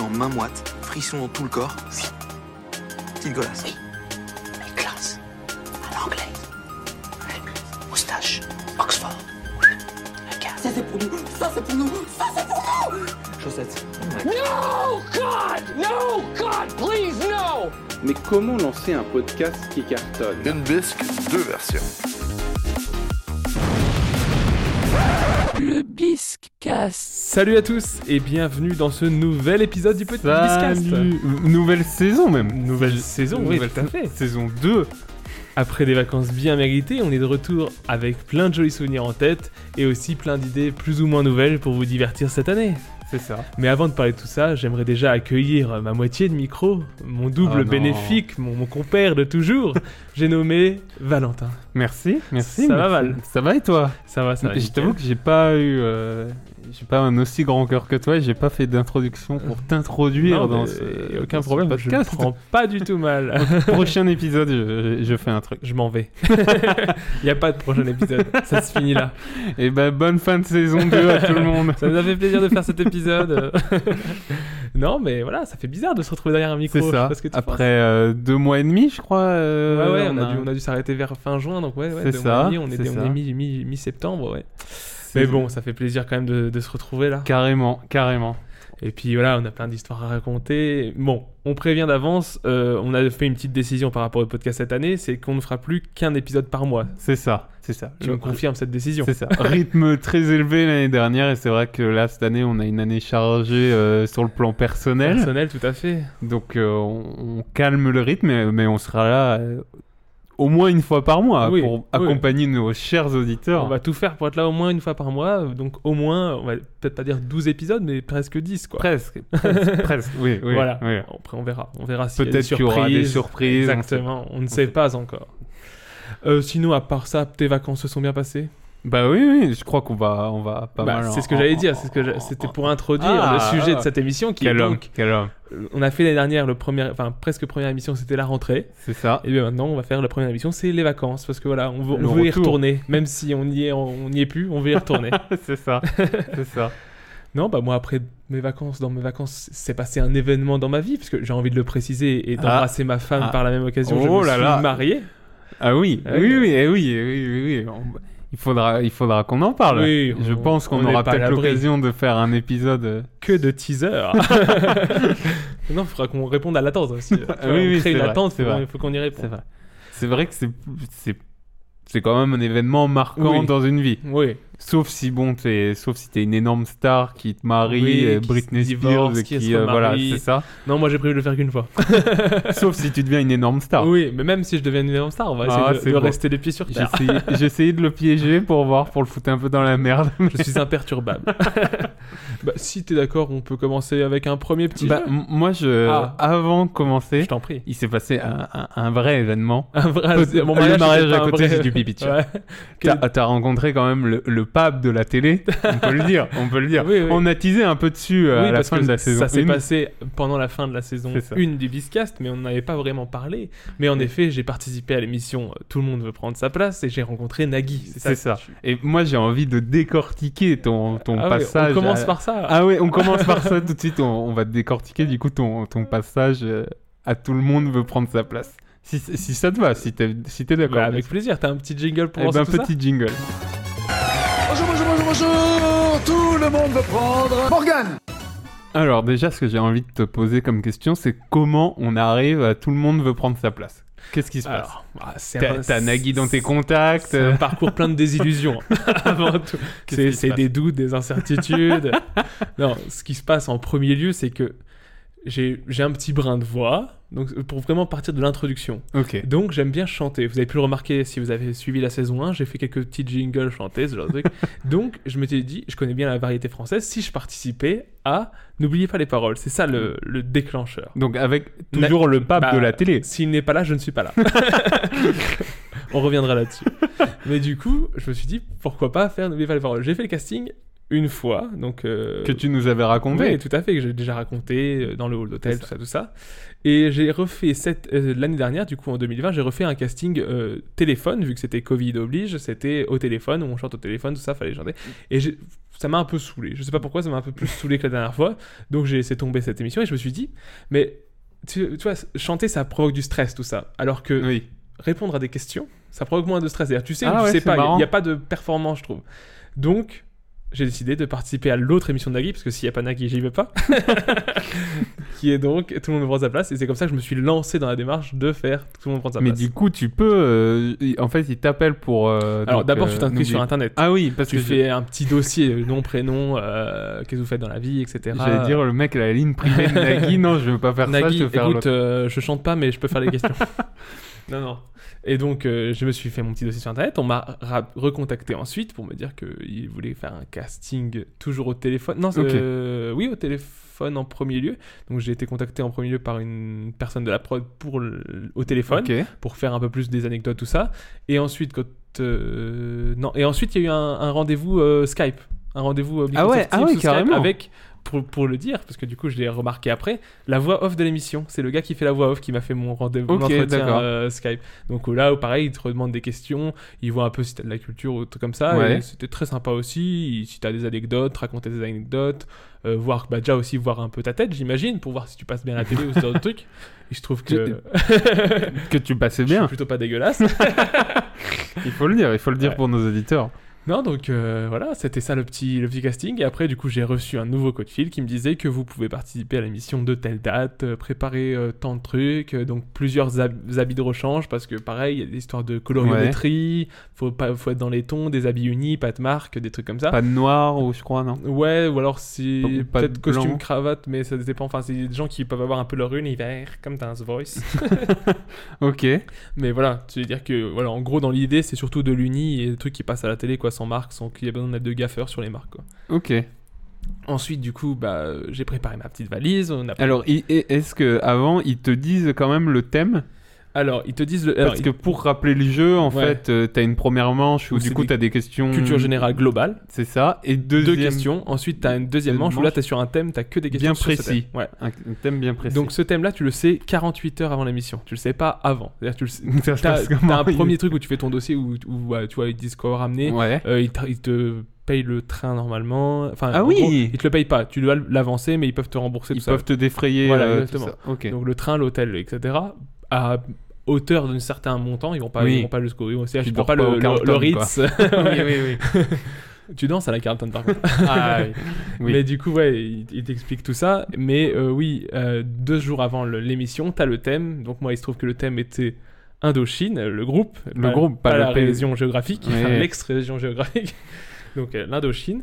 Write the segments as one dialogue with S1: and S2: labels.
S1: en main moite, frisson dans tout le corps.
S2: Oui.
S1: Petite golasse.
S2: Oui. Mais classe. À l'anglais. Moustache. Oxford. Regarde.
S3: Ça c'est pour nous, ça c'est pour nous, ça c'est pour nous
S1: Chaussettes.
S4: No, God! No, God, please, no!
S5: Mais comment lancer un podcast qui cartonne
S6: Une bisque, deux versions.
S7: Le Biscast.
S8: Salut à tous et bienvenue dans ce nouvel épisode du Petit Biscast.
S9: Salut. Nouvelle saison même.
S8: Nouvelle saison, oui,
S9: Nouvelle
S8: tout à fait.
S9: Saison 2.
S8: Après des vacances bien méritées, on est de retour avec plein de jolis souvenirs en tête et aussi plein d'idées plus ou moins nouvelles pour vous divertir cette année.
S9: C'est ça.
S8: Mais avant de parler de tout ça, j'aimerais déjà accueillir ma moitié de micro, mon
S9: Oh
S8: double
S9: non.
S8: bénéfique, mon, mon compère de toujours. J'ai nommé Valentin.
S9: Merci. Merci.
S8: Ça va,
S9: merci.
S8: Val
S9: Ça va et toi
S8: Ça va, ça va.
S9: Je
S8: nickel.
S9: t'avoue que j'ai pas eu. euh, J'ai pas un aussi grand cœur que toi et j'ai pas fait d'introduction pour t'introduire
S8: Non,
S9: dans
S8: mais
S9: ce.
S8: aucun
S9: dans ce
S8: problème, je ne
S9: podcast.
S8: prends pas du tout mal.
S9: Prochain épisode, je, je- je fais un truc.
S8: Je m'en vais. Il n'y a pas de prochain épisode. Ça se finit là.
S9: Et ben bonne fin de saison 2 à tout le monde.
S8: Ça nous a fait plaisir de faire cet épisode. non, mais voilà, ça fait bizarre de se retrouver derrière un micro.
S9: C'est
S8: je sais
S9: ça.
S8: pas ce que tu penses.
S9: Après euh, deux mois et demi, je crois.
S8: Ouais,
S9: euh,
S8: ouais, on a,
S9: a-
S8: dû, on a dû s'arrêter vers fin juin, donc ouais, ouais
S9: C'est
S8: deux mois
S9: ça,
S8: et demi, on,
S9: c'est
S8: était, on
S9: ça.
S8: est mi- mi- mi-septembre, ouais. Mais bon, ça fait plaisir quand même de, de se retrouver là.
S9: Carrément, carrément.
S8: Et puis voilà, on a plein d'histoires à raconter. Bon, on prévient d'avance, euh, on a fait une petite décision par rapport au podcast cette année, c'est qu'on ne fera plus qu'un épisode par mois.
S9: C'est ça, c'est ça.
S8: Tu me confirmes cette décision
S9: C'est ça. Rythme très élevé l'année dernière et c'est vrai que là cette année on a une année chargée euh, sur le plan personnel.
S8: Personnel, tout à fait.
S9: Donc euh, on, on calme le rythme mais, mais on sera là euh, au moins une fois par mois
S8: Oui,
S9: pour
S8: oui.
S9: accompagner nos chers auditeurs.
S8: On va tout faire pour être là au moins une fois par mois. Donc au moins, on va peut-être pas dire 12 épisodes, mais presque 10 quoi.
S9: Presque, presque, presque. Oui, oui,
S8: Voilà.
S9: oui.
S8: Après on verra. On verra s'il y a
S9: Peut-être qu'il y aura des surprises. on sait
S8: Exactement, on ne sait pas encore. Euh, sinon, à part ça, tes vacances se sont bien passées
S9: Bah oui, oui, je crois qu'on va, on va pas
S8: Bah,
S9: mal. hein. Oh,
S8: C'est ce
S9: en-
S8: que j'allais
S9: en-
S8: dire, c'est ce que j'a-
S9: en-
S8: c'était pour introduire
S9: Ah,
S8: le sujet
S9: ah.
S8: de cette émission qui est
S9: Quel homme,
S8: donc,
S9: quel homme.
S8: euh, on a fait l'année dernière le premier, enfin presque première émission, c'était la rentrée,
S9: C'est ça.
S8: et bien maintenant on va faire la première émission, c'est les vacances, parce que voilà, on veut, on
S9: Le
S8: veut y
S9: retour.
S8: retourner, même si on n'y est, on n'y est plus, on veut y retourner.
S9: c'est ça. C'est ça.
S8: Non, bah moi après mes vacances, dans mes vacances, c'est passé un événement dans ma vie, parce que j'ai envie de le préciser et d'embrasser ma femme
S9: Ah.
S8: par la même occasion. je
S9: Oh
S8: me
S9: là
S8: suis
S9: là.
S8: marié.
S9: Ah oui,
S8: Ah oui.
S9: oui, oui, eh oui, eh oui, oui, oui. On- Il faudra, il faudra qu'on en parle.
S8: Oui,
S9: Je
S8: on-
S9: pense qu'on
S8: on n'est
S9: aura
S8: pas à
S9: peut-être
S8: l'abri.
S9: l'occasion de faire un épisode. euh,
S8: Que de teaser. non, il faudra qu'on réponde à l'attente aussi.
S9: Ah oui, oui,
S8: on crée
S9: c'est
S8: une
S9: vrai,
S8: attente,
S9: c'est
S8: faut qu'on-
S9: vrai.
S8: faut qu'on y réponde.
S9: C'est vrai. C'est vrai que c'est, c'est, c'est quand même un événement marquant
S8: Oui.
S9: dans une vie.
S8: Oui,
S9: Sauf si bon, t'es, sauf si t'es une énorme star qui te marie,
S8: Oui,
S9: euh,
S8: qui
S9: Britney
S8: se
S9: Spears,
S8: divorce,
S9: et
S8: qui
S9: qui,
S8: se
S9: euh, voilà,
S8: remarie.
S9: c'est ça.
S8: non, moi j'ai prévu de le faire qu'une fois.
S9: sauf si tu deviens une énorme star.
S8: Oui, mais même si je deviens une énorme star, on va essayer
S9: Ah,
S8: de,
S9: c'est
S8: de
S9: beau.
S8: rester les pieds sur terre.
S9: J'essayais, j'essayais de le piéger pour voir, pour le foutre un peu dans la merde.
S8: Je suis imperturbable. bah, si t'es d'accord, on peut commencer avec un premier petit
S9: Bah,
S8: jeu.
S9: m- moi, je,
S8: Ah.
S9: avant de commencer,
S8: Je t'en prie.
S9: il s'est passé un- un- un vrai événement.
S8: Un vrai,
S9: Peut-
S8: mon
S9: le
S8: mariage,
S9: mariage
S8: c'était
S9: à
S8: pas un
S9: côté,
S8: vrai-
S9: c'est du pipi, tu vois.
S8: Ouais.
S9: T'as t'as rencontré quand même le, le pape de la télé, on peut le dire, on peut le dire.
S8: Oui, oui.
S9: On a teasé un peu dessus euh,
S8: Oui,
S9: à la
S8: parce
S9: fin
S8: que
S9: de la saison
S8: ça s'est
S9: 1.
S8: passé pendant la fin de la saison
S9: C'est ça.
S8: 1 du Biscast, mais on n'avait pas vraiment parlé. Mais en effet, j'ai participé à l'émission euh, Tout le monde veut prendre sa place et j'ai rencontré Nagui.
S9: C'est ça. Et moi j'ai envie de décortiquer ton, ton
S8: Ah ouais,
S9: passage.
S8: on commence
S9: à-
S8: par ça.
S9: Ah ouais, on commence par ça tout de suite, on, on va décortiquer du coup ton, ton passage euh, à tout le monde veut prendre sa place. Si, si ça te va, si t'es si t'es d'accord.
S8: Bah, avec plaisir, t'as un petit jingle pour
S9: Eh
S8: lancer
S9: ben,
S8: tout ça
S9: petit jingle.
S6: Bonjour, bonjour, bonjour, bonjour Tout le monde veut prendre Morgan
S9: Alors déjà ce que j'ai envie de te poser comme question c'est comment on arrive à tout le monde veut prendre sa place Qu'est-ce qui se passe
S8: Alors, bah, c'est
S9: T'as
S8: un-
S9: t'as Nagui dans tes contacts.
S8: C'est un parcours plein de désillusions hein, avant tout.
S9: Qu'est-ce
S8: C'est
S9: qui se
S8: c'est
S9: passe
S8: des doutes, des incertitudes. non, ce qui se passe en premier lieu, c'est que j'ai j'ai un petit brin de voix, donc pour vraiment partir de l'introduction.
S9: Ok.
S8: Donc j'aime bien chanter. Vous avez pu le remarquer si vous avez suivi la saison 1, j'ai fait quelques petites jingles chantées, ce genre de truc. donc je m'étais dit, je connais bien la variété française, si je participais à N'oubliez pas les paroles. C'est ça le, le déclencheur.
S9: Donc avec toujours le pape
S8: Bah,
S9: de la télé.
S8: S'il n'est pas là, je ne suis pas là. On reviendra là-dessus. Mais du coup, je me suis dit, pourquoi pas faire N'oubliez pas les paroles. J'ai fait le casting. une fois. Donc, euh,
S9: Que tu nous avais raconté.
S8: oui, tout à fait, que j'ai déjà raconté euh, dans le hall d'hôtel,
S9: C'est
S8: tout ça, tout ça. Et j'ai refait cette euh, l'année dernière, du coup en 2020, j'ai refait un casting euh, téléphone, vu que c'était Covid oblige, c'était au téléphone, où on chante au téléphone, tout ça, fallait chanter. Et j'ai- ça m'a un peu saoulé. Je sais pas pourquoi, ça m'a un peu plus saoulé que la dernière fois. Donc j'ai laissé tomber cette émission et je me suis dit, mais tu, tu vois, chanter, ça provoque du stress, tout ça. Alors que
S9: Oui.
S8: répondre à des questions, ça provoque moins de stress. D'ailleurs, tu sais,
S9: Ah
S8: tu
S9: ouais,
S8: sais
S9: c'est
S8: pas, il
S9: marrant.
S8: n'y a, pas de performance, je trouve. Donc, j'ai décidé de participer à l'autre émission de Nagui, parce que s'il n'y a pas Nagui, j'y vais pas. qui est donc Tout le monde prend sa place, et c'est comme ça que je me suis lancé dans la démarche de faire Tout le monde prend sa
S9: Mais
S8: place.
S9: du coup, tu peux. euh, il- en fait, il t'appelle pour. euh,
S8: Alors
S9: donc,
S8: d'abord,
S9: euh,
S8: tu t'inscris
S9: n'oublie-
S8: sur Internet.
S9: Ah oui, parce
S8: tu
S9: que
S8: fais un petit dossier, euh, nom, prénom, euh, qu'est-ce que vous faites dans la vie, etc.
S9: J'allais dire, le mec, la ligne privée de Nagui, non, je veux pas faire ça,
S8: Nagui,
S9: je veux faire
S8: écoute,
S9: l'autre.
S8: euh, je chante pas, mais je peux faire les questions. non, non. Et donc, euh, je me suis fait mon petit dossier sur Internet. On m'a ra- recontacté ensuite pour me dire qu'il voulait faire un casting toujours au téléphone. Non, c'est-
S9: Ok.
S8: euh, oui, au téléphone en premier lieu. Donc, j'ai été contacté en premier lieu par une personne de la prod pour le- au téléphone
S9: Ok.
S8: pour faire un peu plus des anecdotes, tout ça. Et ensuite, quand. euh, non, et ensuite, il y a eu un, un rendez-vous euh, Skype. Un rendez-vous euh,
S9: Ah ouais,
S8: Microsoft
S9: ah
S8: Teams
S9: ouais,
S8: sous Skype
S9: carrément.
S8: avec. Pour, pour le dire, parce que du coup je l'ai remarqué après, la voix off de l'émission, c'est le gars qui fait la voix off qui m'a fait mon rendez-vous,
S9: Ok,
S8: mon entretien
S9: d'accord.
S8: euh, Skype. Donc euh, là, pareil, il te redemande des questions, il voit un peu si t'as de la culture ou des trucs comme ça.
S9: Ouais.
S8: et C'était très sympa aussi, si t'as des anecdotes, raconter des anecdotes, euh, voir, bah, déjà aussi voir un peu ta tête, j'imagine, pour voir si tu passes bien à la télé ou ce genre de truc. Et je trouve que
S9: Que tu passais
S8: je suis
S9: bien,
S8: plutôt pas dégueulasse.
S9: il faut le dire, il faut le dire
S8: Ouais.
S9: pour nos auditeurs.
S8: Non, donc euh, voilà, c'était ça le petit, le petit casting. Et après, du coup, j'ai reçu un nouveau code fil qui me disait que vous pouvez participer à l'émission de telle date, euh, préparer euh, tant de trucs, euh, donc plusieurs hab- habits de rechange, parce que pareil, il y a des histoires de coloriométrie, faut, pas, faut être dans les tons, des habits unis, pas de marque, des trucs comme ça.
S9: Pas de noir, ou je crois, non
S8: Ouais, ou alors si
S9: Ou pas
S8: peut-être
S9: de blanc.
S8: costume cravate, mais ça dépend. Enfin, c'est des gens qui peuvent avoir un peu leur univers, comme dans The Voice.
S9: Ok.
S8: Mais voilà, tu veux dire que, voilà, en gros, dans l'idée, c'est surtout de l'uni et des trucs qui passent à la télé, quoi, sans marque, sans qu'il y ait besoin d'être de gaffeurs sur les marques, quoi.
S9: Ok.
S8: Ensuite, du coup, bah, euh, j'ai préparé ma petite valise. On a...
S9: Alors, i- e- est-ce que avant ils te disent quand même le thème
S8: Alors, ils te disent le, alors,
S9: Parce que pour rappeler le jeu, en
S8: Ouais.
S9: fait, euh, t'as une première manche où
S8: Où
S9: du
S8: c'est
S9: coup
S8: des
S9: t'as des questions.
S8: culture générale globale,
S9: C'est ça. Et
S8: deux
S9: Hmm. deuxième,
S8: questions. Ensuite, t'as une deuxième
S9: Deuxième
S8: manche, où là,
S9: manche.
S8: t'es sur un thème, t'as que des questions
S9: Bien
S8: sur ce thème.
S9: précis.
S8: Ouais.
S9: Un un thème bien précis.
S8: Donc, ce thème-là, tu le sais 48 heures avant l'émission. Tu le sais pas avant. C'est-à-dire, tu le sais.
S9: Ça se
S8: T'as
S9: passe comment,
S8: t'as un
S9: il-
S8: premier truc où tu fais ton dossier où, où, euh, tu vois, ils te disent quoi ramener.
S9: Ouais.
S8: Euh, ils, te, ils te payent le train normalement. Enfin,
S9: Ah
S8: en
S9: oui
S8: gros, Ils te le payent pas. Tu dois l'avancer, mais ils peuvent te rembourser
S9: Ils
S8: tout ça.
S9: peuvent te défrayer.
S8: Voilà,
S9: euh, tout
S8: exactement.
S9: ça. Ok.
S8: Donc le train, l'hôtel, etc. À hauteur d'un certain montant, ils vont pas,
S9: Oui.
S8: ils vont pas jusqu'au. Ils vont aussi,
S9: Tu
S8: je prends
S9: dors
S8: pas
S9: pas au
S8: le, le, le
S9: Carlton,
S8: Ritz. tu danses à la Carlton par contre.
S9: Ah, Oui.
S8: Mais du coup, ouais, ils il t'expliquent tout ça. Mais euh, oui, euh, deux jours avant le- l'émission, t'as le thème. Donc moi, il se trouve que le thème était Indochine, le groupe. Bah,
S9: Le groupe, pas le
S8: la
S9: pays.
S8: région géographique,
S9: Ouais.
S8: enfin, l'ex-région géographique. Donc euh, l'Indochine.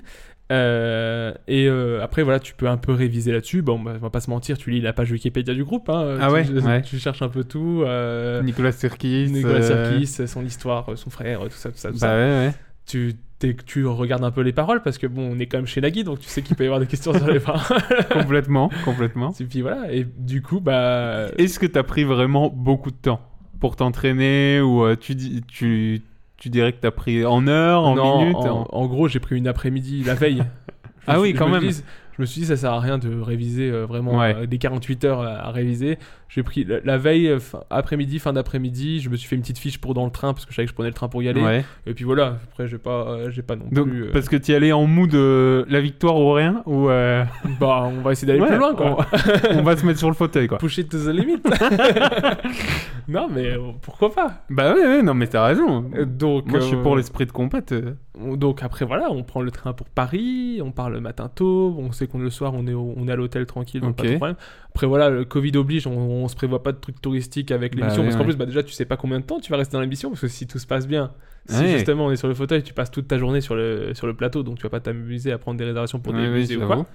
S8: Euh, et euh, après, voilà, tu peux un peu réviser là-dessus. Bon, bah, on va pas se mentir, tu lis la page Wikipédia du groupe. hein.
S9: Ah
S8: tu,
S9: ouais,
S8: tu,
S9: ouais.
S8: tu cherches un peu tout. euh,
S9: Nicolas Sirkis.
S8: Nicolas
S9: euh,
S8: Sirkis, son histoire, son frère, tout ça, tout ça, tout ça
S9: Bah ouais, ouais.
S8: tu, t'es- tu regardes un peu les paroles parce que bon, on est quand même chez Nagui, donc tu sais qu'il peut y avoir des questions sur les paroles.
S9: complètement, complètement.
S8: Et puis voilà, et du coup, bah.
S9: Est-ce que t'as pris vraiment beaucoup de temps pour t'entraîner ou euh, tu dis, tu, tu dirais que t'as pris en heures, en
S8: non,
S9: minutes
S8: en,
S9: en-
S8: en gros, j'ai pris une après-midi la veille. Je me
S9: Ah
S8: suis-
S9: oui,
S8: je
S9: quand
S8: me
S9: même.
S8: dis- je me suis dit, ça sert à rien de réviser euh, vraiment
S9: Ouais.
S8: euh, des 48 heures à, à réviser. J'ai pris la, la veille, euh, fin- après-midi, fin d'après-midi, je me suis fait une petite fiche pour dans le train parce que je savais que je prenais le train pour y aller.
S9: Ouais.
S8: Et puis voilà, après, j'ai pas, euh, j'ai pas non
S9: Donc,
S8: plus. euh,
S9: parce que t'y allais en mood de la victoire ou rien ou euh,
S8: Bah, on va essayer d'aller
S9: ouais,
S8: plus loin quoi.
S9: On, on va se mettre sur le fauteuil quoi.
S8: Pusher to the limit. non, mais euh, pourquoi pas
S9: Bah ouais, ouais, non mais t'as raison.
S8: Euh, Donc,
S9: Moi je suis
S8: euh,
S9: pour l'esprit de compète. euh.
S8: on- Donc après voilà, on prend le train pour Paris, on part le matin tôt, on sait qu'on le soir on est au- on est à l'hôtel tranquille, donc
S9: Ok.
S8: pas de problème. Après voilà, le Covid oblige, on, on se prévoit pas de trucs touristiques avec
S9: Bah
S8: l'émission
S9: ouais,
S8: parce qu'en
S9: ouais.
S8: plus bah déjà tu sais pas combien de temps tu vas rester dans l'émission parce que si tout se passe bien, si
S9: Ouais.
S8: justement on est sur le fauteuil, tu passes toute ta journée sur le sur le plateau, donc tu vas pas t'amuser à prendre des réservations pour des
S9: Ouais, ouais,
S8: musées ou
S9: j'avoue.
S8: quoi.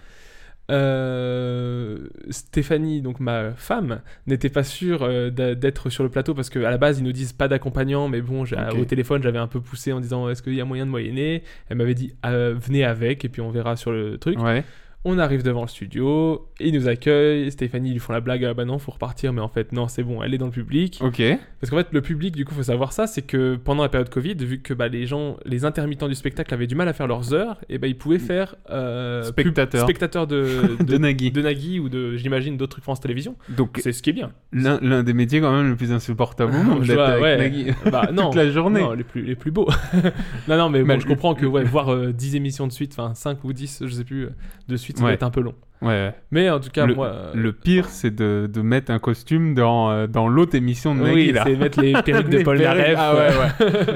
S8: Euh, Stéphanie, donc ma femme, n'était pas sûre euh, d'a- d'être sur le plateau parce qu'à la base ils nous disent pas d'accompagnant, mais bon, j'ai-
S9: Ok.
S8: au téléphone j'avais un peu poussé en disant est-ce qu'il y a moyen de moyenner Elle m'avait dit euh, venez avec et puis on verra sur le truc.
S9: Ouais.
S8: On arrive devant le studio, ils nous accueillent, Stéphanie, ils lui font la blague, ah bah non, faut repartir, mais en fait, non, c'est bon, elle est dans le public.
S9: Ok.
S8: Parce qu'en fait, le public, du coup, faut savoir ça, c'est que pendant la période Covid, vu que bah, les gens, les intermittents du spectacle avaient du mal à faire leurs heures, et ben ils
S9: Mm.
S8: pouvaient faire euh, pub-
S9: Spectateurs.
S8: spectateurs de,
S9: De Nagui.
S8: de Nagui ou de, j'imagine, d'autres trucs France Télévisions.
S9: Donc,
S8: C'est ce qui est bien.
S9: l'un l'un des métiers quand même le plus insupportable au monde,
S8: Je
S9: d'être
S8: vois,
S9: avec
S8: ouais.
S9: Nagui.
S8: Bah, non,
S9: la journée.
S8: non, les plus, les plus beaux. non, non, mais bon,
S9: Mais
S8: je
S9: le-
S8: comprends que ouais, voir euh, 10 émissions de suite, enfin 5 ou 10, je sais plus, euh, de suite, ça
S9: Ouais.
S8: va être un peu long.
S9: Ouais, ouais.
S8: Mais en tout cas,
S9: le,
S8: moi. euh,
S9: le pire, c'est de, de mettre un costume dans, euh, dans l'autre émission de Nagui,
S8: oui,
S9: là.
S8: c'est mettre les perruques de
S9: Les
S8: Paul
S9: perruques,
S8: Naref. euh,
S9: ah ouais, ouais.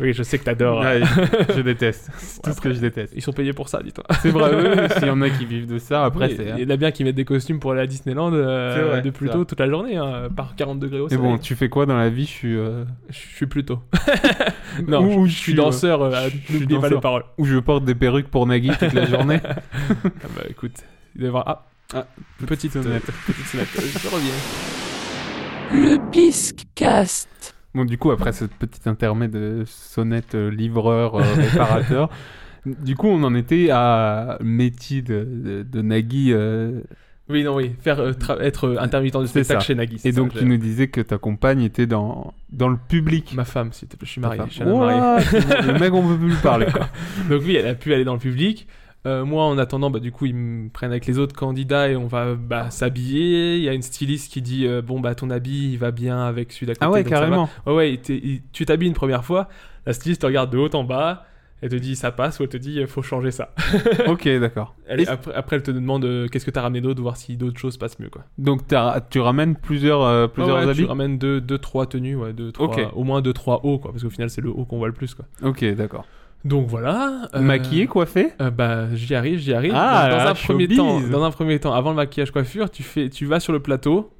S8: oui, je sais que t'adores. hein.
S9: Ouais, je, je déteste. C'est tout ce que je déteste.
S8: Ils sont payés pour ça, dis-toi.
S9: C'est vrai, oui, oui, s'il y en a qui vivent de ça, après
S8: Oui,
S9: c'est. hein.
S8: Il y en a bien qui mettent des costumes pour aller à Disneyland euh,
S9: C'est vrai,
S8: de
S9: c'est
S8: Pluto
S9: vrai.
S8: toute la journée, hein, par 40 degrés au
S9: Mais
S8: soleil.
S9: bon, tu fais quoi dans la vie Je suis. euh,
S8: Je suis Pluto. non,
S9: Ou
S8: je, je suis
S9: euh,
S8: danseur, euh,
S9: je suis
S8: n'oubliez pas les
S9: danseur.
S8: paroles.
S9: Ou euh, je porte des perruques pour Nagui toute la journée.
S8: Ah bah écoute, il doit y avoir... Ah,
S9: Ah,
S8: petite sonnette. petite sonnette. Je reviens.
S7: Le Biscast.
S9: Bon, du coup, après ce petit intermède de sonnette euh, livreur, euh, réparateur, du coup, on en était à métier de, de- de Nagui. euh,
S8: Oui, non, oui. Faire euh, tra- être euh, intermittent du
S9: C'est
S8: spectacle
S9: ça.
S8: chez Nagui. c'est
S9: et
S8: ça
S9: donc,
S8: que
S9: tu
S8: j'ai-
S9: nous disais que ta compagne était dans, dans le public.
S8: Ma femme, s'il te plaît, je suis
S9: Ta
S8: marié.
S9: femme.
S8: je suis un homme marié.
S9: Ouah, le mec, on peut plus lui parler. quoi.
S8: Donc oui, elle a pu aller dans le public. Euh, moi, en attendant, bah, du coup, ils me prennent avec les autres candidats et on va bah, s'habiller. Il y a une styliste qui dit euh, Bon, bah, ton habit, il va bien avec celui d'à côté.
S9: Ah ouais,
S8: donc ça va.
S9: carrément.
S8: Ouais, ouais, il t'est- il- tu t'habilles une première fois, la styliste te regarde de haut en bas, elle te dit ça passe ou elle te dit faut changer ça.
S9: ok, d'accord.
S8: Elle- après, après, elle te demande euh, qu'est-ce que t'as ramené d'autre, voir si d'autres choses passent mieux quoi.
S9: Donc, t'as- tu ramènes plusieurs, euh, plusieurs
S8: Ouais, ouais,
S9: habits
S8: Tu ramènes deux, deux, trois tenues, ouais, deux, trois,
S9: Ok.
S8: au moins deux, trois hauts quoi, parce qu'au final c'est le haut qu'on voit le plus quoi.
S9: Ok, d'accord.
S8: Donc voilà. euh,
S9: Maquillé, coiffé
S8: euh, bah, j'y arrive, j'y arrive.
S9: Ah,
S8: dans, dans
S9: là,
S8: un premier
S9: showbiz.
S8: temps, dans un premier temps, avant le maquillage coiffure, tu, fais, tu vas sur le plateau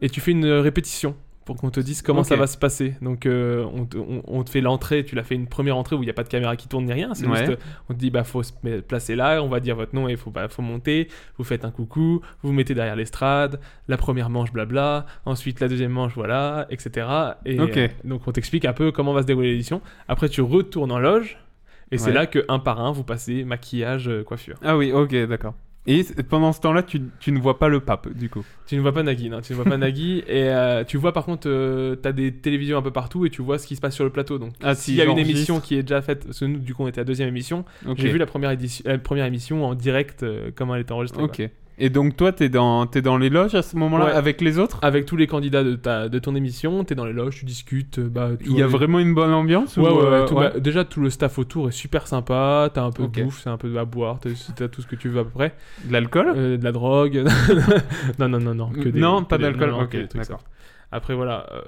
S8: et tu fais une euh, répétition pour qu'on te dise comment
S9: Ok.
S8: ça va se passer. Donc, euh, on, te, on- on te fait l'entrée, tu l'as fait une première entrée où il n'y a pas de caméra qui tourne ni rien. C'est
S9: Ouais.
S8: juste, euh, on te dit, bah, faut se met- placer là, on va dire votre nom et il faut, bah, faut monter. Vous faites un coucou, vous vous mettez derrière l'estrade, la première manche, blabla, ensuite la deuxième manche, voilà, etc. Et
S9: Ok.
S8: euh, donc, on t'explique un peu comment va se dérouler l'édition. Après, tu retournes en loge. Et c'est
S9: Ouais.
S8: là que un par un vous passez maquillage, euh, coiffure.
S9: Ah oui, ok, d'accord. Et c- pendant ce temps-là, tu, tu ne vois pas le pape, du coup.
S8: Tu ne vois pas Nagui, non, tu ne vois pas Nagui. Et euh, tu vois par contre, euh, t'as des télévisions un peu partout et tu vois ce qui se passe sur le plateau. Donc
S9: Ah,
S8: s'il y a une émission qui est déjà faite, parce que nous du coup on était à la deuxième émission, j'ai vu la première, édition, euh, la première émission en direct, euh, comment elle était enregistrée. quoi.
S9: Ok. Et donc toi, t'es dans, t'es dans les loges à ce moment-là
S8: Ouais.
S9: avec les autres
S8: Avec tous les candidats de, ta, de ton émission, t'es dans les loges, tu discutes. euh, Bah, tu
S9: Il y a
S8: vois-
S9: vraiment une bonne ambiance
S8: Ouais,
S9: ou,
S8: ouais,
S9: euh,
S8: tout- bah, déjà tout le staff autour est super sympa, t'as un peu
S9: Ok.
S8: de bouffe, t'as un peu à boire, t'as t'as tout ce que tu veux à peu près.
S9: De l'alcool
S8: Euh, de la drogue. non, non, non, non. que des-
S9: Non,
S8: que
S9: pas
S8: des-
S9: d'alcool,
S8: non, non,
S9: ok,
S8: que des trucs
S9: d'accord.
S8: simples. Après, voilà. euh,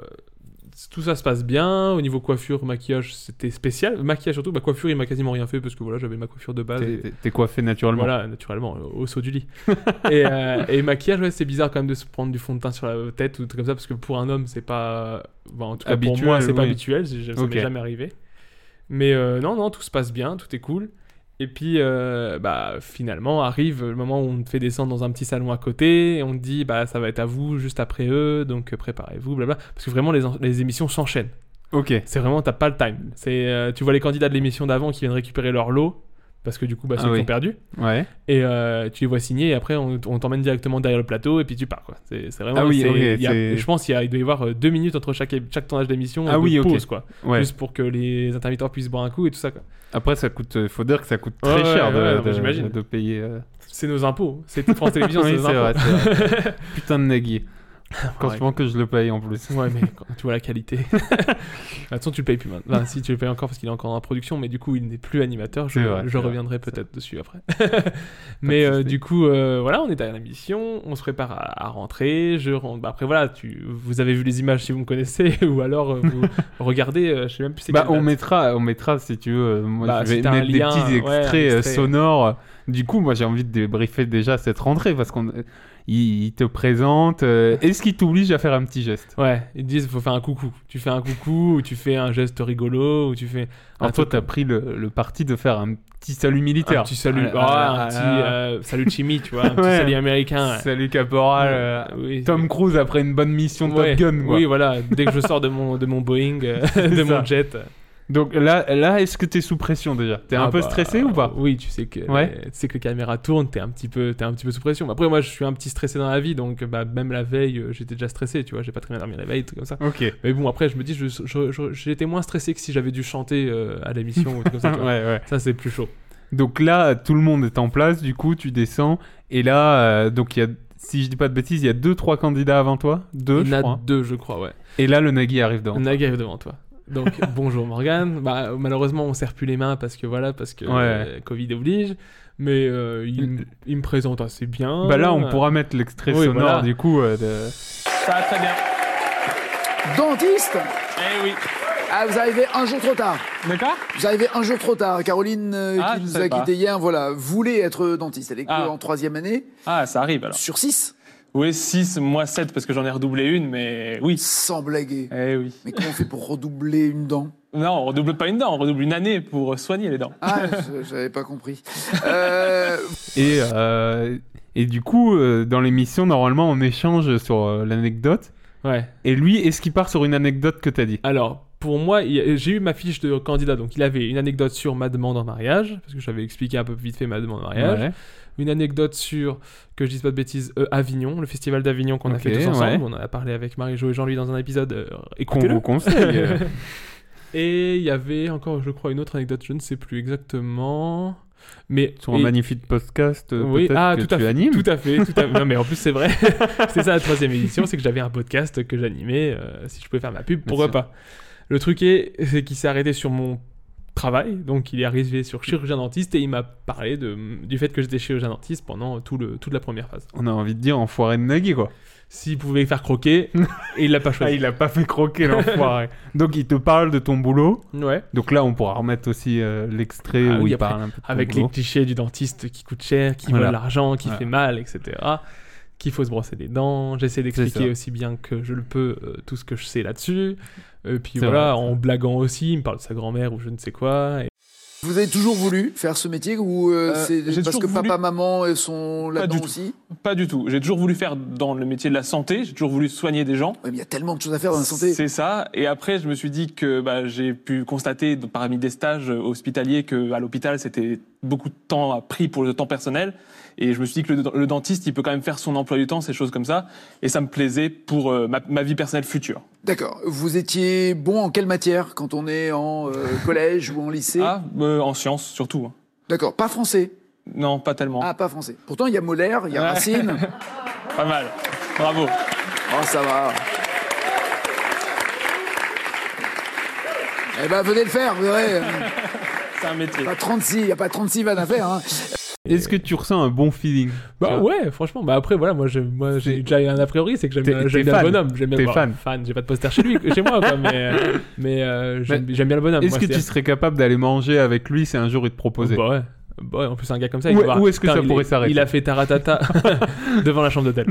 S8: tout ça se passe bien. Au niveau coiffure, maquillage, c'était spécial. Maquillage surtout, bah, coiffure, il m'a quasiment rien fait parce que voilà, j'avais ma coiffure de base.
S9: T'es-
S8: et-
S9: T'es t'es coiffé naturellement.
S8: Voilà, naturellement, euh, au saut du lit. et, euh, et maquillage, ouais, c'est bizarre quand même de se prendre du fond de teint sur la tête ou des trucs comme ça, parce que pour un homme, c'est pas. bah, en tout cas, pour
S9: Habituel,
S8: moi, c'est pas
S9: oui.
S8: habituel, c'est- ça
S9: Ok.
S8: m'est jamais arrivé. Mais euh, non, non, tout se passe bien, tout est cool. Et puis, euh, bah, finalement, arrive le moment où on te fait descendre dans un petit salon à côté, et on te dit, bah, ça va être à vous juste après eux, donc euh, préparez-vous, blabla. Parce que vraiment, les, en- les émissions s'enchaînent.
S9: Ok.
S8: C'est vraiment, t'as pas le time. C'est, euh, tu vois les candidats de l'émission d'avant qui viennent récupérer leur lot, parce que du coup, bah,
S9: Ah
S8: ceux qui
S9: oui.
S8: ont perdu.
S9: Ouais.
S8: Et euh, tu les vois signer et après on, on t'emmène directement derrière le plateau et puis tu pars quoi. C'est c'est vraiment.
S9: Ah oui,
S8: c'est-
S9: ok,
S8: il y a-
S9: c'est-
S8: Je pense qu'il y a- il doit y avoir euh, deux minutes entre chaque, chaque tournage d'émission
S9: Ah
S8: de
S9: oui, ok.
S8: pause quoi.
S9: Ouais.
S8: Juste pour que les intermittents puissent boire un coup et tout ça quoi.
S9: Après, ça coûte. euh, Faut dire que ça coûte très
S8: Ouais, ouais,
S9: cher de,
S8: ouais,
S9: de-
S8: bah, j'imagine.
S9: de payer. euh.
S8: C'est nos impôts. C'est France Télévisions, c'est
S9: Oui,
S8: nos
S9: c'est vrai,
S8: impôts.
S9: c'est vrai. Putain de Nagui. Quand
S8: Ouais.
S9: tu que je le paye en plus.
S8: Ouais, mais quand tu vois la qualité. De toute façon, tu le payes plus maintenant. Enfin, si tu le payes encore parce qu'il est encore en production, mais du coup, il n'est plus animateur. Je,
S9: C'est vrai,
S8: je
S9: c'est vrai,
S8: reviendrai
S9: c'est
S8: peut-être dessus après. mais euh,
S9: souci.
S8: du coup, euh, voilà, on est derrière la mission, on se prépare à, à rentrer. Je rentre. bah, après, voilà, tu, vous avez vu les images si vous me connaissez, ou alors euh, vous regardez, euh, je sais même plus c'est
S9: Bah,
S8: quelle
S9: on
S8: date.
S9: mettra, on mettra si tu veux. euh, Moi,
S8: Bah,
S9: je vais
S8: si t'as un
S9: mettre
S8: lien,
S9: des petits
S8: ouais, un
S9: extraits euh,
S8: extrait.
S9: sonores. Du coup, moi, j'ai envie de débriefer déjà cette rentrée parce qu'on, euh, il, il te présente. euh, Est-ce qu'il t'oblige à faire un petit geste
S8: Ouais, ils te disent faut faire un coucou. Tu fais un coucou, ou tu fais un geste rigolo, ou tu fais.
S9: Alors
S8: un
S9: Ah, toi,
S8: truc
S9: t'as pris le, le parti de faire un petit salut militaire.
S8: un petit salut,
S9: Ah, ah,
S8: ouais, un
S9: ah,
S8: petit
S9: ah.
S8: euh, salut Chimmy, tu vois, un petit
S9: Ouais.
S8: salut américain. ouais.
S9: Salut caporal. euh,
S8: Oui,
S9: Tom Cruise après une bonne mission de
S8: Ouais.
S9: Top Gun. quoi.
S8: Oui, voilà, dès que je sors de mon, de mon Boeing, euh, de
S9: C'est
S8: mon
S9: ça.
S8: jet. euh,
S9: Donc là, là est-ce que t'es sous pression déjà T'es un
S8: Ah
S9: peu
S8: bah,
S9: stressé ou pas
S8: Oui, tu sais que
S9: Ouais.
S8: euh, tu sais que les caméras tournent, t'es un petit peu, t'es un petit peu sous pression. Après, moi, je suis un petit stressé dans la vie, donc bah, même la veille, euh, j'étais déjà stressé, tu vois, j'ai pas très bien dormi la veille, tout comme ça.
S9: Ok. Ouais,
S8: Mais bon, après, je me dis, je- je- je- j'étais moins stressé que si j'avais dû chanter euh, à l'émission ou tout comme ça. tu vois.
S9: ouais.
S8: Ça, c'est plus chaud.
S9: Donc là, tout le monde est en place, du coup, tu descends. Et là, euh, donc il y a, si je dis pas de bêtises, il y a deux, trois candidats avant toi. Deux,
S8: Il y
S9: je
S8: en a
S9: crois. hein.
S8: deux, je crois, ouais.
S9: Et là, le Nagui arrive dans.
S8: Nagui arrive devant toi. Donc bonjour Morgan. Bah, malheureusement on serre plus les mains parce que voilà parce que
S9: Ouais.
S8: euh, Covid oblige. Mais euh, il, m- il me présente assez bien.
S9: Bah là, on pourra mettre l'extrait
S8: Oui,
S9: sonore,
S8: voilà.
S9: du coup. euh, de-
S4: Ça va très bien.
S6: Dentiste
S4: Eh oui.
S6: Ah, vous arrivez un jour trop tard.
S4: D'accord
S6: Vous arrivez un jour trop tard. Caroline, euh,
S4: Ah,
S6: qui
S4: je
S6: nous
S4: savais
S6: a
S4: pas.
S6: quittés hier, voilà, voulait être dentiste. Elle est que
S4: Ah.
S6: en troisième année
S4: Ah, ça arrive alors.
S6: sur six,
S4: Oui, 6, moi 7 parce que j'en ai redoublé une, mais oui.
S6: sans blaguer.
S4: Eh oui.
S6: Mais comment on fait pour redoubler une dent
S4: Non, on redouble pas une dent, on redouble une année pour soigner les dents.
S6: Ah, je- j'avais pas compris. Euh,
S9: Et, euh, et du coup, euh, dans l'émission, normalement, on échange sur euh, l'anecdote.
S8: Ouais.
S9: Et lui, est-ce qu'il part sur une anecdote que t'as dit
S8: Alors pour moi il y a- j'ai eu ma fiche de candidat donc il avait une anecdote sur ma demande en mariage parce que j'avais expliqué un peu vite fait ma demande en mariage.
S9: Ouais.
S8: Une anecdote sur que je dise pas de bêtises euh, Avignon le festival d'Avignon qu'on
S9: Ok,
S8: a fait tous ensemble.
S9: ouais.
S8: On en a parlé avec Marie-Jo et Jean-Louis dans un épisode. euh,
S9: Qu'on
S8: Écoutez-le.
S9: vous conseille. euh.
S8: Et il y avait encore, je crois, une autre anecdote, je ne sais plus exactement. Mais
S9: sur un
S8: et-
S9: magnifique podcast euh,
S8: oui,
S9: peut-être
S8: ah,
S9: que
S8: tout à
S9: tu
S8: fait,
S9: animes.
S8: tout à fait, tout à fait. Non, mais en plus c'est vrai. c'est ça la troisième édition, c'est que j'avais un podcast que j'animais. euh, si je pouvais faire ma pub, pourquoi
S9: sûr.
S8: pas. Le truc est, c'est qu'il s'est arrêté sur mon travail, donc il est arrivé sur chirurgien dentiste et il m'a parlé de, du fait que j'étais chirurgien dentiste pendant tout le, toute la première phase.
S9: On a envie de dire enfoiré de Nagui, quoi.
S8: S'il pouvait faire croquer, et il l'a pas
S9: Ah,
S8: choisi.
S9: il a pas fait croquer l'enfoiré. Donc il te parle de ton boulot.
S8: Ouais.
S9: Donc là, on pourra remettre aussi euh, l'extrait
S8: Ah
S9: où
S8: oui,
S9: il
S8: après,
S9: parle un peu de ton
S8: avec les
S9: boulot.
S8: clichés du dentiste qui coûte cher, qui
S9: Voilà.
S8: vole l'argent, qui
S9: Ouais.
S8: fait mal, etc. Qu'il faut se brosser les dents. J'essaie
S9: C'est
S8: d'expliquer
S9: ça.
S8: aussi bien que je le peux euh, tout ce que je sais là-dessus. Et puis
S9: C'est
S8: voilà,
S9: vrai.
S8: en blaguant aussi, il me parle de sa grand-mère ou je ne sais quoi. Et...
S6: vous avez toujours voulu faire ce métier ou euh,
S4: Euh,
S6: c'est
S4: j'ai
S6: parce que
S4: toujours voulu-
S6: papa, maman euh, sont
S4: Pas du
S6: là-dedans
S4: tout.
S6: aussi
S4: Pas du tout. J'ai toujours voulu faire dans le métier de la santé, j'ai toujours voulu soigner des gens.
S6: Ouais, mais il y a tellement de choses à faire dans la santé.
S4: C'est ça. Et après, je me suis dit que bah, j'ai pu constater de- parmi des stages euh, hospitaliers que à l'hôpital, c'était beaucoup de temps à pris pour le temps personnel. Et je me suis dit que le, le dentiste, il peut quand même faire son emploi du temps, ces choses comme ça. Et ça me plaisait pour euh, ma, ma vie personnelle future.
S6: D'accord. Vous étiez bon en quelle matière quand on est en euh, collège ou en lycée
S4: Ah, euh, en sciences surtout. hein.
S6: D'accord. Pas français.
S4: Non, pas tellement.
S6: Ah, pas français. Pourtant, il y a Molaire, il y a
S4: Ouais.
S6: Racine.
S4: Pas mal. Bravo.
S6: Oh, ça va. Eh ben, venez le faire, vous verrez.
S4: C'est un métier.
S6: Il n'y a pas 36, y a pas 36 vannes à faire. hein.
S9: Est-ce que tu ressens un bon feeling
S8: Bah
S9: Tu vois
S8: ouais, franchement. Bah après, voilà, moi j'ai moi, j'ai
S9: T'es-
S8: déjà un a priori, c'est que j'aime
S9: t'es-
S8: bien,
S9: t'es
S8: j'aime bien
S9: fan.
S8: le bonhomme. J'aime bien
S9: T'es
S8: bah,
S9: fan.
S8: J'ai pas de poster chez lui, chez moi, quoi, mais, mais euh, j'aime j'aime bien le bonhomme.
S9: Est-ce
S8: moi,
S9: que tu
S8: c'est-à-dire-
S9: serais capable d'aller manger avec lui si un jour il te proposait
S8: Bah ouais. Bah ouais, en plus, un gars comme ça,
S9: Où-
S8: il doit avoir-
S9: où est-ce que
S8: Putain,
S9: ça
S8: il est-
S9: pourrait s'arrêter
S8: Il a fait taratata devant la chambre d'hôtel.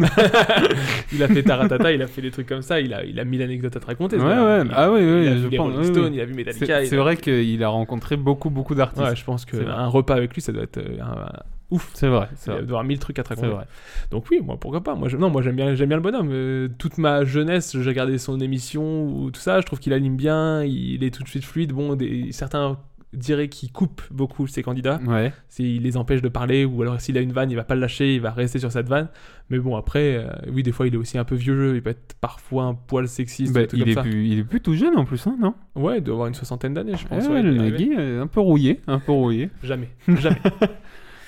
S8: il a fait taratata, il a fait des trucs comme ça, il a, il a mille anecdotes à te raconter. ce
S9: Ouais,
S8: gars-là.
S9: ouais,
S8: Il-
S9: ah oui, oui,
S8: hein. il a
S9: je
S8: vu les
S9: pense,
S8: Rolling
S9: oui, oui.
S8: Stones, il a vu
S9: C'est
S8: Metallica. il
S9: c'est
S8: a-
S9: vrai qu'il a rencontré beaucoup, beaucoup d'artistes.
S8: Ouais, je pense
S9: C'est vrai.
S8: qu'un repas avec lui, ça doit être euh, un- ouf.
S9: C'est vrai,
S8: Il
S9: c'est
S8: doit
S9: vrai.
S8: avoir mille trucs à te
S9: C'est
S8: raconter.
S9: vrai.
S8: Donc oui, moi pourquoi pas. Moi, je- non, moi j'aime bien, j'aime bien le bonhomme. Euh, toute ma jeunesse, j'ai regardé son émission ou tout ça. Je trouve qu'il anime bien, il est tout de suite fluide. Bon, des- certains diraient qu'il coupe beaucoup ses candidats.
S9: Ouais.
S8: s'il les empêche de parler ou alors s'il a une vanne il va pas le lâcher il va rester sur cette vanne mais bon après euh, oui des fois il est aussi un peu vieux jeu il peut être parfois un poil sexiste
S9: Bah,
S8: ou tout
S9: il,
S8: comme
S9: est
S8: ça
S9: plus, il est plus tout jeune en plus, hein, non
S8: ouais il doit avoir une soixantaine d'années je pense
S9: Ouais,
S8: ouais,
S9: ouais, le
S8: il est arrivé.
S9: Nagui, euh, un peu rouillé, un peu rouillé.
S8: jamais jamais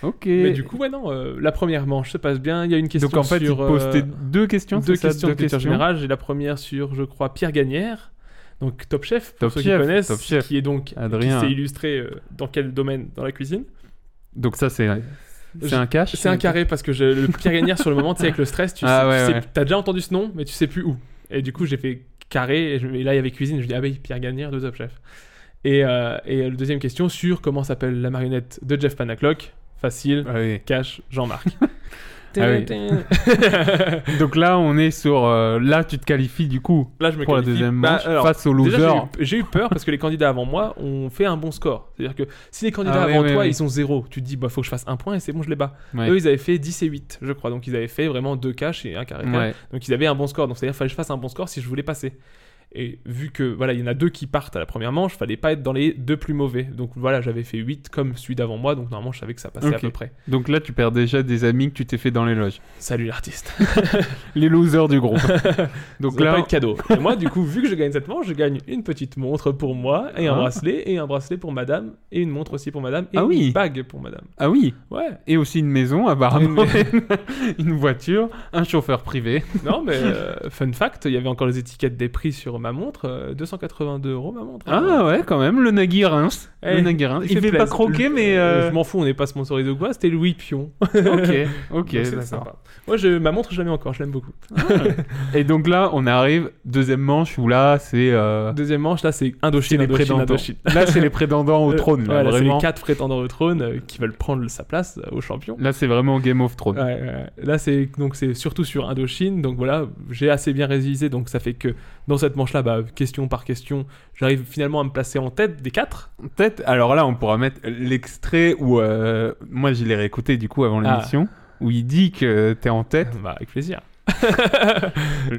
S9: Ok.
S8: mais du coup ouais non euh, la première manche se passe bien il y a une question
S9: donc en fait,
S8: sur
S9: il te posait
S8: euh,
S9: deux questions,
S8: deux
S9: c'est ça,
S8: questions de culture générale j'ai la première sur je crois Pierre Gagnère donc Top Chef pour
S9: Top
S8: ceux
S9: Chef,
S8: qui connaissent
S9: Top Chef.
S8: qui est donc
S9: Adrien.
S8: qui s'est illustré euh, dans quel domaine dans la cuisine
S9: Donc ça, c'est c'est
S8: Je-
S9: un cache
S8: C'est un carré parce que je- le Pierre Gagnère sur le moment, tu sais, avec le stress, tu
S9: Ah
S8: sais, tu
S9: ouais,
S8: sais-
S9: ouais.
S8: t'as déjà entendu ce nom, mais tu sais plus où. Et du coup, j'ai fait carré, et, je- et là, il y avait cuisine, je dis, ah oui, Pierre Gagnère de Top Chef. Et, euh, et la deuxième question sur comment s'appelle la marionnette de Jeff Panaclock Facile,
S9: Ah oui.
S8: cash, Jean-Marc.
S9: Ah oui.
S8: là,
S9: Donc là, on est sur. euh, là, tu te qualifies du coup
S8: je me
S9: pour la
S8: qualifie.
S9: deuxième
S8: Bah,
S9: manche
S8: alors,
S9: face au
S8: Déjà,
S9: loser.
S8: j'ai eu- j'ai eu, peur parce que les candidats avant moi ont fait un bon score. C'est-à-dire que si les candidats
S9: Ah oui,
S8: avant
S9: oui,
S8: toi,
S9: oui.
S8: ils sont zéro, tu te dis, bah, faut que je fasse un point et c'est bon, je les bats.
S9: Ouais.
S8: Eux, ils avaient fait 10 et 8, je crois. Donc, ils avaient fait vraiment deux caches et un carré. carré.
S9: Ouais.
S8: Donc, ils avaient un bon score. Donc, c'est-à-dire, fallait que je fasse un bon score si je voulais passer. Et vu que voilà, il y en a deux qui partent à la première manche, fallait pas être dans les deux plus mauvais. Donc voilà, j'avais fait 8 comme celui d'avant moi, donc normalement je savais que ça passait à
S9: Ok.
S8: peu près.
S9: Donc là, tu perds déjà des amis que tu t'es fait dans les loges.
S8: Salut l'artiste.
S9: Les losers du groupe. Donc
S8: Ça va pas
S9: là,
S8: être cadeau. Et moi, du coup, vu que je gagne cette manche, je gagne une petite montre pour moi et un
S9: Ah.
S8: bracelet et un bracelet pour madame et une montre aussi pour madame et
S9: Ah
S8: une
S9: oui.
S8: bague pour madame.
S9: ah oui,
S8: Ouais.
S9: et aussi une maison apparemment,
S8: Une-
S9: une voiture, un chauffeur privé.
S8: Non, mais euh, fun fact, il y avait encore les étiquettes des prix sur ma montre. euh, 282 euros ma montre.
S9: Ah ouais, quand même, le Nagui Reims.
S8: Eh,
S9: le Nagui Reims. Il
S8: fait
S9: fait pas
S8: plaisir.
S9: croquer, mais
S8: Euh,
S9: euh,
S8: Je m'en fous, on n'est pas sponsorisé ou quoi. C'était Louis Pion.
S9: ok, ok,
S8: Donc, c'est
S9: d'accord.
S8: sympa. Moi, je, ma montre, je l'aime encore. Je l'aime beaucoup.
S9: Et donc là, on arrive deuxième manche où là, c'est euh,
S8: Deuxième manche, là, Ah. c'est Indochine,
S9: les
S8: Indochine,
S9: prétendants.
S8: Indochine.
S9: là, c'est les prétendants au
S8: Euh,
S9: trône. Là,
S8: voilà, c'est
S9: vraiment.
S8: les quatre prétendants au trône euh, qui veulent prendre sa place euh, au champion.
S9: Là, c'est vraiment Game of Thrones.
S8: Ouais, ouais. Là, c'est donc c'est surtout sur Indochine. Donc voilà, j'ai assez bien résisté. Donc ça fait que dans cette manche-là, bah, question par question, j'arrive finalement à me placer en tête des quatre.
S9: Peut-être. Alors là, on pourra mettre l'extrait où euh, moi, je l'ai réécouté du coup avant
S8: Ah.
S9: l'émission, où il dit que t'es en tête.
S8: Bah, avec plaisir.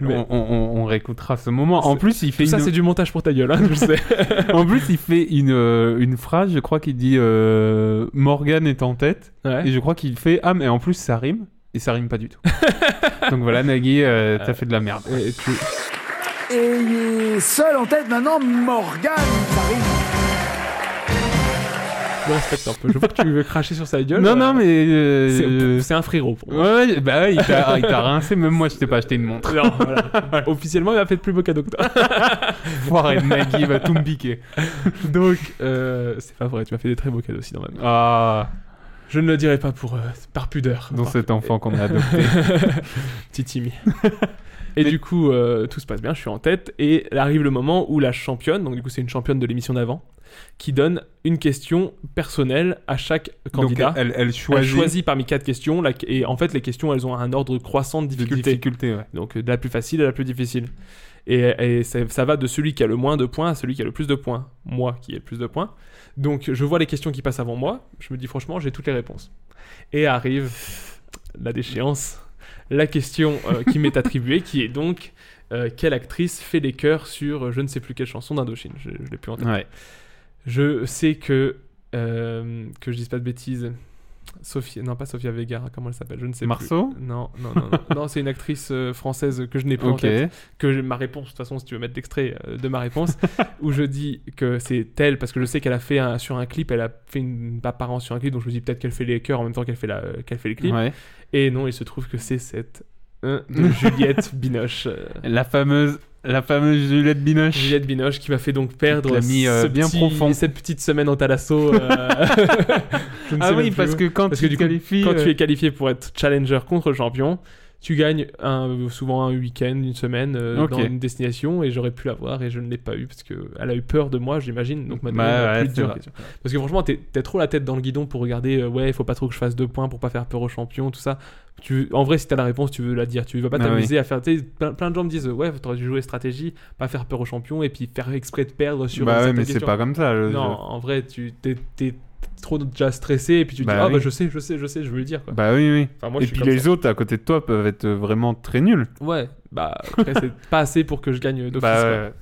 S8: Mais-
S9: On, on- on- on réécoutera ce moment. En
S8: C'est-
S9: plus, il fait
S8: Tout ça,
S9: une-
S8: c'est du montage pour ta gueule, hein, je le sais.
S9: en plus, il fait une, euh, une phrase. Je crois qu'il dit euh, Morgan est en tête.
S8: Ouais.
S9: Et je crois qu'il fait ah mais en plus ça rime et ça rime pas du tout. Donc voilà, Nagui, euh, t'as fait de la merde.
S8: Et tu-
S6: Et il est seul en tête maintenant, Morgan.
S8: je respecte un peu. Je vois que tu veux cracher sur sa gueule.
S9: Non
S8: euh,
S9: non mais
S8: c'est-
S9: euh,
S8: C'est un frérot pour
S9: ouais,
S8: moi.
S9: ouais, bah ouais, il t'a il t'a rincé. Même moi, je t'ai pas acheté une montre.
S8: Non, voilà. Officiellement, il m'a fait de plus beau cadeau que toi.
S9: Foiré de Nagui, il va tout me piquer.
S8: Donc, euh, c'est pas vrai, tu m'as fait des très beaux cadeaux aussi dans ma vie.
S9: Ah,
S8: Je ne le dirai pas pour, euh, par pudeur.
S9: dans
S8: Par-
S9: cet enfant qu'on a adopté.
S8: Petit Timmy. Et du coup, euh, tout se passe bien, je suis en tête, et arrive le moment où la championne, donc du coup c'est une championne de l'émission d'avant, qui donne une question personnelle à chaque
S9: Donc
S8: candidat.
S9: elle, elle
S8: elle,
S9: choisit,
S8: choisit parmi quatre questions, la- et en fait les questions elles ont un ordre croissant de
S9: de
S8: difficulté.
S9: difficulté.
S8: Donc euh, de la plus facile à la plus difficile. Et, et ça, ça va de celui qui a le moins de points à celui qui a le plus de points. Moi qui ai le plus de points. Donc je vois les questions qui passent avant moi. Je me dis franchement, j'ai toutes les réponses. Et arrive la déchéance. La question euh, qui m'est attribuée, qui est donc euh, quelle actrice fait les chœurs sur euh, je ne sais plus quelle chanson d'Indochine Je, je l'ai plus en tête.
S9: ouais. Ouais.
S8: Je sais que. euh, que je dise pas de bêtises. Sophie, non pas Sofia Vergara, comment elle s'appelle Je ne sais
S9: Marceau
S8: plus. Non, non, non, non. non c'est une actrice euh, française que je n'ai plus en
S9: Ok.
S8: tête. Que j'ai- ma réponse, de toute façon, si tu veux mettre l'extrait euh, de ma réponse, où je dis que c'est elle, parce que je sais qu'elle a fait un- sur un clip, elle a fait une apparence sur un clip, donc je me dis peut-être qu'elle fait les chœurs en même temps qu'elle fait, la, euh, qu'elle fait les clips.
S9: Ouais.
S8: Et non, il se trouve que c'est cette hein, de Juliette Binoche. euh,
S9: La fameuse, la fameuse Juliette Binoche.
S8: Juliette Binoche qui m'a fait donc perdre
S9: l'a mis, euh,
S8: ce
S9: bien
S8: petit-
S9: profond.
S8: cette petite semaine en talasso. euh, je ne sais
S9: Ah
S8: même
S9: oui,
S8: plus
S9: parce
S8: où.
S9: que quand
S8: Parce
S9: tu
S8: que du
S9: te
S8: coup,
S9: qualifies,
S8: quand
S9: euh,
S8: tu es qualifié pour être challenger contre champion, tu gagnes un- souvent un week-end, une semaine euh,
S9: Ok.
S8: dans une destination et j'aurais pu l'avoir et je ne l'ai pas eu parce qu'elle a eu peur de moi, j'imagine. Donc maintenant,
S9: Bah
S8: elle a
S9: ouais,
S8: plus
S9: c'est
S8: de dur.
S9: vrai.
S8: Parce que franchement, t'es t'es trop la tête dans le guidon pour regarder, euh, ouais, il faut pas trop que je fasse deux points pour pas faire peur aux champions, tout ça. Tu, en vrai, si t'as la réponse, tu veux la dire. Tu vas pas
S9: Ah
S8: t'amuser à faire. tu sais, Plein, plein de gens me disent, ouais, t'aurais dû jouer stratégie, pas faire peur aux champions et puis faire exprès de perdre sur. une
S9: bah ouais,
S8: certaine
S9: mais c'est
S8: question.
S9: pas comme ça. le
S8: Non,
S9: jeu.
S8: en vrai, tu t'es t'es trop déjà stressé et puis tu te
S9: Bah
S8: dis, ah
S9: oui.
S8: bah je sais, je sais, je sais, je veux le dire. Quoi.
S9: Bah oui, oui.
S8: Enfin, moi,
S9: Et
S8: je suis
S9: puis
S8: comme
S9: les
S8: ça.
S9: autres à côté de toi peuvent être euh, vraiment très nuls.
S8: Ouais, bah après, c'est pas assez pour que je gagne d'office.
S9: Bah,
S8: quoi.
S9: ouais.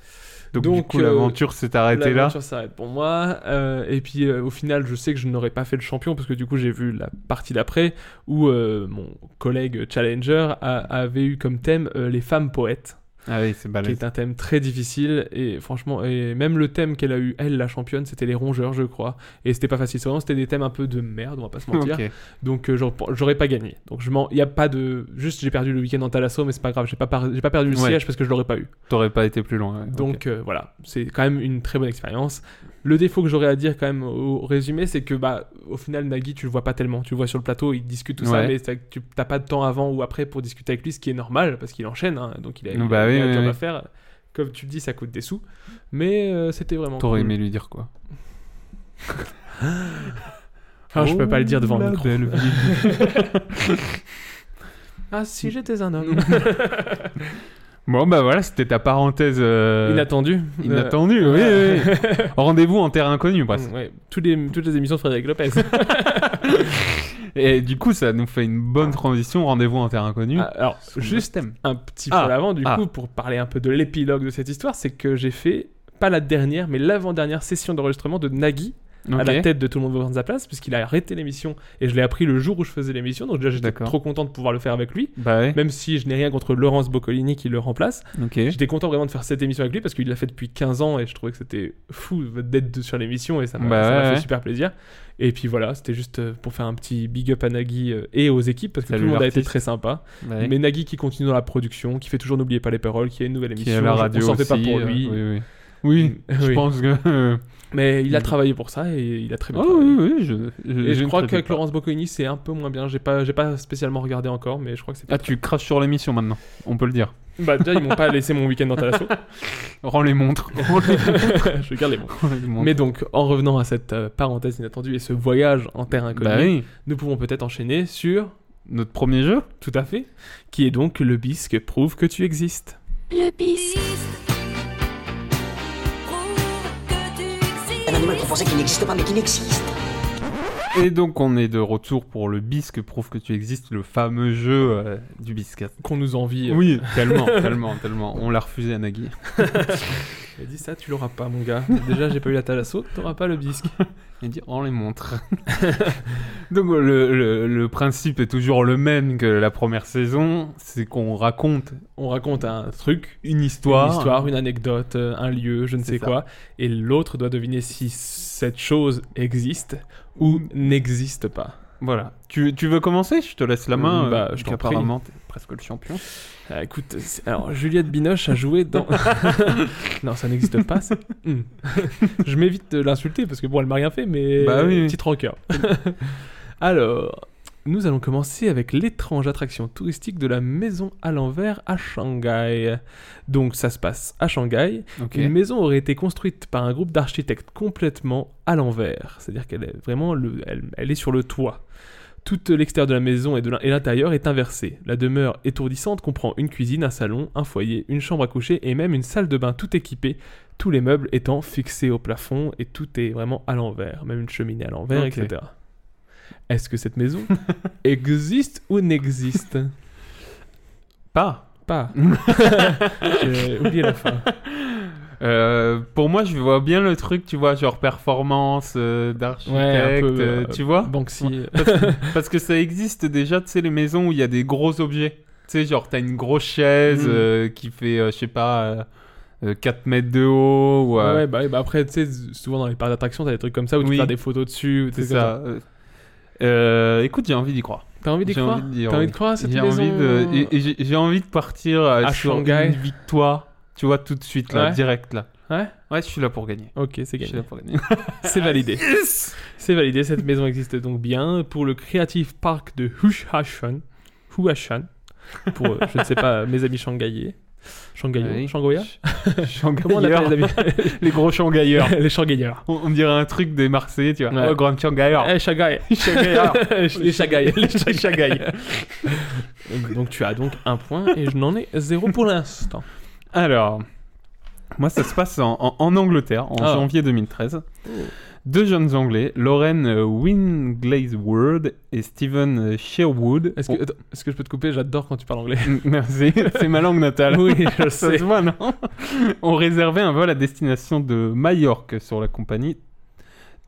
S9: donc, du
S8: Donc,
S9: coup,
S8: euh,
S9: l'aventure s'est arrêtée là.
S8: L'aventure s'arrête pour moi. Euh, et puis euh, au final, je sais que je n'aurais pas fait le champion parce que du coup, j'ai vu la partie d'après où euh, mon collègue challenger a- avait eu comme thème euh, les femmes poètes,
S9: Ah oui, c'est
S8: qui
S9: balèze.
S8: est un thème très difficile. Et franchement, et même le thème qu'elle a eu, elle, la championne, c'était les rongeurs, je crois. Et c'était pas facile. C'est Vraiment, c'était des thèmes un peu de merde, on va pas se mentir.
S9: Ok.
S8: Donc euh, j'aurais- j'aurais pas gagné. Donc je m'en, il y a pas de, juste j'ai perdu le week-end en Talasso, mais c'est pas grave. J'ai pas, par- j'ai pas perdu le
S9: Ouais.
S8: siège parce que je l'aurais pas eu.
S9: T'aurais pas été plus loin. ouais.
S8: Donc
S9: Ok.
S8: euh, voilà, c'est quand même une très bonne expérience. Le défaut que j'aurais à dire quand même au résumé, c'est que bah au final Nagui tu le vois pas tellement, tu le vois sur le plateau, il discute tout ça,
S9: Ouais.
S8: mais t'as- tu t'as pas de temps avant ou après pour discuter avec lui, ce qui est normal parce qu'il enchaîne, hein, donc il a, il a-
S9: Bah oui,
S8: il a un
S9: oui,
S8: job
S9: oui.
S8: à faire. Comme tu le dis, ça coûte des sous, mais euh, c'était vraiment.
S9: T'aurais
S8: cool.
S9: aimé lui dire quoi
S8: Ah, je peux pas le dire devant le
S9: Oh, la
S8: micro.
S9: belle vie.
S8: Ah si j'étais un homme.
S9: Bon, bah voilà, c'était ta parenthèse euh,
S8: Inattendu. Euh, Mm.
S9: inattendue. oui, oui, oui. Rendez-vous en terre inconnue, presque.
S8: Ouais, tous les- toutes les émissions de Frédéric Lopez.
S9: Et du coup, ça nous fait une bonne transition. Rendez-vous en terre inconnue.
S8: Ah, Alors, juste
S9: thème.
S8: un petit
S9: Ah.
S8: peu avant, du
S9: Ah.
S8: coup, pour parler un peu de l'épilogue de cette histoire, c'est que j'ai fait, pas la dernière, mais l'avant-dernière session d'enregistrement de Nagui à la tête de Tout le monde veut prendre sa place, puisqu'il a arrêté l'émission et je l'ai appris le jour où je faisais l'émission, donc déjà j'étais
S9: D'accord.
S8: trop content de pouvoir le faire avec lui,
S9: Bah ouais.
S8: même si je n'ai rien contre Laurence Boccolini qui le remplace.
S9: Ok.
S8: J'étais content vraiment de faire cette émission avec lui parce qu'il l'a fait depuis 15 ans et je trouvais que c'était fou d'être de- sur l'émission et ça m'a
S9: Bah
S8: ça m'a
S9: ouais,
S8: fait
S9: ouais.
S8: super plaisir. Et puis voilà, c'était juste euh, pour faire un petit big up à Nagui euh, et aux équipes parce que
S9: Salut
S8: tout le monde a été
S9: l'artiste.
S8: très sympa.
S9: Bah ouais.
S8: Mais Nagui qui continue dans la production, qui fait toujours N'oubliez pas les paroles, qui a une nouvelle
S9: Qui
S8: émission,
S9: est à la
S8: je-
S9: radio
S8: on s'en fait pas
S9: aussi,
S8: pour
S9: euh,
S8: lui. Mm.
S9: oui, oui. Oui, je
S8: Oui.
S9: pense que. euh,
S8: Mais il a
S9: Mm.
S8: travaillé pour ça et il a très bien
S9: Ah
S8: travaillé.
S9: oui, oui, je.
S8: Et je
S9: ne
S8: crois
S9: critique
S8: qu'avec
S9: pas.
S8: Laurence Bocconi, c'est un peu moins bien. J'ai pas, j'ai pas spécialement regardé encore, mais je crois que c'est pas.
S9: Ah, tu craches sur l'émission maintenant. On peut le dire.
S8: Bah, déjà, ils m'ont pas laissé mon week-end dans Talasso.
S9: Rends les montres.
S8: je garde les bons.
S9: Rends les montres.
S8: Mais donc, en revenant à cette euh, parenthèse inattendue et ce voyage en terre inconnue,
S9: Bah oui.
S8: nous pouvons peut-être enchaîner sur,
S9: Notre premier jeu.
S8: tout à fait, qui est donc le bisque prouve que tu existes.
S7: le bisque,
S2: Un animal qu'on pensait qu'il n'existe pas, mais qu'il existe.
S9: Et donc on est de retour pour le bisque prouve que tu existes, le fameux jeu euh, du bisque.
S8: Qu'on nous envie. euh,
S9: Oui, tellement, tellement, tellement. On l'a refusé à Nagui.
S8: Elle dit ça, tu l'auras pas, mon gars. Déjà, j'ai pas eu la Talasso, t'auras pas le bisque.
S9: Il dit on les montre. donc le, le- le principe est toujours le même que la première saison, c'est qu'on raconte
S8: On raconte un truc,
S9: une histoire.
S8: Une histoire, une anecdote, euh, un lieu, je ne
S9: C'est
S8: sais
S9: ça.
S8: quoi. Et l'autre doit deviner si cette chose existe ou n'existe pas.
S9: Voilà. Tu, tu veux commencer Je te laisse la main.
S8: Euh, bah,
S9: euh,
S8: je t'en
S9: apparemment, t'es presque le champion.
S8: Ah, écoute, c'est- alors Juliette Binoche a joué dans. non, ça n'existe pas. c'est- Hmm. je m'évite de l'insulter parce que bon, elle m'a rien fait, mais
S9: Bah oui, oui.
S8: petite rancœur. alors, nous allons commencer avec l'étrange attraction touristique de la maison à l'envers à Shanghai. Donc, ça se passe à Shanghai.
S9: Ok.
S8: Une maison aurait été construite par un groupe d'architectes complètement à l'envers, c'est-à-dire qu'elle est vraiment le- elle, elle est sur le toit. Tout l'extérieur de la maison et de l'in- et l'intérieur est inversé. La demeure étourdissante comprend une cuisine, un salon, un foyer, une chambre à coucher et même une salle de bain tout équipée, tous les meubles étant fixés au plafond et tout est vraiment à l'envers, même une cheminée à l'envers,
S9: Ok.
S8: etc. Est-ce que cette maison existe ou n'existe
S9: Pas.
S8: pas J'ai oublié la fin.
S9: Euh, pour moi, je vois bien le truc, tu vois, genre performance euh, d'architecte,
S8: Ouais, un peu,
S9: euh,
S8: euh,
S9: tu vois
S8: Banksy. euh,
S9: Parce que ça existe déjà, tu sais, les maisons où il y a des gros objets. Tu sais, genre, t'as une grosse chaise
S8: Mm.
S9: euh, qui fait, euh, je sais pas, euh, euh, 4 mètres de haut. Ou,
S8: Ouais,
S9: euh,
S8: ouais, bah, ouais, bah après, tu sais, souvent dans les parcs d'attractions, t'as des trucs comme ça où tu
S9: Oui.
S8: fais des photos dessus. ou des
S9: c'est
S8: trucs comme
S9: ça. euh. Euh, écoute, j'ai envie d'y croire.
S8: T'as envie d'y
S9: J'ai
S8: croire
S9: envie d'y
S8: T'as envie
S9: envie.
S8: de croire à cette
S9: J'ai
S8: maison euh,
S9: envie, de, et- et j'ai- j'ai envie de partir euh,
S8: À
S9: sur
S8: Shanghai.
S9: une victoire, tu vois, tout de suite, là,
S8: Ouais.
S9: direct, là.
S8: Ouais
S9: Ouais, je suis là pour gagner.
S8: Ok, c'est
S9: Je suis
S8: gagné.
S9: là pour gagner.
S8: C'est validé. c'est validé, cette maison existe donc bien pour le Creative Park de Huashan. Huashan. Pour, euh, je ne sais pas, mes amis shanghaïais. Shanghaïo
S9: Oui.
S8: Shanghaïa Comment on
S9: Shanghaïeurs.
S8: appelle les amis
S9: Les gros Shanghaïeurs.
S8: Les shanghaïeurs.
S9: On, on dirait un truc des Marseillais, tu vois.
S8: Ouais.
S9: Oh, grand Shanghaïeur.
S8: Eh, Shanghai.
S9: Shanghaïeur.
S8: les Shagaï. Les Shagaï. donc tu as donc un point et je n'en ai zéro pour l'instant.
S9: Alors, moi, ça se passe en, en- en Angleterre, en
S8: Ah.
S9: janvier 2013. Deux jeunes Anglais, Lauren euh, Winglazeward et Stephen euh, Sherwood.
S8: Est-ce que, attends, est-ce que je peux te couper J'adore quand tu parles anglais.
S9: Oh, Merci, c'est ma langue natale.
S8: Oui, je le
S9: Ça
S8: sais.
S9: se voit, non On réservait un vol à destination de Majorque sur la compagnie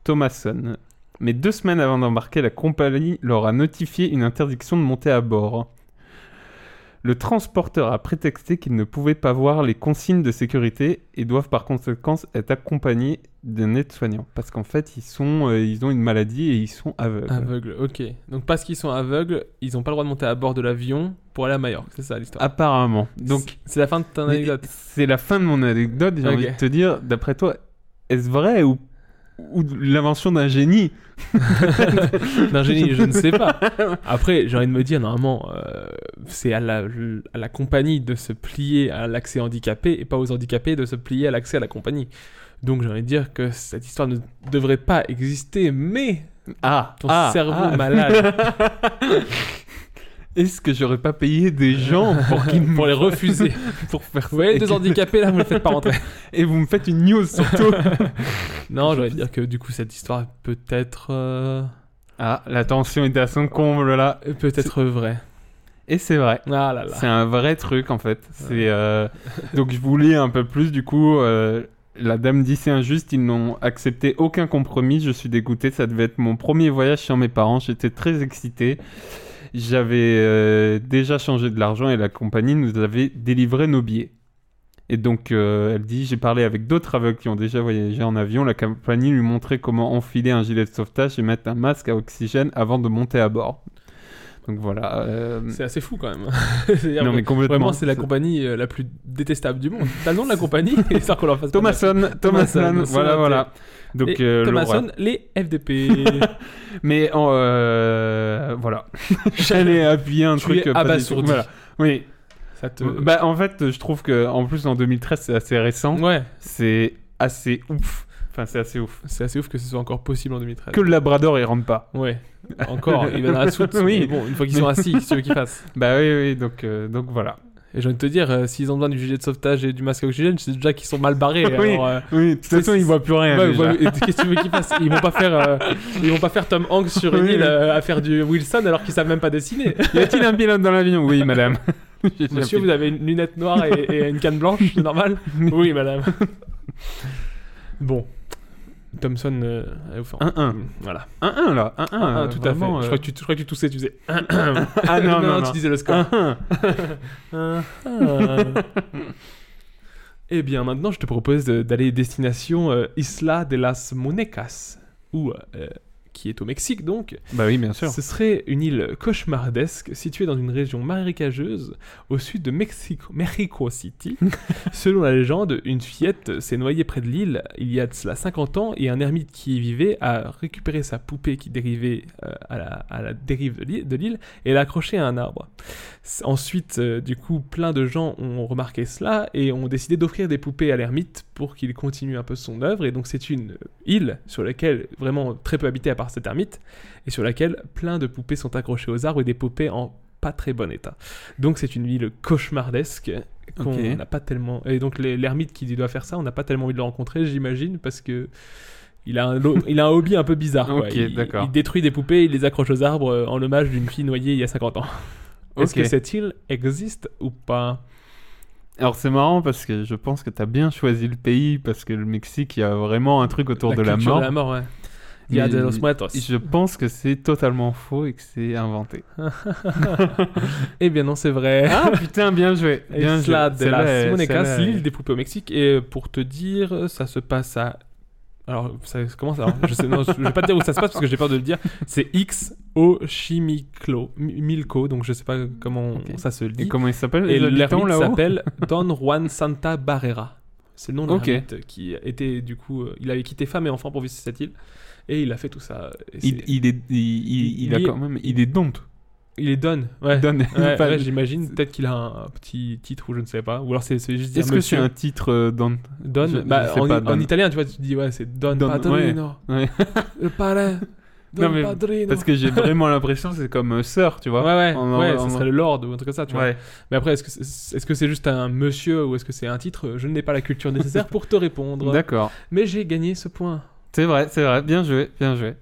S9: Thomason. Mais deux semaines avant d'embarquer, la compagnie leur a notifié une interdiction de monter à bord. Le transporteur a prétexté qu'ils ne pouvaient pas voir les consignes de sécurité et doivent par conséquent être accompagnés d'un aide-soignant. Parce qu'en fait, ils, sont, euh, ils ont une maladie et ils sont aveugles.
S8: Aveugles, ok. Donc parce qu'ils sont aveugles, ils n'ont pas le droit de monter à bord de l'avion pour aller à Majorque, c'est ça l'histoire.
S9: Apparemment. Donc,
S8: C'est- c'est la fin de ton
S9: Mais
S8: anecdote.
S9: C'est la fin de mon anecdote. J'ai
S8: Ok.
S9: envie de te dire, d'après toi, est-ce vrai ou, ou de l'invention d'un génie
S8: D'un génie, je ne sais pas. Après, j'ai envie de me dire, normalement, euh, c'est à la, à la compagnie de se plier à l'accès handicapé et pas aux handicapés de se plier à l'accès à la compagnie. Donc j'ai envie de dire que cette histoire ne devrait pas exister, mais
S9: Ah,
S8: ton cerveau malade
S9: Est-ce que j'aurais pas payé des gens pour qu'ils me-
S8: pour les refuser.
S9: pour faire
S8: Vous voyez,
S9: et
S8: deux
S9: que-
S8: handicapés là, vous ne les faites pas rentrer.
S9: Et vous me faites une news surtout.
S8: Non, j'aurais dire que du coup cette histoire peut être euh,
S9: Ah, la tension était à son comble là.
S8: Euh, Peut-être vrai.
S9: Et c'est vrai.
S8: Ah là là.
S9: C'est un vrai truc en fait. C'est euh, donc je voulais un peu plus. Du coup, euh, la dame dit c'est injuste. Ils n'ont accepté aucun compromis. Je suis dégoûté. Ça devait être mon premier voyage chez mes parents. J'étais très excité. J'avais euh, déjà changé de l'argent et la compagnie nous avait délivré nos billets. Et donc euh, elle dit j'ai parlé avec d'autres aveugles qui ont déjà voyagé en avion. La compagnie lui montrait comment enfiler un gilet de sauvetage et mettre un masque à oxygène avant de monter à bord. Donc voilà. euh,
S8: C'est assez fou quand même. C'est-à-dire
S9: Non,
S8: que
S9: mais complètement.
S8: Vraiment, c'est la
S9: C'est-
S8: compagnie euh, la plus détestable du monde. T'as le nom de la compagnie, sans qu'on leur fasse pas de-
S9: Thomason,
S8: Thomason,
S9: Thomason,
S8: c'est
S9: voilà,
S8: noté.
S9: voilà. Donc,
S8: Et
S9: euh,
S8: Thomason,
S9: Laura.
S8: les FDP.
S9: Mais en, euh, voilà. J'allais appuyer un
S8: Tu
S9: truc
S8: es
S9: euh, pas du tout.
S8: abasourdi.
S9: Voilà. Oui.
S8: Ça te.
S9: Bah, en fait, je trouve que, en plus, en 2013, c'est assez récent.
S8: ouais,
S9: C'est assez ouf. Enfin, c'est assez ouf.
S8: c'est assez ouf que ce soit encore possible en 2013.
S9: Que le Labrador, il rentre pas.
S8: Ouais, encore, il va dans la soute.
S9: Oui.
S8: mais bon, une fois qu'ils sont assis, qu'est-ce que tu veux qu'ils fassent
S9: Bah oui, oui, donc, euh, donc voilà.
S8: Et j'ai envie de te dire, euh, s'ils ont besoin du gilet de sauvetage et du masque à oxygène, c'est déjà qu'ils sont mal barrés.
S9: Oui.
S8: alors, euh,
S9: Oui, de toute façon, il voit plus rien.
S8: ouais,
S9: déjà.
S8: ouais, et qu'est-ce que tu veux qu'ils fassent Ils vont pas faire, euh, ils vont pas faire Tom Hanks sur une
S9: Oui.
S8: île euh, à faire du Wilson alors qu'ils savent même pas dessiner.
S9: Y a-t-il un pilote dans l'avion Oui, madame. J'ai déjà
S8: Monsieur,
S9: fait-
S8: vous avez une lunette noire et, et une canne blanche, c'est normal Oui, madame. bon. Thompson. euh, allez, vous faire-
S9: Un, un.
S8: Voilà.
S9: 1-1 là, 1-1.
S8: Ah,
S9: euh,
S8: tout
S9: vraiment,
S8: à fait. Je,
S9: euh,
S8: crois que tu, je crois que tu toussais, tu faisais.
S9: Ah non, non,
S8: tu
S9: non.
S8: disais le score. Euh.
S9: 1-1.
S8: Eh bien, maintenant, je te propose de- d'aller destination euh, Isla de las Monecas, ou euh, qui est au Mexique donc.
S9: Bah oui, bien sûr.
S8: Ce serait une île cauchemardesque située dans une région marécageuse au sud de Mexico, Mexico City. Selon la légende, une fillette s'est noyée près de l'île il y a de cela 50 ans et un ermite qui y vivait a récupéré sa poupée qui dérivait euh, à, la, à la dérive de l'île- de l'île et l'a accrochée à un arbre. S- Ensuite, euh, du coup, plein de gens ont remarqué cela et ont décidé d'offrir des poupées à l'ermite pour qu'il continue un peu son œuvre. Et donc, c'est une île sur laquelle vraiment très peu habitée à part cet ermite et sur laquelle plein de poupées sont accrochées aux arbres et des poupées en pas très bon état. Donc, c'est une île cauchemardesque qu'on
S9: Ok.
S8: n'a pas tellement. Et donc, les- l'ermite qui doit faire ça, on n'a pas tellement envie de le rencontrer, j'imagine, parce que. Il a, un lo- il a un hobby un peu bizarre. quoi.
S9: Ok,
S8: Il-
S9: d'accord.
S8: Il détruit des poupées, il les accroche aux arbres euh, en hommage d'une fille noyée il y a 50 ans. Est-ce
S9: Ok.
S8: que cette île existe ou pas
S9: Alors c'est marrant parce que je pense que t'as bien choisi le pays parce que le Mexique, il y a vraiment un truc autour de la
S8: culture
S9: mort.
S8: de la mort, ouais. Dia
S9: Mais
S8: de los Muertos.
S9: Je pense que c'est totalement faux et que c'est inventé.
S8: Eh bien non, c'est vrai.
S9: Ah putain, bien joué. Bien
S8: Isla
S9: joué.
S8: de las
S9: Celle-là,
S8: Monecas,
S9: celle-là,
S8: l'île des poupées au Mexique. Et pour te dire, ça se passe à... Alors, ça commence alors, je sais, non, je vais pas te dire où ça se passe parce que j'ai peur de le dire. C'est X O Chimiclo, Mi- Milco, donc je sais pas comment on-
S9: Ok.
S8: ça se
S9: Et
S8: dit.
S9: comment il s'appelle
S8: Et
S9: les habitants
S8: l'ermite
S9: là-haut
S8: s'appelle Don Juan Santa Barrera. C'est le nom de
S9: Ok.
S8: l'ermite qui était du coup, euh, il avait quitté femme et enfant pour vivre sur cette île et il a fait tout ça. Et c'est-
S9: il, il est, il, il- il a
S8: Il-
S9: quand même, il est dompte.
S8: Il est Don. Ouais.
S9: Donne-
S8: Ouais,
S9: pas-
S8: ouais, j'imagine. Peut-être qu'il a un, un petit titre ou je ne sais pas. Ou alors c'est c'est juste dire
S9: Est-ce que c'est
S8: monsieur
S9: un titre euh, Don
S8: Don.
S9: je- je
S8: Bah,
S9: sais
S8: en,
S9: pas,
S8: en
S9: Don.
S8: italien, tu vois, tu dis ouais, c'est Don,
S9: Don,
S8: Padrino.
S9: ouais.
S8: Le parrain. Don
S9: Non, mais
S8: Padrino.
S9: Parce que j'ai vraiment l'impression que c'est comme euh, sœur, tu
S8: Ouais,
S9: vois.
S8: ouais,
S9: En- en-
S8: ouais,
S9: en-
S8: ça serait le Lord ou un truc comme ça, tu vois.
S9: Ouais.
S8: Mais après, est-ce que c'est est-ce que c'est juste un monsieur ou est-ce que c'est un titre Je n'ai pas la culture nécessaire pour te répondre.
S9: D'accord.
S8: Mais j'ai gagné ce point.
S9: C'est vrai, c'est vrai. Bien joué, bien joué.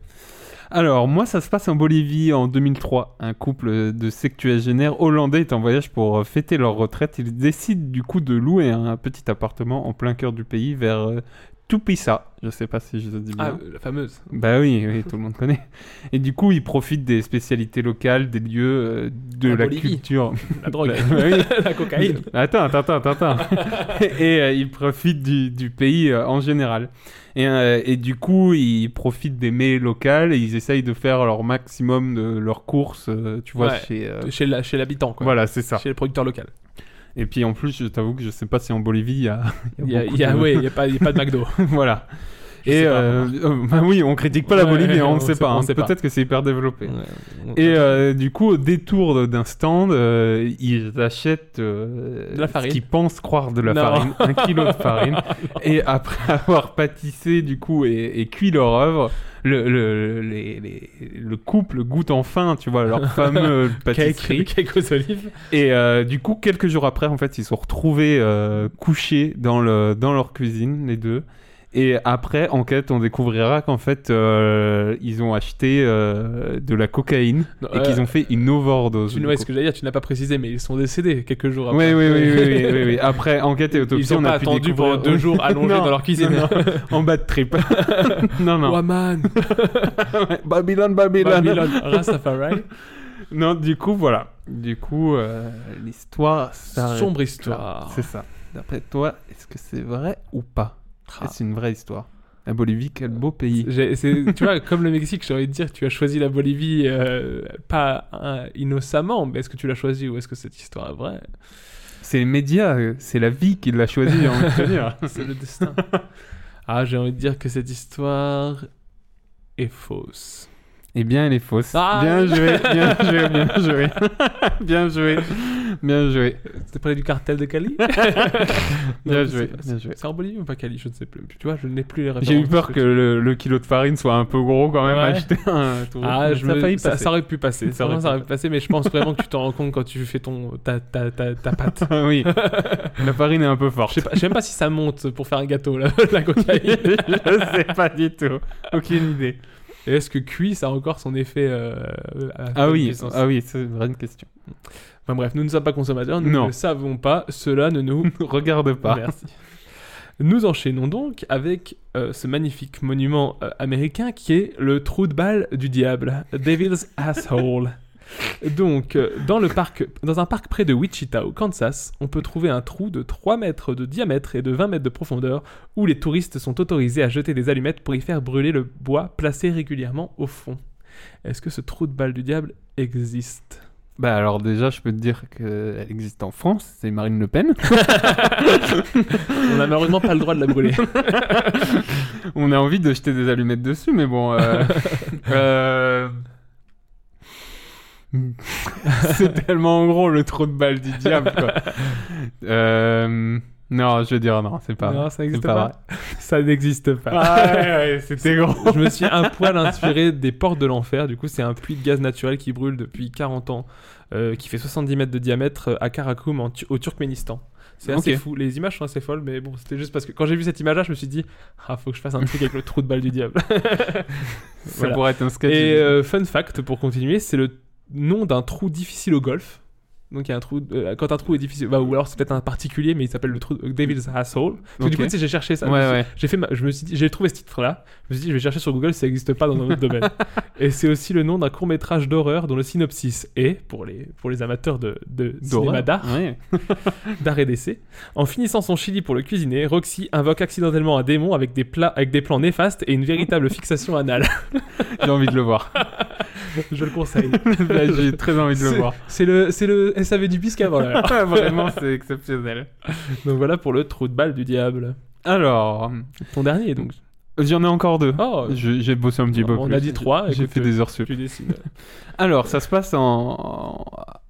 S9: Alors, moi, ça se passe en Bolivie en 2003. Un couple de sexuagénaires hollandais est en voyage pour euh, fêter leur retraite. Ils décident du coup de louer un petit appartement en plein cœur du pays vers euh, Tupisa. Je sais pas si je le dis bien.
S8: Ah, euh, la fameuse.
S9: Bah oui, oui, tout le monde connaît. Et du coup, ils profitent des spécialités locales, des lieux, euh, de
S8: En
S9: la
S8: Bolivie.
S9: culture.
S8: La drogue.
S9: Bah oui.
S8: la cocaïne.
S9: Attends, attends, attends, attends. et euh, ils profitent du, du pays euh, en général. Et, euh, et du coup, ils profitent des mets locales et ils essayent de faire leur maximum de leurs courses, euh, tu vois,
S8: Ouais.
S9: chez... euh,
S8: Chez la- chez l'habitant, quoi.
S9: Voilà, c'est ça.
S8: Chez le producteur local.
S9: Et puis en plus, je t'avoue que je sais pas si en Bolivie, il y a...
S8: Il y a,
S9: beaucoup
S8: il y a-
S9: de-
S8: ouais, il y a pas il y a pas de McDo.
S9: voilà.
S8: Je
S9: et
S8: sais pas,
S9: euh, euh, bah oui, on critique pas la
S8: Ouais,
S9: Bolivie, hein, on ne sait pas.
S8: on
S9: hein.
S8: sait pas.
S9: Peut-être que c'est hyper développé.
S8: Ouais.
S9: Et euh, du coup, au détour d'un stand, euh, ils achètent euh,
S8: De la farine.
S9: ce qu'ils pensent croire de la
S8: Non.
S9: farine, un kilo de farine. et après avoir pâtissé du coup et, et cuit leur œuvre, le, le, les- les- le couple goûte enfin, tu vois, leur fameux pâtisserie.
S8: cake, cake aux olives.
S9: Et euh, du coup, quelques jours après, en fait, ils sont retrouvés euh, couchés dans, le, dans leur cuisine, les deux. Et après, enquête, on découvrira qu'en fait, euh, ils ont acheté euh, de la cocaïne
S8: Non,
S9: et qu'ils
S8: euh,
S9: ont fait une overdose.
S8: Tu
S9: du
S8: vois
S9: coup.
S8: ce que j'allais dire, tu n'as pas précisé, mais ils sont décédés quelques jours
S9: oui,
S8: après.
S9: oui, oui, oui, oui, oui, oui. Après enquête et autopsie,
S8: Ils n'ont
S9: on
S8: pas
S9: a pu
S8: attendu
S9: découvrir...
S8: pendant deux jours allongés
S9: Non,
S8: dans leur cuisine.
S9: non, en bas de trip. non, non.
S8: Waman,
S9: Babylone, Babylone.
S8: Babylon, Rastafari.
S9: Non, du coup, voilà. Du coup, euh, l'histoire s'arrête
S8: Sombre
S9: là.
S8: histoire.
S9: Ah, C'est ça. D'après toi, est-ce que c'est vrai ou pas
S8: Ah.
S9: C'est une vraie histoire. La Bolivie, quel beau pays.
S8: J'ai- c'est- tu vois, comme le Mexique, j'ai envie de dire, tu as choisi la Bolivie euh, pas hein, innocemment, mais est-ce que tu l'as choisi ou est-ce que cette histoire est vraie
S9: C'est les médias, euh, c'est la vie qui l'a choisi, j'ai envie de te dire.
S8: C'est le destin. Ah, j'ai envie de dire que cette histoire est fausse.
S9: Eh bien, elle est fausse.
S8: Ah
S9: bien joué, bien joué, bien joué. bien joué, bien joué,
S8: C'était pas du cartel de Cali
S9: bien
S8: Non,
S9: joué,
S8: c'est-
S9: bien joué.
S8: C'est en Bolivie ou pas Cali Je ne sais plus. Tu vois, je n'ai plus les références.
S9: J'ai eu peur que le, le kilo de farine soit un peu gros quand même.
S8: Ouais.
S9: Acheter un tour.
S8: Ah, je
S9: Mmh. ça a
S8: me-
S9: failli
S8: ça,
S9: passer.
S8: ça aurait pu passer.
S9: Ça
S8: Ça
S9: aurait
S8: aurait,
S9: pu
S8: ça aurait pu passer, mais je pense vraiment que tu t'en rends compte quand tu fais ton ta ta ta, ta pâte.
S9: oui, la farine est un
S8: Je
S9: peu forte.
S8: sais pas- je sais même pas si ça monte pour faire un gâteau là, la cocaïne.
S9: je sais pas du tout. Aucune idée.
S8: Et est-ce que cuit ça a encore son effet euh, à
S9: Ah
S8: pleine
S9: oui,
S8: puissance
S9: ah oui, c'est une vraie question.
S8: Enfin bref, nous ne sommes pas consommateurs, nous
S9: Non.
S8: ne le savons pas, cela ne nous
S9: Regarde pas.
S8: Merci. Nous enchaînons donc avec euh, ce magnifique monument euh, américain qui est le trou de balle du diable, Devil's Asshole. Donc, euh, dans, le parc, dans un parc près de Wichita, au Kansas, on peut trouver un trou de 3 mètres de diamètre et de 20 mètres de profondeur où les touristes sont autorisés à jeter des allumettes pour y faire brûler le bois placé régulièrement au fond. Est-ce que ce trou de balle du diable existe
S9: Bah alors déjà, je peux te dire qu'elle existe en France, c'est Marine Le Pen.
S8: On n'a malheureusement pas le droit de la brûler.
S9: On a envie de jeter des allumettes dessus, mais bon. euh, euh, c'est tellement en gros le trou de balle du diable, quoi. Euh, Non, je veux dire non, c'est pas.
S8: Non,
S9: vrai.
S8: ça n'existe
S9: C'est pas
S8: pas. Ça n'existe pas.
S9: Ah ouais, ouais, c'était gros.
S8: Je me suis un poil inspiré des portes de l'enfer. Du coup, c'est un puits de gaz naturel qui brûle depuis 40 ans, euh, qui fait 70 mètres de diamètre euh, à Karakoum en Tu- au Turkménistan. C'est assez
S9: Ok.
S8: fou. Les images sont assez folles, mais bon, c'était juste parce que quand j'ai vu cette image-là, je me suis dit, ah, faut que je fasse un truc avec le trou de balle du diable.
S9: Ça
S8: Voilà.
S9: pourrait être un sketch.
S8: Et euh, fun fact pour continuer, c'est le nom d'un trou difficile au golf. Donc il y a un trou euh, quand un trou est difficile, bah, ou alors c'est peut-être un particulier, mais il s'appelle le trou euh, Devil's Asshole. Parce que du
S9: Ok.
S8: coup, tu sais, j'ai cherché ça.
S9: Ouais,
S8: je me suis-
S9: ouais.
S8: J'ai fait, ma- je me suis dit, j'ai trouvé ce titre-là. Je me suis dit, je vais chercher sur Google, ça n'existe pas dans un autre domaine. Et c'est aussi le nom d'un court métrage d'horreur dont le synopsis est, pour les pour les amateurs de, de cinéma
S9: D'horreur.
S8: d'art,
S9: Ouais.
S8: d'art et d'essai. En finissant son chili pour le cuisiner, Roxy invoque accidentellement un démon avec des plats avec des plans néfastes et une véritable fixation anale.
S9: J'ai envie de le voir.
S8: je le conseille.
S9: Là, j'ai très envie de le
S8: C'est-
S9: voir. Ah,
S8: C'est le, c'est le SAV du bisque avant l'heure.
S9: Vraiment, c'est exceptionnel.
S8: donc voilà pour le trou de balle du diable.
S9: Alors,
S8: Ton dernier donc.
S9: j'en ai encore deux.
S8: Oh,
S9: Je- J'ai bossé un petit peu
S8: on
S9: plus.
S8: a dit trois.
S9: J'ai
S8: écoute,
S9: fait des heures sup.
S8: Tu décides.
S9: Alors, ça se passe en.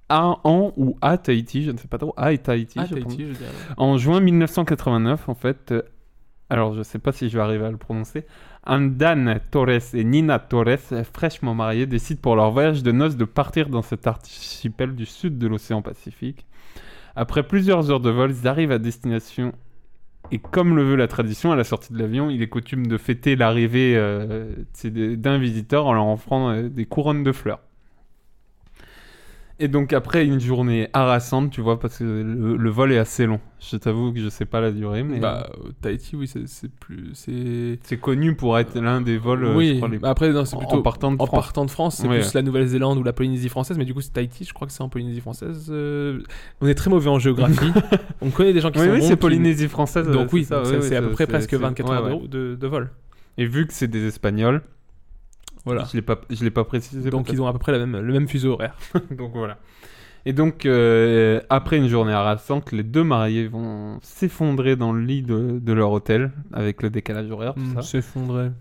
S9: à an ou à Tahiti, je ne sais pas trop. À et Tahiti,
S8: Ah,
S9: je pense.
S8: Tahiti, je dirais.
S9: En juin 1989, en fait. euh, alors, je ne sais pas si je vais arriver à le prononcer. Andan Torres et Nina Torres, fraîchement mariés, décident pour leur voyage de noces de partir dans cet archipel du sud de l'océan Pacifique. Après plusieurs heures de vol, ils arrivent à destination. Et comme le veut la tradition, à la sortie de l'avion, il est coutume de fêter l'arrivée euh, tu sais, de- d'un visiteur en leur offrant euh, des couronnes de fleurs. Et donc après une journée harassante, tu vois, parce que le, le vol est assez long. Je t'avoue que je sais pas la durée, mais
S8: Bah, euh, Tahiti, oui, c'est- c'est plus. C'est.
S9: c'est connu pour être l'un des vols. euh, je
S8: oui,
S9: crois, les-
S8: mais après, non, c'est
S9: en-
S8: plutôt.
S9: en partant de
S8: en
S9: France.
S8: partant de France, c'est
S9: Ouais.
S8: plus la Nouvelle-Zélande ou la Polynésie française, mais du coup, c'est Tahiti, je crois que c'est en Polynésie française. euh, On est très mauvais en géographie. On connaît des gens qui
S9: Oui,
S8: sont
S9: oui,
S8: bons,
S9: c'est
S8: qui-
S9: Polynésie française. euh,
S8: Donc oui,
S9: ça,
S8: donc
S9: ouais,
S8: c'est c'est
S9: ouais,
S8: à peu près
S9: c'est-
S8: presque
S9: c'est-
S8: 24
S9: ouais,
S8: heures
S9: ouais.
S8: de- de de vol.
S9: Et vu que c'est des Espagnols,
S8: Voilà.
S9: je l'ai pas, je l'ai pas précisé.
S8: Donc ils ont à peu près la même- le même fuseau horaire.
S9: Donc voilà. Et donc, euh, après une journée harassante, les deux mariés vont s'effondrer dans le lit de, de leur hôtel, avec le décalage horaire, tout ça.
S8: S'effondrer.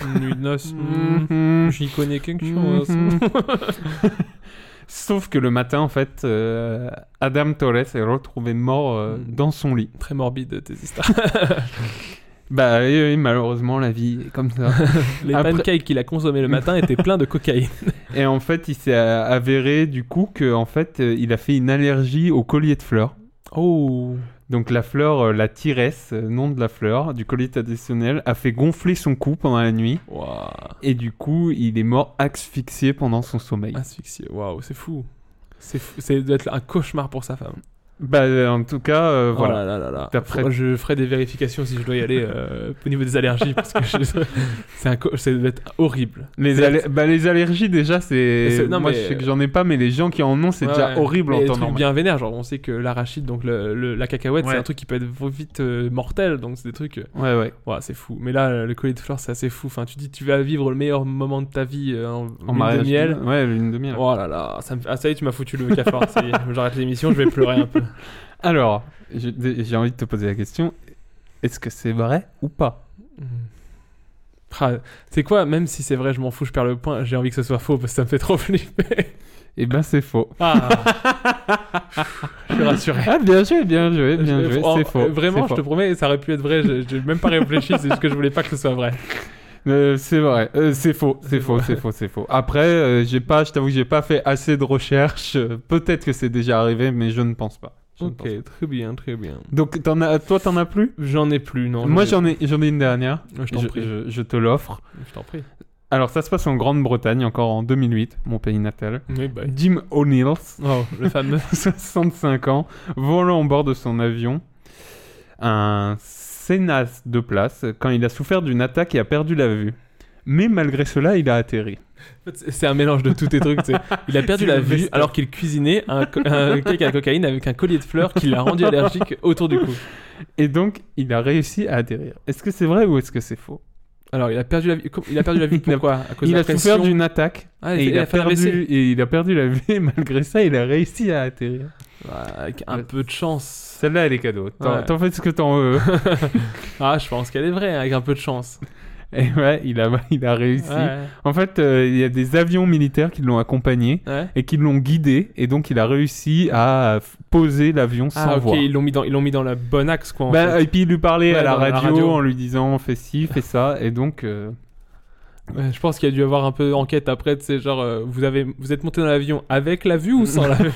S8: Une nuit de noces. hmm.
S9: Mhm.
S8: J'y connais quelque chose.
S9: Mhm. Sauf que le matin, en fait, euh, Adam Torres est retrouvé mort euh,
S8: Mm.
S9: dans son lit.
S8: Très morbide tes histoires.
S9: Bah oui, oui, malheureusement, la vie est comme ça.
S8: Les
S9: Après-
S8: pancakes qu'il a consommés le matin étaient pleins de cocaïne.
S9: Et en fait, il s'est avéré du coup que en fait, euh, il a fait une allergie au collier de fleurs.
S8: Oh.
S9: Donc la fleur, euh, la tiresse, euh, nom de la fleur, du collier traditionnel, a fait gonfler son cou pendant la nuit.
S8: Waouh.
S9: Et du coup, il est mort asphyxié pendant son sommeil.
S8: Asphyxié. Waouh, c'est fou. C'est fou. C'est doit être un cauchemar pour sa femme.
S9: Bah, euh, en tout cas, euh,
S8: voilà.
S9: voilà.
S8: Oh là là là.
S9: D'après-
S8: Faut- Je ferai des vérifications si je dois y aller euh, au niveau des allergies parce que je- c'est un co- ça doit être horrible.
S9: Les,
S8: C'est-
S9: aller- bah, les allergies, déjà, c'est.
S8: c'est- non,
S9: Moi,
S8: mais-
S9: je sais que j'en ai pas, mais les gens qui en ont, c'est
S8: Ouais,
S9: déjà
S8: ouais.
S9: horrible
S8: Mais
S9: en
S8: les
S9: temps
S8: trucs
S9: normal.
S8: bien vénère, genre on sait que l'arachide, donc le, le- la cacahuète,
S9: Ouais.
S8: c'est un truc qui peut être vite euh, mortel, donc c'est des trucs. euh,
S9: Ouais, ouais.
S8: ouah, c'est fou. Mais là, le collier de fleurs, c'est assez fou. Enfin, tu dis, tu vas vivre le meilleur moment de ta vie euh, en,
S9: En
S8: lune
S9: mariage.
S8: de miel.
S9: Ouais, lune de miel.
S8: Oh là là, ça, me- ah, ça y est, tu m'as foutu le cafard. ça y est. J'arrête l'émission, je vais pleurer un peu.
S9: Alors, je- j'ai envie de te poser la question est-ce que c'est vrai ou pas
S8: Mm. Ah, c'est quoi, même si c'est vrai, je m'en fous, je perds le point, j'ai envie que ce soit faux parce que ça me fait trop flipper.
S9: Eh ben, c'est faux.
S8: Ah. je suis rassuré.
S9: Ah, bien joué, bien joué, bien joué.
S8: Oh,
S9: C'est faux.
S8: Vraiment, je
S9: c'est
S8: te
S9: faux.
S8: promets, ça aurait pu être vrai, je- j'ai même pas réfléchi, c'est juste que je voulais pas que ce soit vrai.
S9: Euh, c'est vrai, Euh, c'est faux, c'est faux, c'est faux, c'est faux. Après, euh, j'ai pas, je t'avoue, que j'ai pas fait assez de recherches. Euh, Peut-être que c'est déjà arrivé, mais je ne pense pas. Je ne pense pas.
S8: très bien, très bien.
S9: Donc, t'en as, toi, t'en as plus
S8: J'en ai plus, non.
S9: Moi, j'en ai, j'en ai une dernière.
S8: Je t'en prie.
S9: je- je te l'offre.
S8: Je t'en prie.
S9: Alors, ça se passe en Grande-Bretagne, encore en 2008, mon pays natal.
S8: Oui, bah.
S9: Jim O'Neill,
S8: Oh, le fameux.
S9: 65 ans, volant au bord de son avion, un Sénas de place, quand il a souffert d'une attaque et a perdu la vue. Mais malgré cela, il a atterri.
S8: En fait, c'est- C'est un mélange de tous tes trucs. tu sais. Il a perdu
S9: C'est
S8: la
S9: le
S8: vue
S9: best-of.
S8: alors qu'il cuisinait un, co- un cake à cocaïne avec un collier de fleurs qui l'a rendu allergique autour du cou.
S9: Et donc, il a réussi à atterrir. Est-ce que c'est vrai ou est-ce que c'est faux
S8: Alors, il a perdu la vue. com- Il a perdu la vue
S9: Il a-
S8: pourquoi À cause
S9: Il
S8: de la
S9: a
S8: pression.
S9: souffert d'une attaque
S8: Ah,
S9: et il a,
S8: fait un
S9: perdu,
S8: AVC.
S9: et il a perdu la vue. Et malgré ça, il a réussi à atterrir.
S8: Ouais, avec un peu de chance.
S9: Celle-là, elle est cadeau. T'en
S8: Ouais.
S9: t'en fais ce que t'en veux.
S8: Ah, je pense qu'elle est vraie avec un peu de chance.
S9: et ouais, il a, il a réussi.
S8: Ouais.
S9: En fait, euh, il y a des avions militaires qui l'ont accompagné
S8: ouais.
S9: et qui l'ont guidé. Et donc, il a réussi à f- poser l'avion sans
S8: Ah, ok,
S9: voir.
S8: ils l'ont mis dans, ils l'ont mis dans la bonne axe quoi. en
S9: Bah,
S8: fait.
S9: et puis, il lui parlait
S8: Ouais,
S9: à la
S8: dans la
S9: radio,
S8: radio.
S9: en lui disant fais ci, fais ça. Et donc, euh,
S8: Ouais, je pense qu'il y a dû avoir un peu d'enquête après, tu sais, genre euh, vous avez, vous êtes monté dans l'avion avec la vue ou sans la vue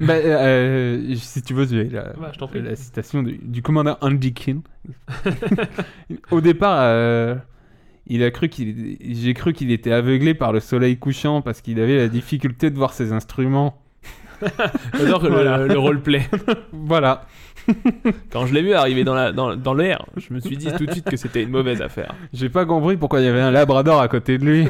S9: bah, euh, si tu veux, j'ai la,
S8: Bah, je t'en prie.
S9: la citation du, du commandant Andy King. Au départ, euh, il a cru qu'il, j'ai cru qu'il était aveuglé par le soleil couchant parce qu'il avait la difficulté de voir ses instruments.
S8: J'adore le-
S9: Voilà.
S8: le, roleplay.
S9: Voilà.
S8: Quand je l'ai vu arriver dans la, dans, dans l'air, je me suis dit tout de suite que c'était une mauvaise affaire.
S9: J'ai pas compris pourquoi il y avait un labrador à côté de lui.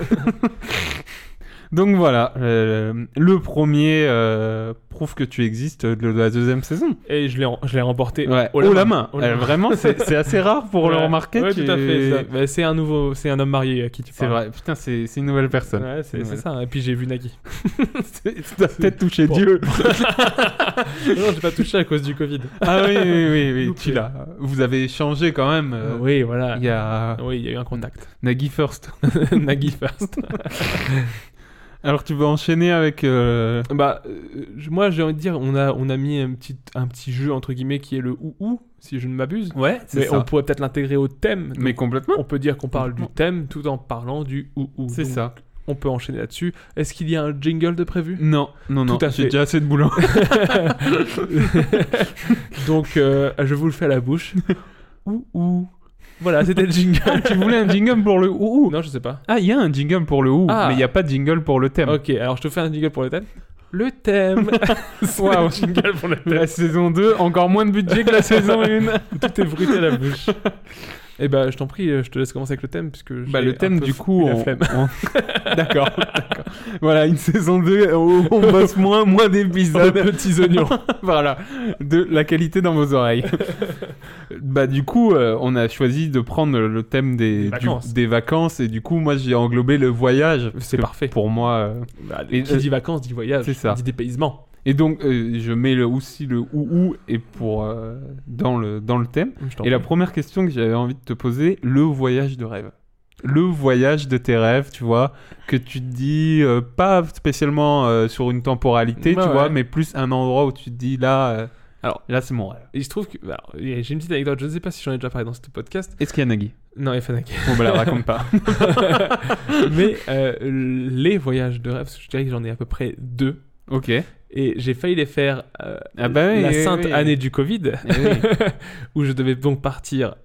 S9: Donc voilà, euh, le premier euh, prouve que tu existes de la deuxième saison.
S8: Et je l'ai, en- je l'ai remporté
S9: Ouais,
S8: haut
S9: haut la main.
S8: haut la
S9: Euh,
S8: main.
S9: Vraiment, c'est c'est assez rare pour le
S8: Ouais.
S9: remarquer.
S8: Ouais,
S9: tu-
S8: tout à fait. ça. Bah, c'est un nouveau, c'est un homme marié à qui tu
S9: C'est
S8: parles.
S9: vrai, putain, c'est c'est une nouvelle personne.
S8: Ouais, c'est,
S9: Une
S8: c'est
S9: nouvelle.
S8: ça. hein. Et puis j'ai vu Nagui.
S9: C'est- T'as peut-être touché
S8: Bon.
S9: Dieu.
S8: non, j'ai pas touché à cause du Covid.
S9: Ah oui, oui, oui, oui,
S8: Loupé.
S9: tu l'as. Vous avez échangé quand même. euh,
S8: Ah oui, voilà.
S9: Il y a
S8: Oui, il y a eu un contact.
S9: Nagui First.
S8: Nagui first.
S9: Alors tu veux enchaîner avec. euh,
S8: Bah, euh, je- moi j'ai envie de dire, on a, on a mis un petit, un petit jeu entre guillemets qui est le ou ou, si je ne m'abuse.
S9: Ouais,
S8: Mais
S9: c'est ça.
S8: on pourrait peut-être l'intégrer au thème.
S9: Mais complètement.
S8: On peut dire qu'on parle du thème tout en parlant du ou ou.
S9: C'est
S8: Donc,
S9: ça.
S8: On peut enchaîner là-dessus. Est-ce qu'il y a un jingle de prévu
S9: Non, non, non.
S8: Tout à
S9: J'ai
S8: fait.
S9: déjà assez de boulot.
S8: Donc euh, je vous le fais à la bouche. ou ou. Voilà, c'était le jingle.
S9: tu voulais un jingle pour le ou
S8: non, je sais pas.
S9: Ah, il y a un jingle pour le ou,
S8: Ah.
S9: mais il n'y a pas de jingle pour le thème.
S8: Ok, alors je te fais un jingle pour le thème. Le thème. C'est
S9: Waouh.
S8: le jingle pour le thème.
S9: La saison 2, encore moins de budget que la saison 1.
S8: Tout est bruité à la bouche. Eh ben, je t'en prie, je te laisse commencer avec le thème puisque.
S9: Bah,
S8: j'ai
S9: le
S8: un
S9: thème,
S8: peu
S9: du
S8: fou-
S9: coup.
S8: eu la
S9: on-
S8: flemme.
S9: on- D'accord, d'accord. Voilà, une saison 2, on, on bosse moins, moins d'épisodes. petits oignons. voilà, de la qualité dans vos oreilles. bah, du coup, euh, on a choisi de prendre le thème
S8: Des
S9: des, du-
S8: vacances.
S9: des vacances, et du coup, moi, j'ai englobé le voyage.
S8: C'est
S9: que
S8: parfait.
S9: Pour moi. euh,
S8: Bah,
S9: Et,
S8: qui
S9: euh,
S8: dit vacances dit voyage,
S9: c'est ça.
S8: dit dépaysement.
S9: Et donc, euh, je mets le, aussi le ou ou et pour, euh, dans, le, dans le thème. Et la première question que j'avais envie de te poser, le voyage de rêve. Le voyage de tes rêves, tu vois, que tu te dis euh, pas spécialement euh, sur une temporalité,
S8: Ouais,
S9: tu vois,
S8: ouais.
S9: mais plus un endroit où tu te dis là, euh,
S8: Alors-
S9: là c'est mon rêve.
S8: Il se trouve que. alors, j'ai une petite anecdote, je ne sais pas si j'en ai déjà parlé dans ce podcast.
S9: Est-ce qu'il y a Nagui
S8: Non, Efanac.
S9: Bon, bah la raconte pas.
S8: Mais euh, les voyages de rêve, je dirais que j'en ai à peu près deux.
S9: Ok.
S8: Et j'ai failli les faire euh,
S9: Ah bah oui,
S8: la
S9: oui,
S8: sainte
S9: oui.
S8: année du Covid,
S9: Eh oui.
S8: où je devais donc partir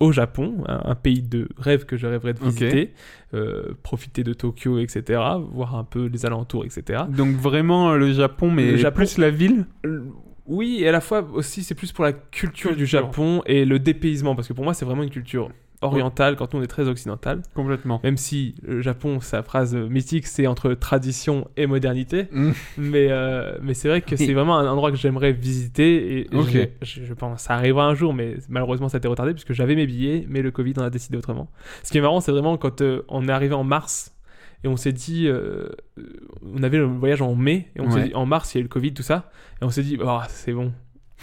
S8: au Japon, un, un pays de rêve que je rêverais de
S9: Ok.
S8: visiter, euh, profiter de Tokyo, etc., voir un peu les alentours, etc.
S9: Donc vraiment euh, le Japon, mais
S8: Le Japon.
S9: plus la ville.
S8: Euh, Oui, et à la fois aussi, c'est plus pour la culture,
S9: Culture.
S8: du Japon et le dépaysement, parce que pour moi, c'est vraiment une culture orientale quand on est très occidental,
S9: Complètement.
S8: même si le Japon, sa phrase mythique, c'est entre tradition et modernité,
S9: Mm.
S8: mais, euh, mais c'est vrai que
S1: Oui.
S8: c'est vraiment un endroit que j'aimerais visiter, et
S9: Ok.
S8: je- je, je pense que ça arrivera un jour, mais malheureusement, ça a été retardé, puisque j'avais mes billets, mais le Covid en a décidé autrement. Ce qui est marrant, c'est vraiment quand euh, on est arrivé en mars, et on s'est dit, euh, euh, on avait le voyage en mai, et on s'est
S9: Ouais.
S8: dit, en mars, il y a eu le Covid, tout ça, et on s'est dit, Ah, c'est bon,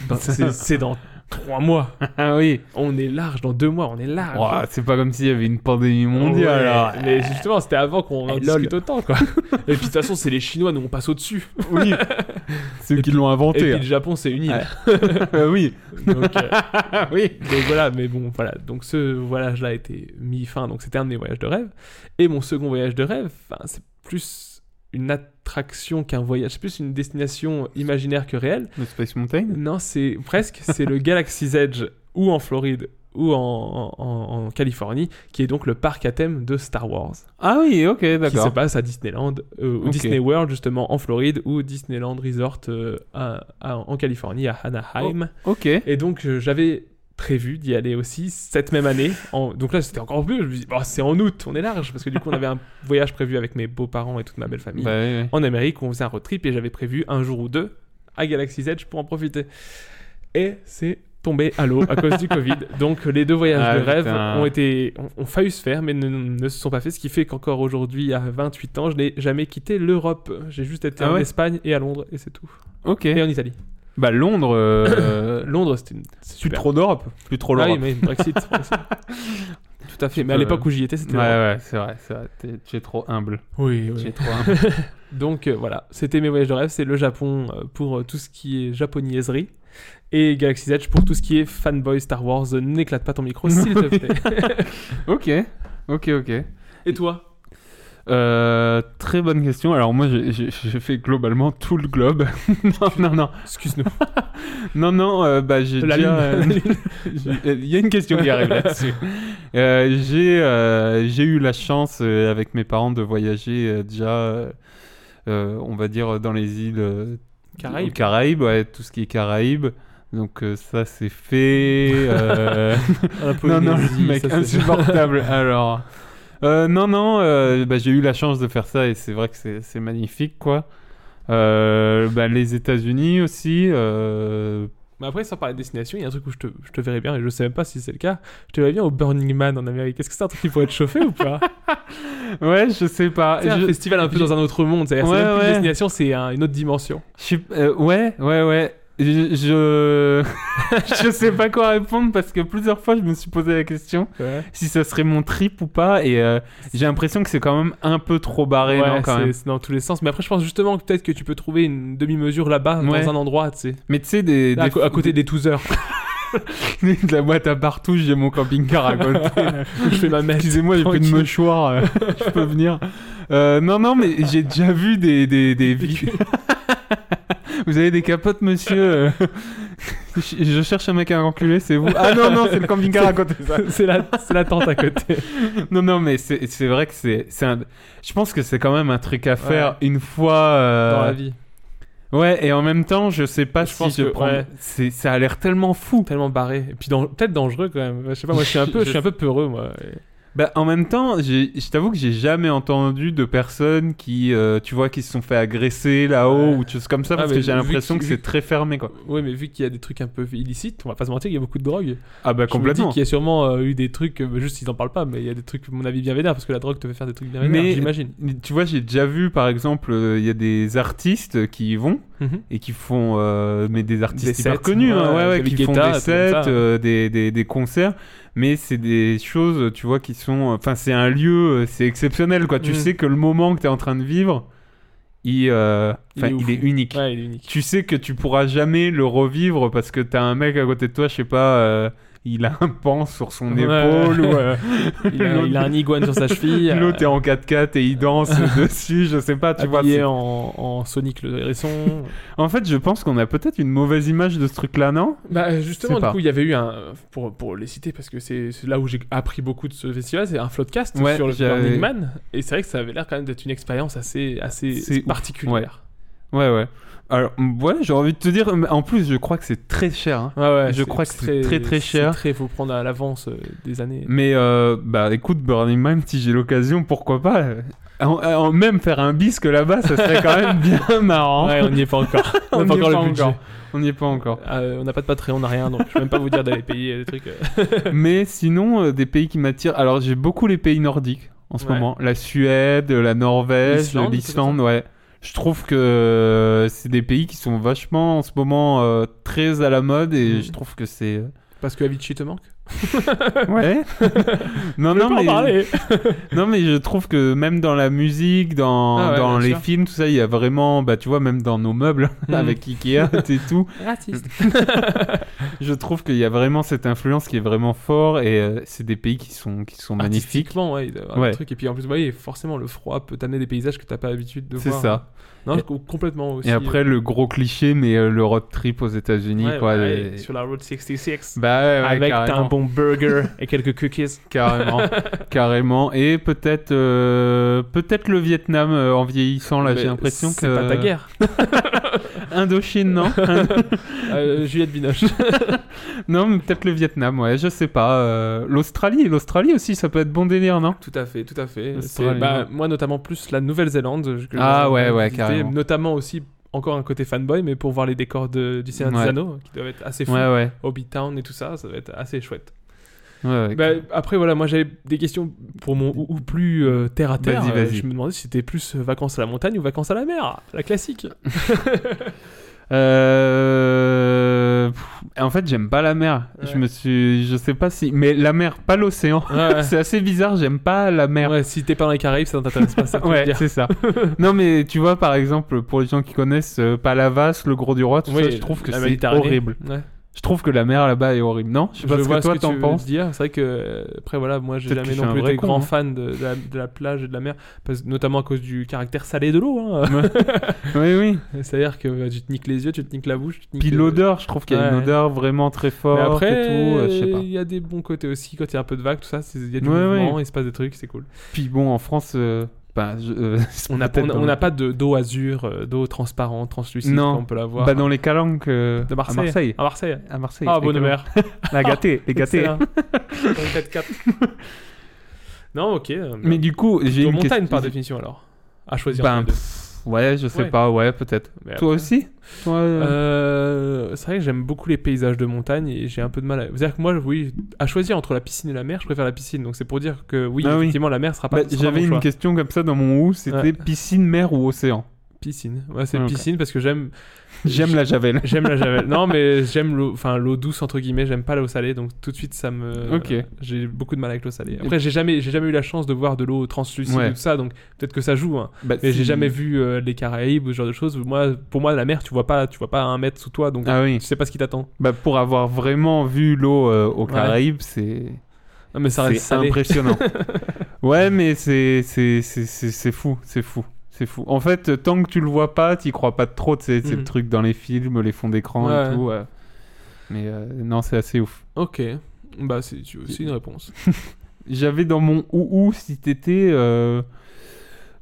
S8: Dans- c'est c'est dans trois mois,
S9: Ah oui.
S8: on est large, dans deux mois, on est large.
S9: Ah, Ouah, c'est pas comme s'il y avait une pandémie mondiale.
S8: Ouais,
S9: alors.
S8: Mais justement, c'était avant qu'on en
S9: Eh,
S8: discute
S9: lol.
S8: autant, quoi. et puis, de toute façon, c'est les Chinois, nous, on passe au-dessus.
S9: Oui. Ceux
S8: Et
S9: qui l'ont
S8: Et puis,
S9: inventé.
S8: le Japon, c'est une île.
S9: Ah oui.
S8: Donc, euh,
S9: Ah oui.
S8: donc voilà, mais bon, voilà. Donc ce voyage-là a été mis fin, donc c'était un de mes voyages de rêve. Et mon second voyage de rêve, enfin, c'est plus une attraction qu'un voyage, c'est plus une destination imaginaire que réelle.
S9: Le Space Mountain.
S8: Non, c'est presque, c'est le Galaxy's Edge, ou en Floride, ou en, en- en- en Californie, qui est donc le parc à thème de Star Wars,
S9: Ah oui. Ok.
S8: qui se
S9: D'accord.
S8: passe à Disneyland, euh, au
S9: Ok.
S8: Disney World justement en Floride, ou Disneyland Resort euh, à- à- en Californie, à Anaheim.
S9: Ok.
S8: Et donc euh, j'avais prévu d'y aller aussi cette même année. En- Donc là c'était encore mieux. Je me dis Bon, c'est en août, on est large parce que du coup on avait un voyage prévu avec mes beaux-parents et toute ma belle famille
S9: Bah oui, oui.
S8: en Amérique où on faisait un road trip et j'avais prévu un jour ou deux à Galaxy's Edge pour en profiter. Et c'est tombé à l'eau à cause du Covid. Donc les deux voyages
S9: Ah,
S8: de rêve
S9: putain.
S8: ont été ont, ont failli se faire mais ne, ne se sont pas faits ce qui fait qu'encore aujourd'hui à 28 ans, je n'ai jamais quitté l'Europe. J'ai juste été
S9: Ah
S8: en
S9: ouais
S8: Espagne et à Londres et c'est tout.
S9: Ok.
S8: Et en Italie.
S9: Bah Londres. euh,
S8: Londres c'était une
S9: Plus
S8: super
S9: trop d'Europe. Plus trop
S8: ah
S9: l'Europe.
S8: oui, mais Brexit. Brexit. Tout à fait. Mais à
S9: peux-
S8: l'époque où j'y étais, c'était.
S9: Ouais, ouais, c'est vrai, c'est vrai. T'es- Tu es trop humble.
S8: Oui,
S9: Tu es trop humble.
S8: Donc euh, voilà, c'était mes voyages de rêve. C'est le Japon euh, pour euh, tout ce qui est japoniaiserie. Et Galaxy's Edge pour tout ce qui est fanboy Star Wars. Euh, N'éclate pas ton micro, s'il te plaît.
S9: ok, ok, ok.
S8: Et toi
S9: Euh, très bonne question. Alors moi, j'ai- j'ai j'ai fait globalement tout le globe. non, non, non,
S8: Excuse-nous.
S9: non, non. euh, bah j'ai
S8: La
S9: déjà,
S8: lune.
S9: euh, j'ai- euh, Il y a une question qui arrive là-dessus. Euh, j'ai euh, j'ai eu la chance euh, avec mes parents de voyager euh, déjà, euh, euh, on va dire dans les îles euh,
S8: Caraïbes.
S9: Caraïbes, ouais, tout ce qui est Caraïbes. Donc euh, ça c'est fait. euh,
S8: La
S9: Non, non,
S8: Polynésie,
S9: le mec,
S8: ça, c'est-
S9: insupportable. Alors, euh, non, non, euh, bah, j'ai eu la chance de faire ça et c'est vrai que c'est c'est magnifique, quoi. Euh, bah, les États-Unis aussi. euh,
S8: Mais après, sans parler de destination, il y a un truc où je te, je te verrais bien, et je sais même pas si c'est le cas. Je te verrais bien au Burning Man en Amérique. Est-ce que c'est un truc qui pourrait te chauffer ou pas
S9: Ouais, je sais pas.
S8: C'est un
S9: Je-
S8: festival un peu dans un autre monde. C'est-à-dire,
S9: Ouais,
S8: c'est même plus
S9: ouais.
S8: une destination, c'est un- une autre dimension.
S9: je suis- euh, ouais, ouais, ouais. Je, je... je sais pas quoi répondre parce que plusieurs fois je me suis posé la question si ça serait mon trip ou pas et euh, j'ai l'impression que c'est quand même un peu trop barré
S8: Ouais,
S9: non, quand
S8: c'est-
S9: même.
S8: c'est dans tous les sens. Mais après, je pense justement que peut-être que tu peux trouver une demi-mesure là-bas,
S9: Ouais.
S8: dans un endroit, tu sais.
S9: Mais tu sais des,
S8: À,
S9: des-
S8: co- à côté des 12 heures.
S9: de la boîte à partout j'ai mon camping-car à côté.
S8: je fais ma messe.
S9: Excusez-moi, j'ai plus de
S8: Tranquille.
S9: mouchoir, euh, je peux venir. Euh, non, non, mais j'ai déjà vu des, des, des vi- vous avez des capotes, monsieur euh, Je je cherche un mec à enculer, c'est vous Ah non, non, c'est le camping-car à côté. ça.
S8: c'est la, c'est la tente à côté.
S9: Non, non, mais c'est c'est vrai que c'est... c'est un- Je pense que c'est quand même un truc à faire une fois... euh,
S8: Dans la vie.
S9: Ouais, et en même temps, je sais pas
S8: Je
S9: si
S8: pense
S9: je
S8: que-
S9: prends...
S8: ouais.
S9: c'est- Ça a l'air tellement fou.
S8: Tellement barré. Et puis dans- peut-être dangereux quand même. Je sais pas, moi je suis un peu, je suis un peu peureux moi.
S9: Bah, en même temps, j'ai- je t'avoue que j'ai jamais entendu de personnes qui, euh, tu vois, qui se sont fait agresser là-haut
S8: Ouais.
S9: ou des choses comme ça
S8: Ah,
S9: parce
S8: mais
S9: que j'ai
S8: vu
S9: l'impression
S8: que-
S9: que
S8: vu-
S9: c'est très fermé, quoi.
S8: Oui, mais vu qu'il y a des trucs un peu illicites, on va pas se mentir, il y a beaucoup de drogue.
S9: Ah
S8: Je
S9: bah
S8: me dis
S9: complètement.
S8: qu'il y a sûrement euh, eu des trucs, euh, juste ils en parlent pas, mais il y a des trucs, à mon avis, bien vénères parce que la drogue te fait faire des trucs bien vénères,
S9: Mais-
S8: j'imagine.
S9: Tu vois, j'ai déjà vu, par exemple, euh, il y a des artistes qui y vont
S8: Mhm.
S9: et qui font, euh, mais des artistes
S8: Des
S9: hyper
S8: sets,
S9: connus,
S8: ouais,
S9: hein, ouais, ouais,
S8: David
S9: qui font
S8: Guetta,
S9: des
S8: c'est comme
S9: sets,
S8: ça.
S9: euh, des, des, des concerts, mais c'est des choses, tu vois, qui sont, enfin, c'est un lieu, euh, c'est exceptionnel, quoi. Tu
S8: Mhm.
S9: sais que le moment que t'es en train de vivre, il, euh,
S8: Il est
S9: enfin,
S8: ouf.
S9: il est unique.
S8: Ouais, il est unique.
S9: tu sais que tu pourras jamais le revivre parce que t'as un mec à côté de toi, je sais pas, euh, il a un pan sur son
S8: Ouais.
S9: épaule ou euh,
S8: Il a,
S9: l'autre-
S8: il a un iguane sur sa cheville. euh,
S9: l'autre est en 4x4 et il danse dessus, je sais pas, tu vois.
S8: habillé
S9: c'est-
S8: en, en Sonic le hérisson.
S9: En fait, je pense qu'on a peut-être une mauvaise image de ce truc-là, non
S8: Bah
S9: Je sais
S8: justement, du
S9: pas.
S8: coup, il y avait eu un pour, pour les citer parce que c'est c'est là où j'ai appris beaucoup de ce festival, c'est un floodcast
S9: Ouais,
S8: sur le
S9: j'avais-
S8: Burning Man, et c'est vrai que ça avait l'air quand même d'être une expérience assez
S9: C'est
S8: assez
S9: ouf,
S8: particulière.
S9: Ouais, ouais. Alors, m- ouais, j'ai envie de te dire, mais en plus, je crois que c'est très cher. hein.
S8: Ouais, ouais,
S9: Je
S8: c'est
S9: crois que c'est très, très
S8: c'est
S9: cher.
S8: Très, faut prendre à l'avance euh, des années.
S9: Mais, euh, bah, écoute, Burning Man, si j'ai l'occasion, pourquoi pas euh, en, en- Même faire un bisque là-bas, ça serait quand même bien marrant.
S8: Ouais, on n'y est pas encore. on
S9: On
S8: n'a
S9: n'y
S8: pas
S9: est
S8: encore
S9: pas
S8: le budget.
S9: encore. On n'y est pas encore.
S8: Euh, on n'a pas de Patreon, on n'a rien, donc je peux même pas vous dire d'aller payer des trucs. euh.
S9: Mais sinon, euh, des pays qui m'attirent. Alors, j'ai beaucoup les pays nordiques en ce
S8: Ouais.
S9: moment. La Suède, la Norvège,
S8: L'Islande,
S9: l'Islande, ouais. Je trouve que euh, c'est des pays qui sont vachement en ce moment euh, très à la mode et
S8: Mm.
S9: je trouve que c'est. euh,
S8: Parce que Avicii te manque.
S9: Ouais. non,
S8: Je peux
S9: non,
S8: pas en
S9: mais.
S8: parler.
S9: Non, mais je trouve que même dans la musique, dans,
S8: Ah ouais,
S9: dans
S8: bien
S9: les
S8: sûr.
S9: films, tout ça, il y a vraiment, bah, tu vois, même dans nos meubles
S8: Mm.
S9: avec Ikea et tout,
S8: Raciste.
S9: je trouve qu'il y a vraiment cette influence qui est vraiment fort et euh, c'est des pays qui sont, qui sont magnifiques.
S8: Magnifiquement, ouais, il doit y avoir un
S9: Ouais.
S8: truc. Et puis en plus, vous voyez, forcément, le froid peut t'amener des paysages que t'as pas l'habitude de
S9: C'est
S8: voir.
S9: ça.
S8: Non,
S9: Et-
S8: co- complètement aussi. euh,
S9: Et après, le gros cliché, mais euh, le road trip aux États-Unis,
S8: Ouais,
S9: quoi.
S8: ouais,
S9: les-
S8: sur la Route 66.
S9: Bah ouais, ouais,
S8: avec t'as
S9: carrément,
S8: un bon burger et quelques cookies.
S9: carrément, carrément. Et peut-être, euh, peut-être le Vietnam euh, en vieillissant là.
S8: Mais
S9: J'ai l'impression que
S8: C'est pas ta guerre.
S9: Indochine, non
S8: Euh, Juliette Binoche.
S9: Non, mais peut-être le Vietnam. Ouais, je sais pas. euh, L'Australie, l'Australie aussi, ça peut être bon délire, non
S8: tout à fait, tout à fait. C'est,
S9: Australie,
S8: bah,
S9: ouais.
S8: moi, notamment plus la Nouvelle-Zélande. que
S9: Ah
S8: j'ai
S9: ouais,
S8: envie de
S9: ouais,
S8: visiter,
S9: carrément.
S8: Notamment aussi, encore un côté fanboy, mais pour voir les décors de- du Seigneur
S9: Ouais.
S8: des Anneaux, qui doivent être assez fous.
S9: Ouais, ouais.
S8: Hobbit Town et tout ça, ça doit être assez chouette.
S9: ouais, ouais.
S8: Bah, après, voilà, moi j'avais des questions pour mon ou, ou plus euh, terre à terre.
S9: Vas-y,
S8: Euh,
S9: vas-y.
S8: Je me demandais si c'était plus euh, vacances à la montagne ou vacances à la mer, la classique.
S9: Euh, pff, En fait, j'aime pas la mer. Je
S8: Ouais.
S9: me suis, je sais pas si, mais la mer, pas l'océan.
S8: Ouais,
S9: C'est assez bizarre. J'aime pas la mer.
S8: Ouais, si t'es pas dans les Caraïbes, ça ne t'intéresse pas. Ça,
S9: Ouais, c'est ça. non, mais tu vois, par exemple, pour les gens qui connaissent euh, Palavas, le Gros du Roi, tout ça, je trouve que c'est horrible.
S8: Ouais.
S9: Je trouve que la mer là-bas est horrible, non Je sais pas
S8: je
S9: ce
S8: vois
S9: que toi
S8: tu
S9: t'en
S8: veux
S9: penses.
S8: dire. C'est vrai que euh, après voilà, moi j'ai
S9: Peut-être que
S8: jamais
S9: je
S8: non
S9: suis un
S8: plus
S9: vrai
S8: été
S9: con,
S8: grand
S9: hein.
S8: fan de, de la, de la plage et de la mer, parce- notamment à cause du caractère salé de l'eau. hein.
S9: Oui, oui.
S8: C'est-à-dire que euh, tu te niques les yeux, tu te niques la bouche. Tu te niques
S9: Puis
S8: euh,
S9: l'odeur, je trouve qu'il y a une
S8: Ouais.
S9: odeur vraiment très
S8: Mais
S9: forte
S8: après,
S9: et tout. euh, je sais pas.
S8: il y a des bons côtés aussi quand il y a un peu de vague, tout ça. c'est- Il y a du
S9: Ouais,
S8: mouvement,
S9: ouais.
S8: il se passe des trucs, c'est cool.
S9: Puis bon, en France, euh, bah, je- euh, c'est
S8: On n'a
S9: peut-être
S8: on a-
S9: dans
S8: on
S9: le-
S8: n'a pas de- d'eau azur, euh, d'eau transparente, translucide,
S9: Non.
S8: comme on peut l'avoir
S9: Bah, dans les calanques euh,
S8: de Marseille.
S9: à Marseille.
S8: À Marseille.
S9: À Marseille.
S8: Ah,
S9: les
S8: bonne
S9: calanques.
S8: mère.
S9: La gâtée, les gâtés.
S8: Excellent. Dans une 4x4. non, ok. euh,
S9: Mais du coup, j'ai
S8: aux
S9: une
S8: montagnes
S9: question.
S8: par définition alors. À choisir.
S9: Ben,
S8: entre les deux.
S9: pff, ouais, je sais
S8: Ouais.
S9: pas, ouais, peut-être.
S8: Mais
S9: Toi
S8: après-
S9: aussi Toi, euh,
S8: Euh, c'est vrai que j'aime beaucoup les paysages de montagne et j'ai un peu de mal à. C'est-à-dire que moi, oui, à choisir entre la piscine et la mer, je préfère la piscine. Donc c'est pour dire que oui,
S9: Ah oui.
S8: effectivement, la mer sera pas.
S9: Bah,
S8: sera pas
S9: J'avais
S8: mon
S9: une
S8: choix.
S9: question comme ça dans mon ou, c'était
S8: Ouais.
S9: piscine, mer ou océan
S8: Piscine. Ouais, c'est
S9: Ah, ok.
S8: piscine parce que j'aime
S9: J'aime la javel.
S8: j'aime la javel. non, mais j'aime l'eau, enfin l'eau douce entre guillemets. J'aime pas l'eau salée, donc tout de suite ça me.
S9: Ok.
S8: J'ai beaucoup de mal avec l'eau salée. Après, j'ai jamais j'ai jamais eu la chance de voir de l'eau translucide
S9: Ouais.
S8: et tout ça, donc peut-être que ça joue. hein.
S9: Bah,
S8: Mais j'ai
S9: si-
S8: jamais vu euh, les Caraïbes ou ce genre de choses. Moi, pour moi, la mer, tu vois pas, tu vois pas un mètre sous toi, donc
S9: Ah oui.
S8: tu sais pas ce qui t'attend.
S9: Bah, pour avoir vraiment vu l'eau euh, aux
S8: Ouais.
S9: Caraïbes, c'est
S8: Non, mais ça
S9: c'est
S8: reste salé.
S9: impressionnant. ouais, mais c'est c'est- c'est- c'est c'est fou, c'est fou. C'est fou. En fait, euh, tant que tu le vois pas, t'y crois pas trop. tu sais, C'est le
S8: Mhm.
S9: truc dans les films, les fonds d'écran
S8: Ouais.
S9: et tout. ouais. Mais euh, non, c'est assez ouf.
S8: Ok. Bah, c'est tu- c'est une réponse.
S9: J'avais dans mon ou ou si t'étais euh,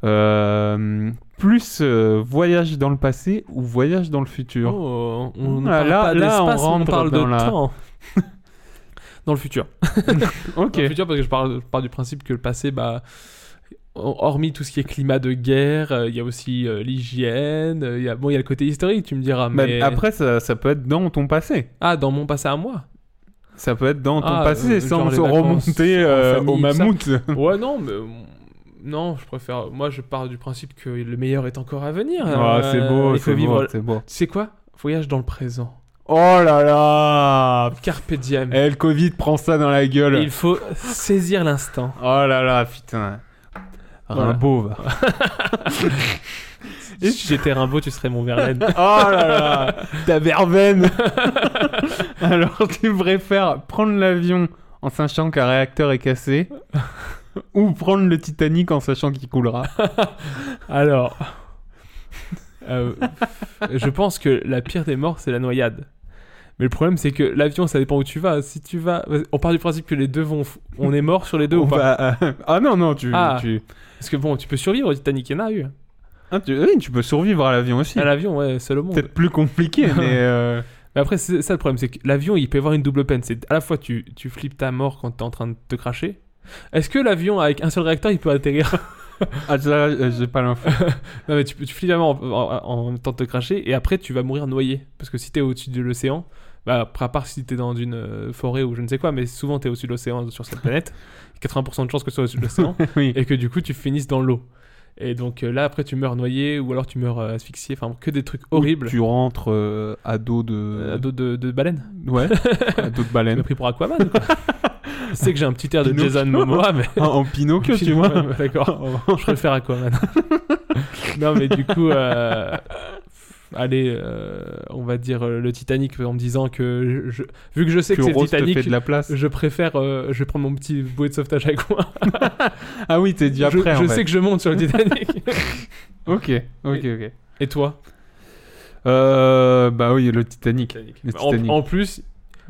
S9: euh, plus euh, voyage dans le passé ou voyage dans le futur.
S8: Oh, on ne
S9: Ah,
S8: parle
S9: là-
S8: pas
S9: là,
S8: d'espace,
S9: on
S8: on,
S9: rentre
S8: parle de
S9: dans la-
S8: temps. dans le futur.
S9: ok.
S8: Dans le futur, parce que je parle, je pars du principe que le passé, bah, hormis tout ce qui est climat de guerre, euh, il y a aussi euh, l'hygiène, euh, il y a, bon, il y a le côté historique, tu me diras.
S9: Bah,
S8: Mais
S9: Après, ça, ça peut être dans ton passé.
S8: Ah, dans mon passé à moi
S9: Ça peut être dans ton
S8: Ah,
S9: passé
S8: euh,
S9: sans
S8: genre les
S9: se
S8: vacances
S9: remonter
S8: en
S9: euh,
S8: famille,
S9: au
S8: tout ça.
S9: mammouth.
S8: Ouais, non, mais. euh, Non, je préfère. Moi, je pars du principe que le meilleur est encore à venir.
S9: Ah,
S8: Euh,
S9: c'est beau,
S8: il faut
S9: c'est
S8: vivre.
S9: beau, c'est beau.
S8: Tu sais quoi Voyage dans le présent.
S9: Oh là là
S8: Carpe diem.
S9: Eh, le Covid prend ça dans la gueule.
S8: Il faut saisir l'instant.
S9: Oh là là, putain.
S8: Voilà.
S9: Rimbaud, va.
S8: Et si j'étais Rimbaud, tu serais mon Verlaine.
S9: Oh là là, ta verveine Alors tu préfères prendre l'avion en sachant qu'un réacteur est cassé ou prendre le Titanic en sachant qu'il coulera
S8: Alors, euh, je pense que la pire des morts, c'est la noyade. Mais le problème, c'est que l'avion, ça dépend où tu vas. Si tu vas, on part du principe que les deux vont, on est mort sur les deux
S9: On
S8: ou pas.
S9: va- euh, Ah non, non, tu...
S8: Ah.
S9: tu...
S8: Parce que bon, tu peux survivre au Titanic, il y en a eu.
S9: Ah, tu- Oui, tu peux survivre à l'avion aussi.
S8: À l'avion, ouais, seul au
S9: C'est
S8: monde.
S9: peut-être plus compliqué, mais... euh,
S8: Mais après, c'est ça le problème, c'est que l'avion, il peut y avoir une double peine. C'est à la fois tu, tu flippes ta mort quand t'es en train de te cracher. Est-ce que l'avion avec un seul réacteur, il peut atterrir
S9: Ah, ça, euh, j'ai pas l'info.
S8: Non, mais tu, tu flippes ta mort en, en- en même temps de te cracher et après tu vas mourir noyé. Parce que si t'es au-dessus de l'océan, bah, après, à part si t'es dans une euh, forêt ou je ne sais quoi, mais souvent t'es au-dessus de l'océan sur cette planète, 80% de chances que ce soit au-dessus de l'océan,
S9: oui.
S8: et que du coup tu finisses dans l'eau. Et donc euh, là, après tu meurs noyé ou alors tu meurs euh, asphyxié, enfin que des trucs horribles.
S9: Tu rentres euh, à dos de...
S8: Euh, à dos de, de baleine.
S9: Ouais, à dos de
S8: Tu m'as
S9: baleine.
S8: pris pour Aquaman ou quoi Je sais que j'ai un petit air de
S9: Pinocchio.
S8: Jason Momoa, mais.
S9: En, en Pinocchio, tu vois.
S8: Ouais, ouais, D'accord. Je préfère Aquaman. non, mais du coup, euh, allez, euh, on va dire euh, le Titanic en me disant que. je- je- vu que je sais
S9: Que
S8: que c'est le
S9: Rose te fait
S8: Titanic,
S9: de la place.
S8: je préfère. euh, je vais prendre mon petit bouée de sauvetage avec moi.
S9: Ah oui, t'es dit
S8: je
S9: après, en
S8: je
S9: fait.
S8: sais que je monte sur le Titanic.
S9: Ok, ok, ok.
S8: Et toi
S9: Euh, bah oui, le Titanic. Le
S8: En,
S9: Titanic.
S8: en plus,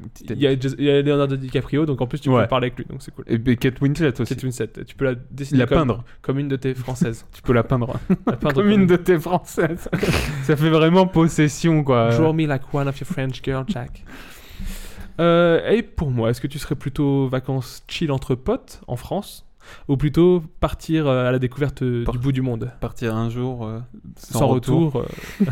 S8: il
S9: Titanic.
S8: y, a Jas- il y a Leonardo DiCaprio, donc en plus, tu
S9: Ouais.
S8: peux parler avec lui, donc c'est cool.
S9: Et puis Kate Winslet aussi.
S8: C'est une set. Tu peux la dessiner
S9: La
S8: comme-
S9: peindre.
S8: comme une de tes françaises.
S9: Tu peux la peindre.
S8: La peindre
S9: Comme une de tes françaises. Ça fait vraiment possession, quoi.
S8: Draw me like one of your French girl, Jack. Euh, et pour moi, est-ce que tu serais plutôt vacances chill entre potes en France ou plutôt partir euh, à la découverte euh,
S9: Par-
S8: du bout du monde
S9: Partir un jour euh,
S8: sans, retour, euh,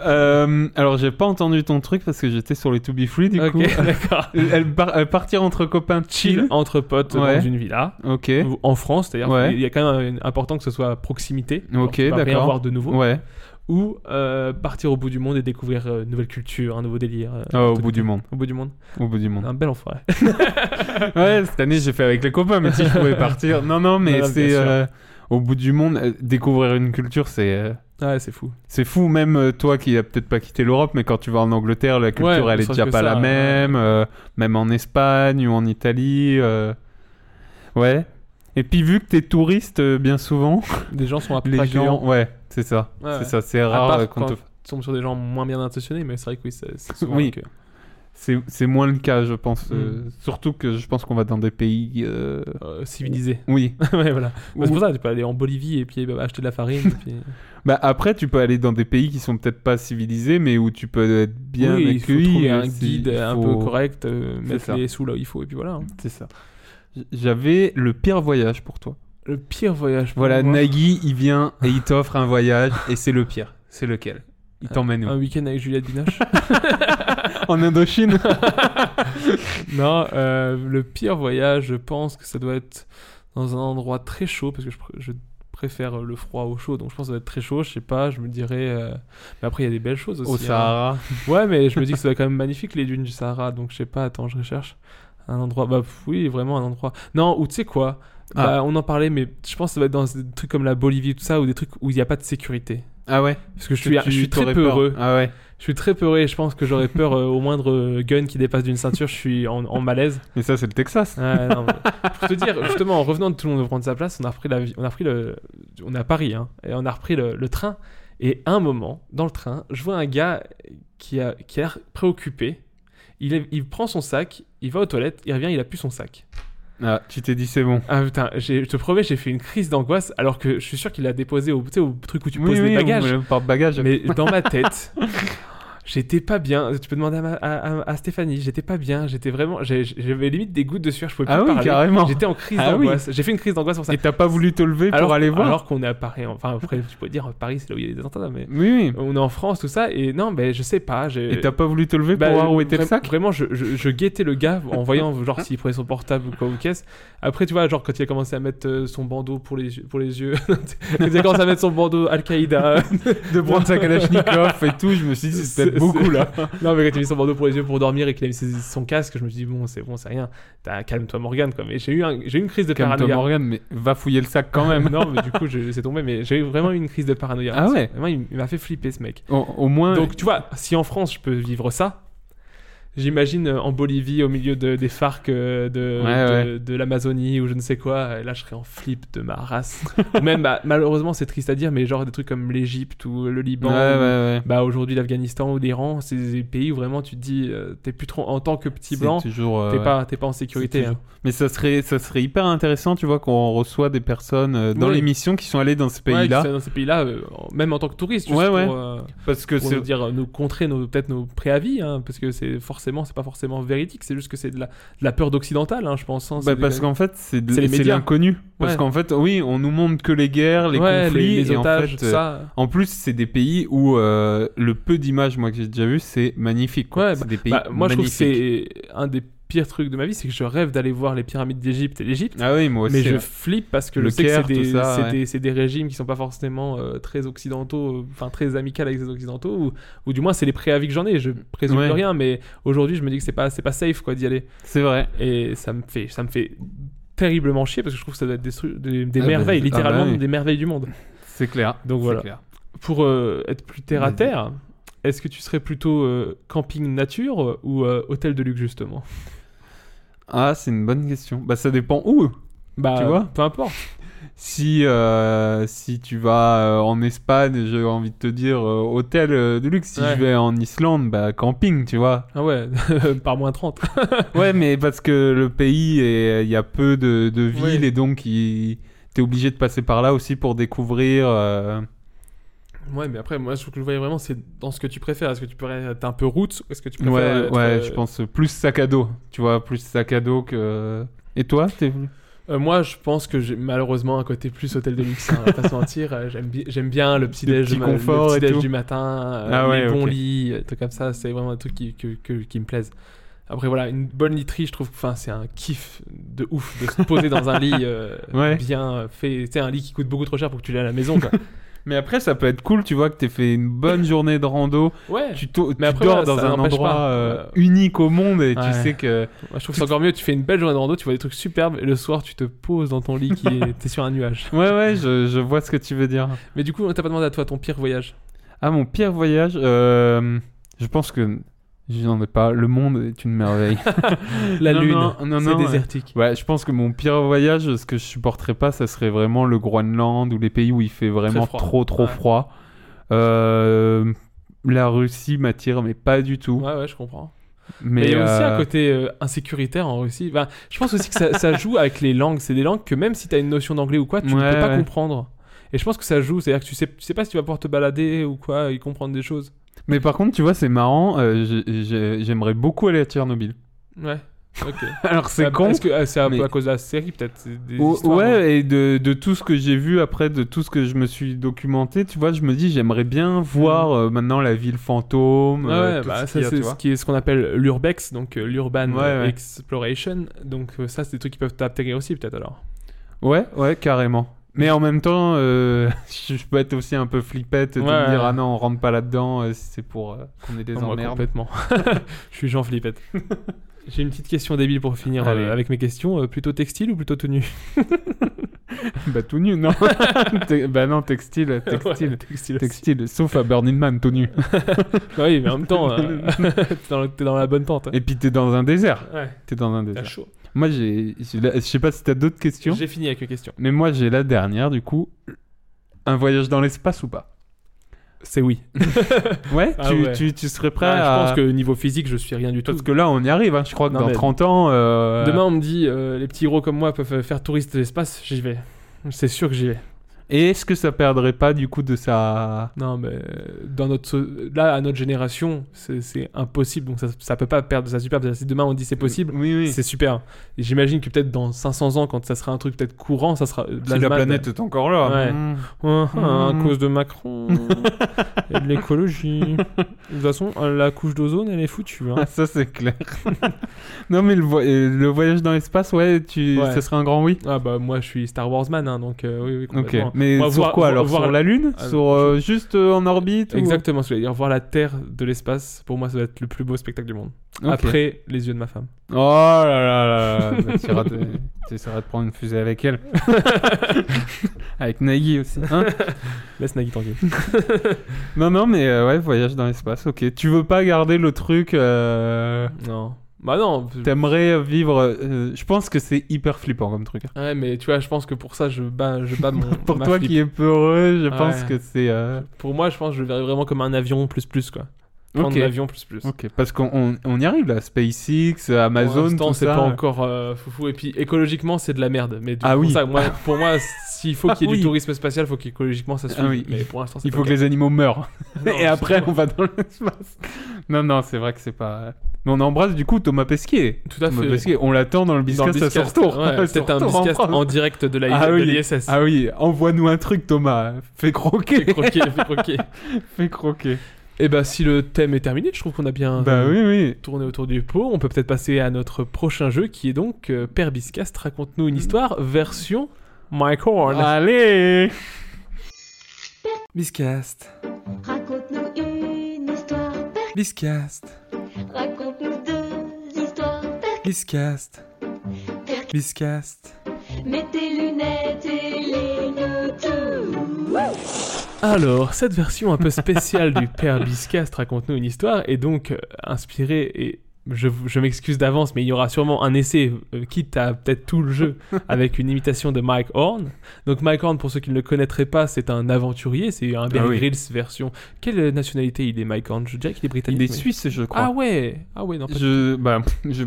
S9: Euh, alors, j'ai pas entendu ton truc parce que j'étais sur les To Be Free, du
S8: Ok,
S9: coup.
S8: d'accord.
S9: Elle par- euh, partir entre copains
S8: Chill
S9: chill.
S8: entre potes
S9: Ouais.
S8: dans une villa
S9: Ok.
S8: ou- en France, c'est-à-dire
S9: Ouais.
S8: il y a quand même un- important que ce soit à proximité.
S9: Ok,
S8: tu vas Rien
S9: d'accord.
S8: voir de nouveau.
S9: Ouais.
S8: Ou euh, partir au bout du monde et découvrir euh, une nouvelle culture, un nouveau délire. euh,
S9: Ah,
S8: un
S9: au
S8: truc
S9: bout du
S8: tout.
S9: monde.
S8: Au bout du monde.
S9: Au bout du monde.
S8: Un bel enfoiré.
S9: Ouais, cette année, j'ai fait avec les copains, mais si je pouvais partir. Non, non, mais
S8: Non, non,
S9: c'est.
S8: bien sûr.
S9: euh, au bout du monde, euh, découvrir une culture, c'est. euh,
S8: Ouais, c'est fou.
S9: C'est fou, même euh, toi qui n'as peut-être pas quitté l'Europe, mais quand tu vas en Angleterre, la culture
S8: Ouais,
S9: elle
S8: ne
S9: est
S8: serait-ce
S9: déjà
S8: que
S9: pas
S8: ça,
S9: la
S8: ouais.
S9: même, euh, même en Espagne ou en Italie. euh, Ouais. Et puis vu que t'es touriste euh, bien souvent,
S8: Des gens sont
S9: les
S8: accueillants.
S9: gens, ouais, c'est ça,
S8: Ouais, ouais.
S9: c'est ça, c'est
S8: À
S9: rare
S8: part
S9: euh,
S8: quand
S9: qu'on te-
S8: tu tombes sur des gens moins bien intentionnés, mais c'est vrai que oui, c'est c'est souvent
S9: Oui.
S8: que-
S9: C'est c'est moins le cas, je pense. euh,
S8: Hmm.
S9: Surtout que je pense qu'on va dans des pays, euh,
S8: euh, civilisé.
S9: oui.
S8: ouais, voilà. Bah,
S9: Ou-
S8: c'est pour ça, tu peux aller en Bolivie et puis bah, acheter de la farine. et puis...
S9: Bah après, tu peux aller dans des pays qui sont peut-être pas civilisés, mais où tu peux être bien
S8: oui, il faut
S9: accueilli.
S8: trouver un
S9: euh, si-
S8: guide
S9: il
S8: un
S9: faut-
S8: peu correct, euh,
S9: C'est
S8: mettre
S9: ça.
S8: les sous là où il faut, et puis voilà. hein.
S9: C'est ça. J- J'avais le pire voyage pour toi.
S8: Le pire voyage. pour
S9: Voilà,
S8: moi,
S9: Nagui, il vient et il t'offre un voyage et c'est le pire. C'est lequel Il t'emmène
S8: Un
S9: où
S8: week-end avec Juliette Binoche.
S9: Euh, En Indochine
S8: non, euh, le pire voyage, je pense que ça doit être dans un endroit très chaud, parce que je, pr- je préfère le froid au chaud, donc je pense que ça doit être très chaud, je sais pas, je me dirais... euh, Mais après, il y a des belles choses aussi.
S9: Au
S8: hein.
S9: Sahara.
S8: Ouais, mais je me dis que ça doit être quand même magnifique les dunes du Sahara, donc je sais pas, attends, je recherche un endroit. Bah pff, oui, vraiment un endroit. Non, ou tu sais quoi
S9: Ah.
S8: Bah, On en parlait, mais je pense que ça va être dans des trucs comme la Bolivie, tout ça, ou des trucs où il n'y a pas de sécurité.
S9: Ah ouais
S8: Parce que je suis,
S9: Tu-
S8: je suis très
S9: t'aurais
S8: peu
S9: peur.
S8: heureux.
S9: Ah ouais.
S8: Je suis très peureux et je pense que j'aurais peur euh, au moindre euh, gun qui dépasse d'une ceinture, je suis en, en malaise.
S9: Mais ça, c'est le Texas.
S8: Ouais, non, mais- Pour te dire, justement, en revenant de Toulon de prendre sa place, on a repris la vie- on a repris le, on est à Paris, hein, et on a repris le, le train. Et à un moment, dans le train, je vois un gars qui a, qui a l'air préoccupé. Il, est- il prend son sac, il va aux toilettes, il revient, il a plus son sac.
S9: Ah, tu t'es dit, c'est bon.
S8: Ah putain, j'ai- je te promets, j'ai fait une crise d'angoisse alors que je suis sûr qu'il l'a déposé au, tu sais, au truc où tu poses les bagages.
S9: Le porte-bagages.
S8: Mais dans ma tête, j'étais pas bien. Tu peux demander à, ma- à- à- à Stéphanie, j'étais pas bien. J'étais vraiment. j'ai- J'avais limite des gouttes de sueur, je pouvais plus
S9: Ah oui,
S8: parler.
S9: carrément.
S8: J'étais en crise
S9: Ah oui.
S8: d'angoisse. J'ai fait une crise d'angoisse pour ça.
S9: Et t'as pas voulu te lever
S8: alors,
S9: pour aller voir
S8: Alors qu'on est à Paris. Enfin, après, tu peux dire Paris, c'est là où il y a des attentats, mais.
S9: Oui, oui.
S8: On est en France, tout ça, et non, mais je sais pas. j'ai-
S9: Et t'as pas voulu te lever
S8: bah,
S9: pour voir où était le
S8: vra-
S9: sac
S8: Vraiment, je, je- je guettais le gars en voyant genre s'il prenait son portable ou quoi ou qu'est-ce. Après, tu vois, genre quand il a commencé à mettre euh, son bandeau pour les, pour les yeux, quand il a commencé à mettre son bandeau Al-Qaïda,
S9: De prendre sa Kalachnikov et tout, je me suis dit, c'est peut-être beaucoup là.
S8: Non, mais quand il a mis son bandeau pour les yeux pour dormir et qu'il a mis ses- son casque, je me suis dit, bon, c'est bon, c'est rien. T'as- Calme-toi, Morgane, quoi. Mais j'ai eu, un- j'ai eu une crise de
S9: Comme Tom
S8: paranoïa.
S9: Morgan, mais va fouiller le sac quand même.
S8: non, mais du coup, je- c'est tombé, mais j'ai eu vraiment eu une crise de paranoïa.
S9: Ah ouais
S8: Vraiment, il, il m'a fait flipper, ce mec.
S9: Au, au moins,
S8: Donc, tu vois, si en France, je peux vivre ça, j'imagine euh, en Bolivie, au milieu de- des FARC euh, de,
S9: Ouais,
S8: de, de l'Amazonie ou je ne sais quoi, euh, là, je serais en flip de ma race. ou même, bah, malheureusement, c'est triste à dire, mais genre des trucs comme l'Égypte ou le
S9: ouais,
S8: Liban,
S9: ouais, ouais.
S8: bah aujourd'hui l'Afghanistan ou l'Iran, c'est des pays où vraiment tu te dis, euh, t'es plus trop en tant que petit
S9: C'est
S8: blanc, t'es
S9: toujours, euh, ouais.
S8: pas, t'es pas en sécurité.
S9: C'est
S8: hein.
S9: toujours- Mais ça serait, ça serait hyper intéressant, tu vois, qu'on reçoit des personnes euh, dans
S8: Oui.
S9: l'émission qui sont allées dans ces
S8: Ouais,
S9: pays-là.
S8: que ça- dans ces pays-là, euh, en- même en tant que touriste, juste
S9: Ouais, ouais.
S8: pour, euh,
S9: parce que
S8: pour
S9: c'est.
S8: nous dire, euh, nous contrer nos- peut-être nos préavis, hein, parce que c'est forcément, c'est pas forcément véridique, c'est juste que c'est de la, de la peur d'occidentale, hein, je pense. hein,
S9: Bah,
S8: c'est des-
S9: parce qu'en fait, c'est de-
S8: c'est les
S9: c'est
S8: médias.
S9: l'inconnu. Parce
S8: Ouais.
S9: qu'en fait, oui, on nous montre que les guerres, les
S8: Ouais,
S9: conflits,
S8: les, les
S9: et en
S8: otages,
S9: fait,
S8: tout
S9: euh,
S8: ça.
S9: En plus, c'est des pays où euh, le peu d'images, moi, que j'ai déjà vu, c'est magnifique. Quoi.
S8: Ouais,
S9: c'est des pays
S8: Bah, moi, je trouve que
S9: magnifiques.
S8: c'est un des pires trucs de ma vie, c'est que je rêve d'aller voir les pyramides d'Égypte et l'Égypte.
S9: Ah oui, moi aussi.
S8: mais je
S9: ouais.
S8: flippe parce que
S9: Le
S8: je sais que
S9: Caire,
S8: c'est des,
S9: tout ça,
S8: c'est
S9: ouais.
S8: des- c'est des régimes qui sont pas forcément euh, très occidentaux, euh, enfin très amicales avec les occidentaux, ou, ou du moins c'est les préavis que j'en ai. Je présume
S9: Ouais.
S8: de rien, mais aujourd'hui je me dis que c'est pas c'est pas safe quoi d'y aller,
S9: C'est vrai.
S8: et ça me fait ça me fait terriblement chier parce que je trouve que ça doit être des, stru- des, des
S9: Ah bah,
S8: merveilles,
S9: ah bah
S8: littéralement
S9: oui.
S8: des merveilles du monde.
S9: C'est clair.
S8: Donc
S9: C'est
S8: voilà.
S9: clair.
S8: Pour euh, être plus terre à
S9: Vas-y.
S8: terre, est-ce que tu serais plutôt euh, camping nature euh, ou euh, hôtel de luxe justement
S9: Ah, c'est une bonne question. Bah, ça dépend où.
S8: Bah
S9: Tu vois
S8: peu importe.
S9: Si, euh, si tu vas euh, en Espagne, j'ai envie de te dire euh, hôtel euh, de luxe. Si
S8: Ouais.
S9: je vais en Islande, bah, camping, tu vois.
S8: Ah ouais, par moins 30.
S9: Ouais, mais parce que le pays, est- euh, il y a peu de, de villes
S8: Ouais.
S9: et donc il- t'es obligé de passer par là aussi pour découvrir. euh,
S8: Ouais, mais après, moi, ce que je voyais vraiment, c'est dans ce que tu préfères. Est-ce que tu préfères être un peu roots ou est-ce que tu préfères.
S9: Ouais,
S8: être,
S9: ouais,
S8: euh,
S9: je pense plus sac à dos. Tu vois, plus sac à dos que. Et toi, t'es
S8: euh, moi, je pense que j'ai malheureusement un côté plus hôtel de luxe, hein, on va pas se mentir. Euh, J'aime bi- j'aime bien le petit
S9: Le
S8: déj,
S9: petit
S8: ma-
S9: confort
S8: le
S9: et
S8: petit déj
S9: tout.
S8: du matin, euh,
S9: Ah ouais,
S8: les bons
S9: ok.
S8: lits, euh, trucs comme ça. C'est vraiment un truc qui, que- que- qui me plaise. Après, voilà, une bonne literie, je trouve que enfin, c'est un kiff de ouf de se poser dans un lit euh,
S9: Ouais.
S8: bien fait. Tu sais, un lit qui coûte beaucoup trop cher pour que tu l'aies à la maison, quoi.
S9: Mais après, ça peut être cool, tu vois, que t'aies fait une bonne journée de rando.
S8: Ouais,
S9: Tu, to-
S8: Mais
S9: tu
S8: après,
S9: dors
S8: voilà, ça
S9: dans un
S8: n'empêche
S9: endroit
S8: pas.
S9: euh,
S8: Euh,
S9: unique au monde et
S8: ouais.
S9: tu sais que.
S8: Moi, je trouve que c'est encore mieux. Tu fais une belle journée de rando, tu vois des trucs superbes, et le soir, tu te poses dans ton lit qui est. T'es sur un nuage.
S9: Ouais, ouais, je, je vois ce que tu veux dire.
S8: Mais du coup, on t'a pas demandé à toi ton pire voyage.
S9: Ah, mon pire voyage, euh, je pense que. J'en ai pas. Le monde est une merveille.
S8: La
S9: Non,
S8: lune,
S9: non, non,
S8: c'est
S9: non,
S8: désertique.
S9: Ouais, je pense que mon pire voyage, ce que je supporterais pas, ça serait vraiment le Groenland ou les pays où il fait vraiment
S8: Très froid.
S9: trop trop
S8: Ouais.
S9: froid. Euh, la Russie m'attire, mais pas du tout.
S8: Ouais, ouais, je comprends.
S9: Mais
S8: Mais il y a aussi
S9: euh,
S8: un côté euh, insécuritaire en Russie. Enfin, je pense aussi que ça, ça joue avec les langues. C'est des langues que même si t'as une notion d'anglais ou quoi, tu ne
S9: Ouais,
S8: peux pas
S9: ouais.
S8: comprendre. Et je pense que ça joue. C'est-à-dire que tu sais, tu sais pas si tu vas pouvoir te balader ou quoi et comprendre des choses.
S9: Mais par contre, tu vois, c'est marrant. euh, j'ai- j'ai- J'aimerais beaucoup aller à Tchernobyl.
S8: Ouais. Ok.
S9: Alors c'est
S8: Ah,
S9: con.
S8: Est-ce que ah, c'est un
S9: mais-
S8: peu à cause de la série peut-être c'est des
S9: Ou-
S8: histoires,
S9: ouais,
S8: hein.
S9: et de, de tout ce que j'ai vu après, de tout ce que je me suis documenté, tu vois, je me dis, j'aimerais bien voir euh, maintenant la ville fantôme.
S8: Ouais,
S9: euh,
S8: Mm. ouais,
S9: tout
S8: bah,
S9: ce qu'il
S8: ça
S9: y a,
S8: c'est
S9: tu
S8: ce
S9: vois.
S8: qui est ce qu'on appelle l'urbex, donc euh, l'urban
S9: Ouais, ouais.
S8: exploration. Donc euh, ça c'est des trucs qui peuvent t'atterrir aussi peut-être alors.
S9: Ouais, ouais, carrément. Mais en même temps, euh, je je peux être aussi un peu flippette de
S8: Ouais,
S9: me dire
S8: ouais.
S9: ah non, on rentre pas là-dedans, euh, c'est pour euh, qu'on ait des
S8: Non, moi,
S9: emmerdes.
S8: complètement. je suis Jean Flippette. J'ai une petite question débile pour finir euh,
S9: Allez.
S8: avec mes questions. Euh, plutôt textile ou plutôt tenue
S9: bah tout nu, non Te- Bah non, textile, textile.
S8: Ouais, textile. aussi.
S9: Textile, sauf à Burning Man tout nu.
S8: Bah oui, mais en même temps, euh, t'es, dans le- t'es dans la bonne tente. hein.
S9: Et puis t'es dans un désert.
S8: Ouais,
S9: T'es dans un
S8: t'as
S9: désert.
S8: chaud.
S9: Moi j'ai. j'ai la- Je sais pas si t'as d'autres questions,
S8: J'ai fini avec mes questions.
S9: mais moi j'ai la dernière du coup. Un voyage dans l'espace ou pas
S8: C'est oui.
S9: Ouais,
S8: Ah
S9: tu,
S8: ouais.
S9: Tu, tu serais prêt
S8: Ouais,
S9: à.
S8: Je pense que niveau physique, je suis rien du tout.
S9: euh, Parce que là on y arrive, hein. je crois que
S8: Non,
S9: dans
S8: mais-
S9: 30 ans. euh,
S8: Demain, on me dit euh, les petits héros comme moi peuvent faire touriste de l'espace. J'y vais. C'est sûr que j'y vais.
S9: Et est-ce que ça perdrait pas du coup de sa.
S8: Non, mais euh, dans notre so- là, à notre génération, c'est, c'est impossible. Donc ça, ça peut pas perdre de sa superbe. Si demain on dit c'est possible,
S9: Oui, oui.
S8: c'est super. Et J'imagine que peut-être dans 500 ans, quand ça sera un truc peut-être courant, ça sera. euh,
S9: Si la planète est encore là.
S8: Ouais.
S9: Mm.
S8: Ouais, hein,
S9: Mm.
S8: À cause de Macron et de l'écologie. De toute façon, euh, la couche d'ozone, elle est foutue.
S9: Ah,
S8: Hein.
S9: ça c'est clair. non mais le, vo- euh, le voyage dans l'espace, ouais, tu,
S8: Ouais.
S9: ça serait un grand oui.
S8: Ah bah moi je suis Star Wars man, hein, donc euh, oui, oui,
S9: Ok,
S8: complètement.
S9: Mais
S8: Moi,
S9: sur
S8: voir-
S9: quoi
S8: voir-
S9: alors
S8: voir-
S9: Sur la Lune
S8: Ah,
S9: Sur euh, juste euh, en orbite ou-
S8: Exactement, je voulais dire, voir la Terre de l'espace, pour moi, ça doit être le plus beau spectacle du monde.
S9: Ok.
S8: Après les yeux de ma femme.
S9: Oh là là là là, bah, t'essaieras de, t'essaieras de prendre une fusée avec elle. avec Nagui aussi. hein.
S8: Laisse Nagui tranquille.
S9: non, non, mais euh, ouais, voyage dans l'espace, ok. Tu veux pas garder le truc. euh,
S8: non. Bah non.
S9: T'aimerais vivre. euh, je pense que c'est hyper flippant comme truc. hein.
S8: Ouais, mais tu vois, je pense que pour ça, je bats, je bats mon.
S9: Pour
S8: ma
S9: toi
S8: flip.
S9: qui est peureux, je pense
S8: Ouais.
S9: que c'est. euh,
S8: Pour moi, je pense que je le verrais vraiment comme un avion plus plus, quoi. Prendre
S9: Ok.
S8: l'avion plus plus.
S9: Ok, parce qu'on on- on y arrive là, SpaceX, euh,
S8: pour
S9: Amazon, tout
S8: l'instant, c'est
S9: ça.
S8: pas encore euh, foufou. Et puis écologiquement, c'est de la merde. Mais du
S9: Ah
S8: coup,
S9: oui.
S8: pour, ça, moi, pour moi, s'il faut qu'il y ait
S9: Ah oui.
S8: du tourisme spatial, faut qu'écologiquement ça suive.
S9: Ah oui.
S8: Mais pour l'instant, c'est
S9: Il
S8: pas
S9: faut
S8: le
S9: que les animaux meurent.
S8: Non,
S9: Et après, on
S8: justement.
S9: va dans l'espace. Non, non, c'est vrai que c'est pas. Mais on embrasse du coup Thomas Pesquet.
S8: Tout à
S9: Thomas
S8: fait.
S9: Pesquet, on l'attend dans le
S8: cas. Ah, Dans le
S9: biscast à son
S8: Biscast,
S9: retour.
S8: ouais,
S9: À son
S8: Peut-être un
S9: retour en
S8: biscast
S9: France.
S8: en direct de l'ISS.
S9: Ah oui.
S8: Fais
S9: Ah oui, envoie-nous un truc, Thomas. Fais croquer.
S8: croquer, fais croquer.
S9: Fais croquer.
S8: Et
S9: ben,
S8: bah, si le thème est terminé, je trouve qu'on a bien
S9: Bah oui, oui.
S8: tourné autour du pot. On peut peut-être passer à notre prochain jeu qui est donc euh, Père Biscast, raconte-nous
S9: Hmm.
S8: une histoire version Mike Horn.
S9: Allez
S4: Biscast,
S10: Raconte-nous une histoire, Père.
S4: Biscast,
S10: Raconte-nous deux histoires, Père.
S4: Biscast,
S10: Père.
S4: Biscast.
S10: Mets tes lunettes et lis-nous tout.
S8: Alors, cette version un peu spéciale du Père Biscast raconte-nous une histoire est donc euh, inspirée et je, vous- je m'excuse d'avance, mais il y aura sûrement un essai, euh, quitte à peut-être tout le jeu, avec une imitation de Mike Horn. Donc Mike Horn, pour ceux qui ne le connaîtraient pas, c'est un aventurier, c'est un Bear
S9: Ah oui.
S8: Grylls version. Quelle nationalité il est, Mike Horn Je dirais qu'il est britannique.
S9: Il est
S8: mais-
S9: suisse, je crois.
S8: Ah ouais, ah ouais, non. pas-
S9: Je, bah, je,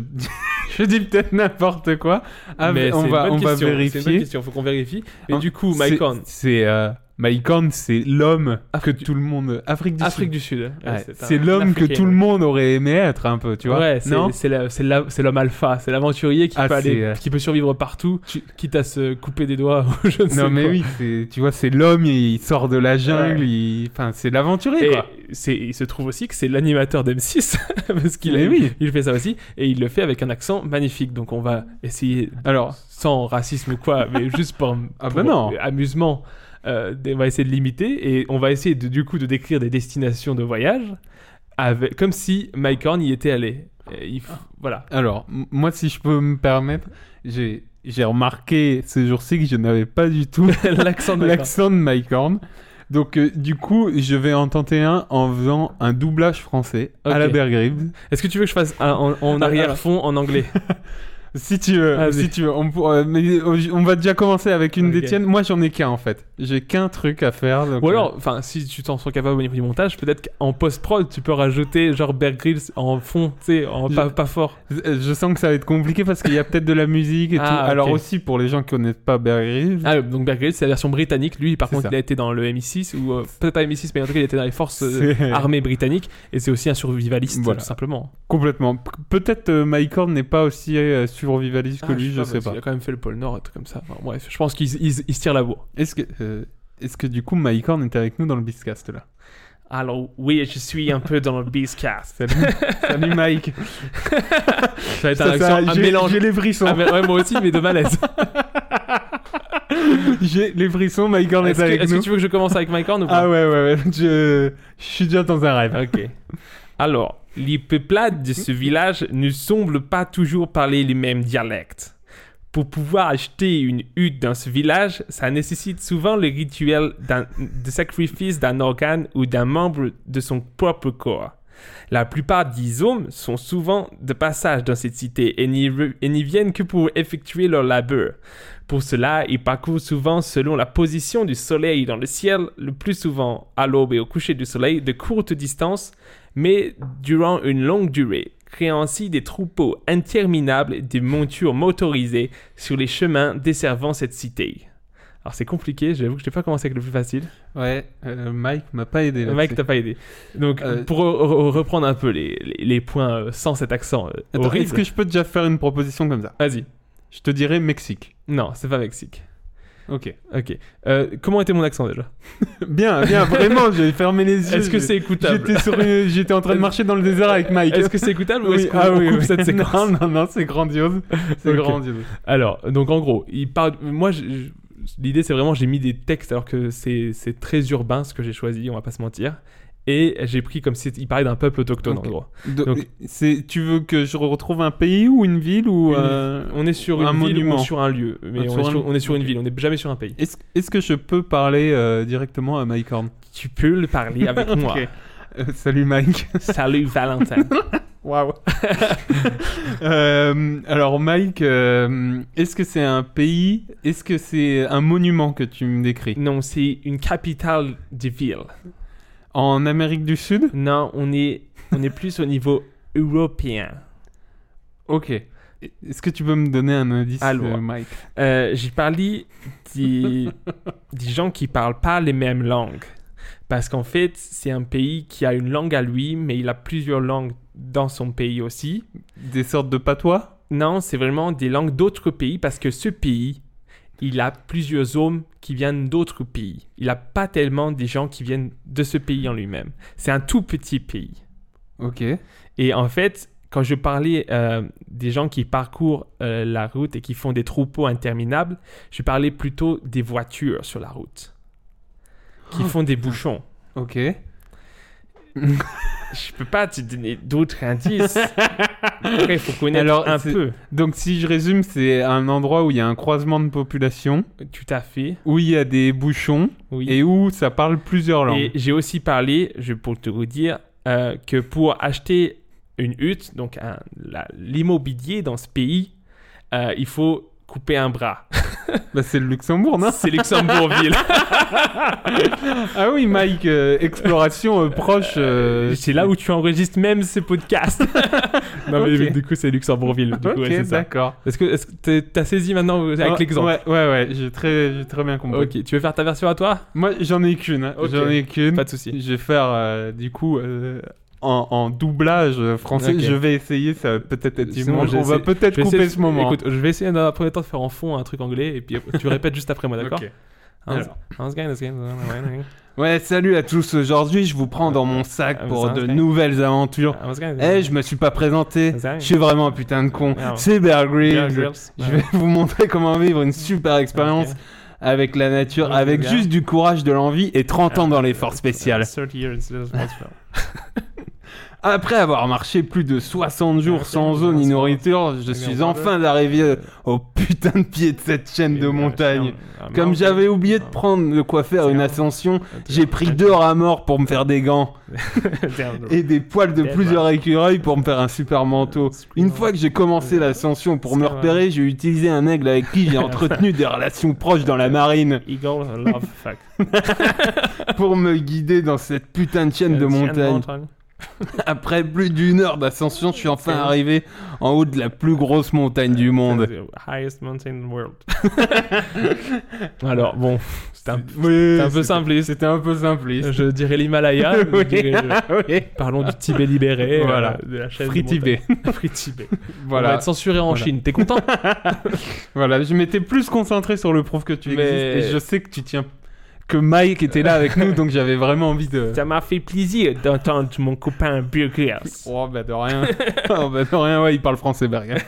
S9: je dis peut-être n'importe quoi. Ah,
S8: mais
S9: mais on
S8: c'est
S9: va,
S8: une bonne
S9: on va
S8: question, C'est une bonne
S9: vérifier.
S8: question, faut qu'on vérifie. Mais
S9: Hein,
S8: du coup, Mike
S9: C'est-
S8: Horn,
S9: C'est euh, Mike Horn, c'est l'homme que
S8: Afrique du-
S9: tout le monde. Afrique du
S8: Afrique
S9: Sud.
S8: du Sud. Ouais,
S9: Ouais,
S8: un-
S9: c'est
S8: un
S9: l'homme que
S8: Africain,
S9: tout le
S8: ouais.
S9: monde aurait aimé être un peu, tu vois.
S8: ouais, c'est-
S9: non
S8: c'est la- c'est la- c'est l'homme alpha, c'est l'aventurier qui
S9: Ah,
S8: peut aller,
S9: c'est, euh,
S8: qui peut survivre partout,
S9: tu-
S8: quitte à se couper des doigts. ou je ne sais
S9: Non mais
S8: quoi.
S9: oui, c'est- tu vois, c'est l'homme, il sort de la jungle, il- enfin c'est l'aventurier
S8: Et
S9: quoi.
S8: c'est- il se trouve aussi que c'est l'animateur d'M6 parce qu'il
S9: Mais
S8: a-
S9: oui.
S8: il fait ça aussi et il le fait avec un accent magnifique. Donc on va essayer
S9: Alors,
S8: sans racisme ou quoi, mais juste pour,
S9: Ah
S8: pour
S9: bah non.
S8: amusement. euh, on va essayer de l'imiter et on va essayer de, du coup de décrire des destinations de voyage avec, comme si Mike Horn y était allé. Et il f-
S9: Ah.
S8: Voilà.
S9: alors, m- moi si je peux me permettre, j'ai j'ai remarqué ces jours-ci que je n'avais pas du tout
S8: L'accent de Mike Horn.
S9: l'accent de Mike Horn. Donc euh, du coup, je vais en tenter un en faisant un doublage français
S8: Ok.
S9: à la Bear Grylls.
S8: Est-ce que tu veux que je fasse un- en, en
S9: Ah,
S8: arrière-fond en anglais
S9: Si tu veux,
S8: Vas-y.
S9: si tu veux, on, pour- euh, mais, euh, on va déjà commencer avec une
S8: Ok.
S9: des tiennes. Moi j'en ai qu'un en fait. J'ai qu'un truc à faire. donc,
S8: Ou
S9: euh,
S8: alors, enfin, si tu t'en sens capable au niveau du montage, peut-être qu'en post-prod, tu peux rajouter genre Bear Grylls en fond, tu sais, en
S9: Je-
S8: pas, pas fort.
S9: Euh, Je sens que ça va être compliqué parce qu'il y a peut-être de la musique et
S8: Ah,
S9: tout.
S8: ok.
S9: Alors aussi pour les gens qui connaissent pas Bear Grylls,
S8: Ah, donc Bear Grylls, c'est la version britannique. Lui, par
S9: C'est
S8: contre,
S9: ça.
S8: il a été dans le MI6, ou euh, peut-être pas MI6, mais en tout cas, il était dans les forces euh,
S9: C'est-
S8: armées britanniques, et c'est aussi un survivaliste,
S9: Voilà.
S8: tout simplement.
S9: complètement. Pe- Peut-être euh, Mike Horn n'est pas aussi euh, survivaliste que
S8: Ah,
S9: lui, je sais pas.
S8: parce qu'il a quand même fait le pôle Nord, et tout comme ça. Enfin, bref, je pense qu'ils ils- ils se tirent la bourre.
S9: Est-ce que euh, est-ce que du coup Mike Horn est avec nous dans le Biscast là
S8: Alors, oui, je suis un peu dans le Beastcast.
S9: Salut, Salut Mike.
S8: Ça va être un,
S9: Ça, ça,
S8: accent- un
S9: j'ai-
S8: mélange.
S9: J'ai les frissons.
S8: Ah, mais- ouais, moi aussi, mais de malaise.
S9: J'ai les frissons. Mike Horn est,
S8: ben. Est-ce que,
S9: avec
S8: est-ce que
S9: nous.
S8: tu veux que je commence avec Mike Horn ou pas
S9: Ah ouais ouais ouais. Je je suis déjà dans un rêve.
S8: Ok. Alors, les peuplades de ce village ne semblent pas toujours parler les mêmes dialectes. Pour pouvoir acheter une hutte dans ce village, ça nécessite souvent le rituel d'un- de sacrifice d'un organe ou d'un membre de son propre corps. La plupart des hommes sont souvent de passage dans cette cité et n'y re- et n'y viennent que pour effectuer leur labeur. Pour cela, ils parcourent souvent selon la position du soleil dans le ciel, le plus souvent à l'aube et au coucher du soleil, de courtes distances, mais durant une longue durée, créant ainsi des troupeaux interminables de montures motorisées sur les chemins desservant cette cité. Alors c'est compliqué, j'avoue que je n'ai pas commencé avec le plus facile.
S9: Ouais. euh, Mike m'a pas aidé. là,
S8: Mike,
S9: c'est-
S8: t'as pas aidé. Donc
S9: Euh,
S8: pour re- re- reprendre un peu les, les- les points euh, sans cet accent euh,
S9: Attends,
S8: horrible,
S9: Est-ce que je peux déjà faire une proposition comme ça
S8: vas-y.
S9: Je te dirais Mexique.
S8: Non, c'est pas Mexique.
S9: Ok.
S8: Ok. Euh, comment était mon accent déjà
S9: Bien, bien, vraiment, j'ai fermé les yeux.
S8: Est-ce que
S9: j'ai-
S8: c'est écoutable
S9: J'étais sur une- j'étais en train de marcher dans le désert avec Mike.
S8: Est-ce que c'est écoutable ou
S9: Oui,
S8: est-ce qu'on
S9: ah
S8: on
S9: oui,
S8: coupe
S9: oui.
S8: cette séquence
S9: Non, non, non, c'est grandiose. C'est
S8: Ok.
S9: grandiose.
S8: Alors, donc en gros, il parle. Moi, je- je- l'idée c'est vraiment j'ai mis des textes alors que c'est c'est très urbain ce que j'ai choisi, on va pas se mentir. Et j'ai pris comme si il parlait d'un peuple autochtone
S9: Ok.
S8: en gros.
S9: Do-
S8: Donc-
S9: c'est- tu veux que je retrouve un pays ou une ville ou
S8: Une-
S9: euh,
S8: On est sur
S9: Un
S8: une ville
S9: monument.
S8: ou sur un lieu, mais
S9: Ah,
S8: on
S9: sur
S8: est
S9: un-
S8: sur, on est sur une
S9: ok.
S8: ville, on n'est jamais sur un pays.
S9: Est-ce est-ce que je peux parler euh, directement à Mike Horn
S8: Tu peux le parler avec moi.
S9: Ok. Euh, Salut Mike.
S8: Salut Valentin.
S9: Waouh. Euh, alors Mike, euh, est-ce que c'est un pays Est-ce que c'est un monument que tu me décris
S8: non, c'est une capitale de ville.
S9: En Amérique du Sud
S8: Non, on est on est plus au niveau européen.
S9: Ok. Est-ce que tu peux me donner un indice,
S8: Alors.
S9: euh, Mike
S8: Euh, j'ai parlé des, des gens qui parlent pas les mêmes langues. Parce qu'en fait, c'est un pays qui a une langue à lui, mais il a plusieurs langues dans son pays aussi.
S9: Des sortes de patois
S8: Non, c'est vraiment des langues d'autres pays parce que ce pays, il a plusieurs hommes qui viennent d'autres pays. Il n'a pas tellement des gens qui viennent de ce pays en lui-même. C'est un tout petit pays.
S9: Ok.
S8: Et en fait, quand je parlais euh, des gens qui parcourent euh, la route et qui font des troupeaux interminables, je parlais plutôt des voitures sur la route qui
S9: Oh.
S8: font des bouchons.
S9: Ok.
S8: Je peux pas te donner d'autres indices. Après, il faut connaître
S9: Alors,
S8: un
S9: c'est-
S8: peu.
S9: Donc si je résume, c'est un endroit où il y a un croisement de population,
S8: Tout à fait.
S9: où il y a des bouchons
S8: Oui.
S9: et où ça parle plusieurs langues.
S8: Et j'ai aussi parlé, je, pour te redire, euh, que pour acheter une hutte, donc un- la- l'immobilier dans ce pays, euh, il faut couper un bras.
S9: Bah, c'est le Luxembourg, non
S8: C'est Luxembourgville.
S9: Ah oui, Mike, euh, exploration euh, proche. euh,
S8: C'est là où tu enregistres même ce podcast. non, mais
S9: Ok.
S8: du coup, c'est Luxembourgville. Du coup,
S9: Ok,
S8: ouais, c'est ça.
S9: d'accord.
S8: Est-ce que est-ce que t'es- t'as saisi maintenant avec
S9: Ouais,
S8: l'exemple bah,
S9: Ouais, ouais, ouais, j'ai très, j'ai très bien compris.
S8: Ok, tu veux faire ta version à toi
S9: Moi, j'en ai qu'une. hein,
S8: Ok.
S9: J'en ai qu'une.
S8: Pas de souci.
S9: Je vais faire, euh, du coup, euh, en, en doublage euh, français.
S8: Ok.
S9: Je vais essayer, ça va peut-être être
S8: Sinon,
S9: immonde.
S8: je vais
S9: On va
S8: essayer-
S9: peut-être
S8: Je vais
S9: couper
S8: essayer-
S9: ce moment.
S8: Écoute, je vais essayer dans un premier temps de faire en fond un truc anglais et puis tu répètes juste après moi, d'accord
S9: Ok.
S8: Hans-
S9: Alors.
S8: Hans Gein, Hans Gein, Hans Gein,
S9: Ouais, salut à tous. Aujourd'hui, je vous prends dans mon sac
S8: Ah,
S9: pour
S8: ça,
S9: de
S8: c'est-
S9: nouvelles aventures.
S8: Hans Gein.
S9: Eh, je me suis pas présenté.
S8: Ça,
S9: Je suis vraiment un putain de con.
S8: Ah, ouais.
S9: C'est Bear
S8: Bear
S9: Grylls.
S8: Grylls.
S9: Je
S8: Ouais.
S9: vais vous montrer comment vivre une super expérience
S8: Ok.
S9: avec la nature,
S8: Ouais,
S9: avec
S8: c'est
S9: juste du courage, de l'envie et 30 ans dans l'effort spécial.
S8: 30 Euh, years is the most fun.
S9: Après avoir marché plus de 60 jours sans eau ni nourriture, je suis enfin arrivé au putain de pied de cette chaîne de montagne. Comme j'avais oublié de prendre de quoi faire une ascension, j'ai pris deux ramors pour me faire des gants et des poils de plusieurs écureuils pour me faire un super manteau. Une fois que j'ai commencé l'ascension pour me repérer, j'ai utilisé un aigle avec qui j'ai entretenu des relations proches dans la marine
S8: Eagle love fuck.
S9: pour me guider dans cette putain de chaîne de montagne. Après plus d'une heure d'ascension, je suis enfin arrivé en haut de la plus grosse montagne du monde.
S8: Highest mountain in the world. Alors bon, c'est un,
S9: Oui,
S8: c'est un peu simpliste.
S9: C'était un peu simpliste.
S8: Je dirais l'Himalaya. je dirais- euh,
S9: oui.
S8: Parlons du Tibet libéré. euh,
S9: Voilà.
S8: de la chaîne de
S9: Free Tibet.
S8: montagne. Free Tibet. On va
S9: Voilà.
S8: être censuré en
S9: Voilà.
S8: Chine. T'es content
S9: voilà. Je m'étais plus concentré sur le prof que tu
S8: Mais-
S9: existes et je sais que tu tiens. Que Mike était là avec nous, donc j'avais vraiment envie de.
S8: Ça m'a fait plaisir d'entendre mon copain Bear Grylls.
S9: Oh, bah de rien. oh, bah de rien, ouais, il parle français, Berg.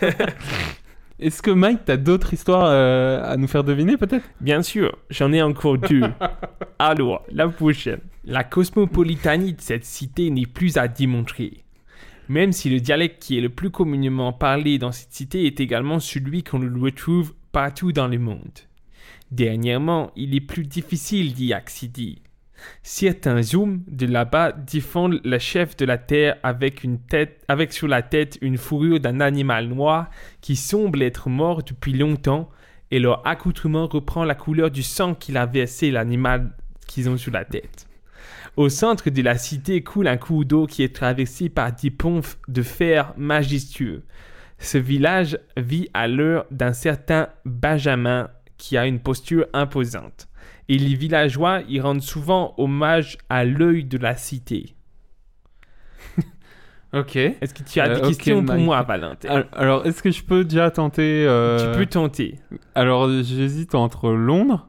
S9: Est-ce que Mike, t'as d'autres histoires euh, à nous faire deviner peut-être
S8: Bien sûr, j'en ai encore deux. Alors, la prochaine. La cosmopolitanie de cette cité n'est plus à démontrer. Même si le dialecte qui est le plus communément parlé dans cette cité est également celui qu'on le retrouve partout dans le monde. Dernièrement, il est plus difficile d'y accéder. Certains zooms de là-bas défendent le chef de la terre avec, une tête, avec sur la tête une fourrure d'un animal noir qui semble être mort depuis longtemps et leur accoutrement reprend la couleur du sang qu'il a versé l'animal qu'ils ont sur la tête. Au centre de la cité coule un cours d'eau qui est traversé par des ponts f- de fer majestueux. Ce village vit à l'heure d'un certain Benjamin qui a une posture imposante. Et les villageois y rendent souvent hommage à l'œil de la cité.
S9: Ok.
S8: Est-ce que tu as
S9: Euh,
S8: des
S9: ok,
S8: questions pour
S9: Mike.
S8: moi, Valentin
S9: Al- Alors, est-ce que je peux déjà tenter. euh,
S8: Tu peux tenter.
S9: Alors, j'hésite entre Londres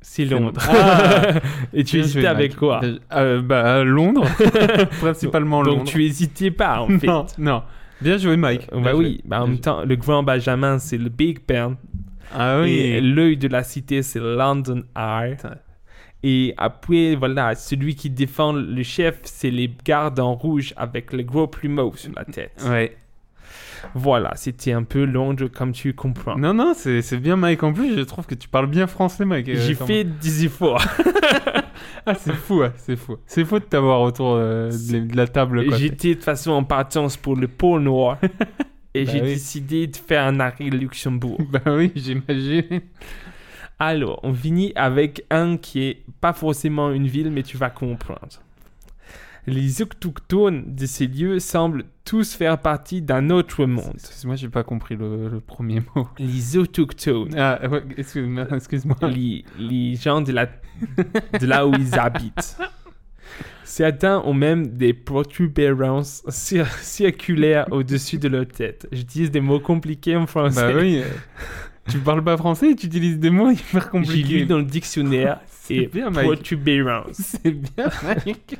S8: C'est Londres.
S9: euh, Ah.
S8: Et tu
S9: Bien joué,
S8: hésitais avec
S9: Mike.
S8: quoi
S9: Euh, Bah, Londres. Principalement Londres.
S8: Donc tu hésitais pas, en fait.
S9: Non, non. Bien joué, Mike.
S8: Euh,
S9: Bien
S8: bah
S9: joué.
S8: oui, bah, en
S9: Bien
S8: même temps, le grand Benjamin, c'est le Big Ben.
S9: Ah oui.
S8: Et l'œil de la cité, c'est London Eye. Et après, voilà, celui qui défend le chef, c'est les gardes en rouge avec le gros plumeau sur la tête.
S9: Ouais.
S8: Voilà, c'était un peu long, je- comme tu comprends.
S9: Non, non, c'est c'est bien, Mike. En plus, je trouve que tu parles bien français, Mike. euh,
S8: J'ai
S9: quand
S8: fait
S9: même.
S8: 10 efforts.
S9: Ah, c'est fou, ouais, c'est fou. C'est fou de t'avoir autour euh, de, la- de la table, quoi.
S8: J'étais de toute façon en partance pour le pôle Noir. Et
S9: Bah
S8: j'ai
S9: oui.
S8: décidé de faire un arrêt Luxembourg.
S9: Bah oui, j'imagine.
S8: Alors, on finit avec un qui est pas forcément une ville, mais tu vas comprendre. Les autochtones de ces lieux semblent tous faire partie d'un autre monde.
S9: Excuse-moi, j'ai pas compris le, le premier mot.
S8: Les autochtones,
S9: Ah, ouais, excuse-moi. excuse-moi.
S8: les, les gens de, la, de là où ils habitent. Certains ont même des protubérances cir- circulaires au-dessus de leur tête. J'utilise des mots compliqués en français.
S9: Bah oui. euh, tu parles pas français, tu utilises des mots hyper
S8: J'ai lu
S9: compliqués.
S8: dans le dictionnaire et
S9: bien, Mike.
S8: protubérance.
S9: C'est bien, Mike.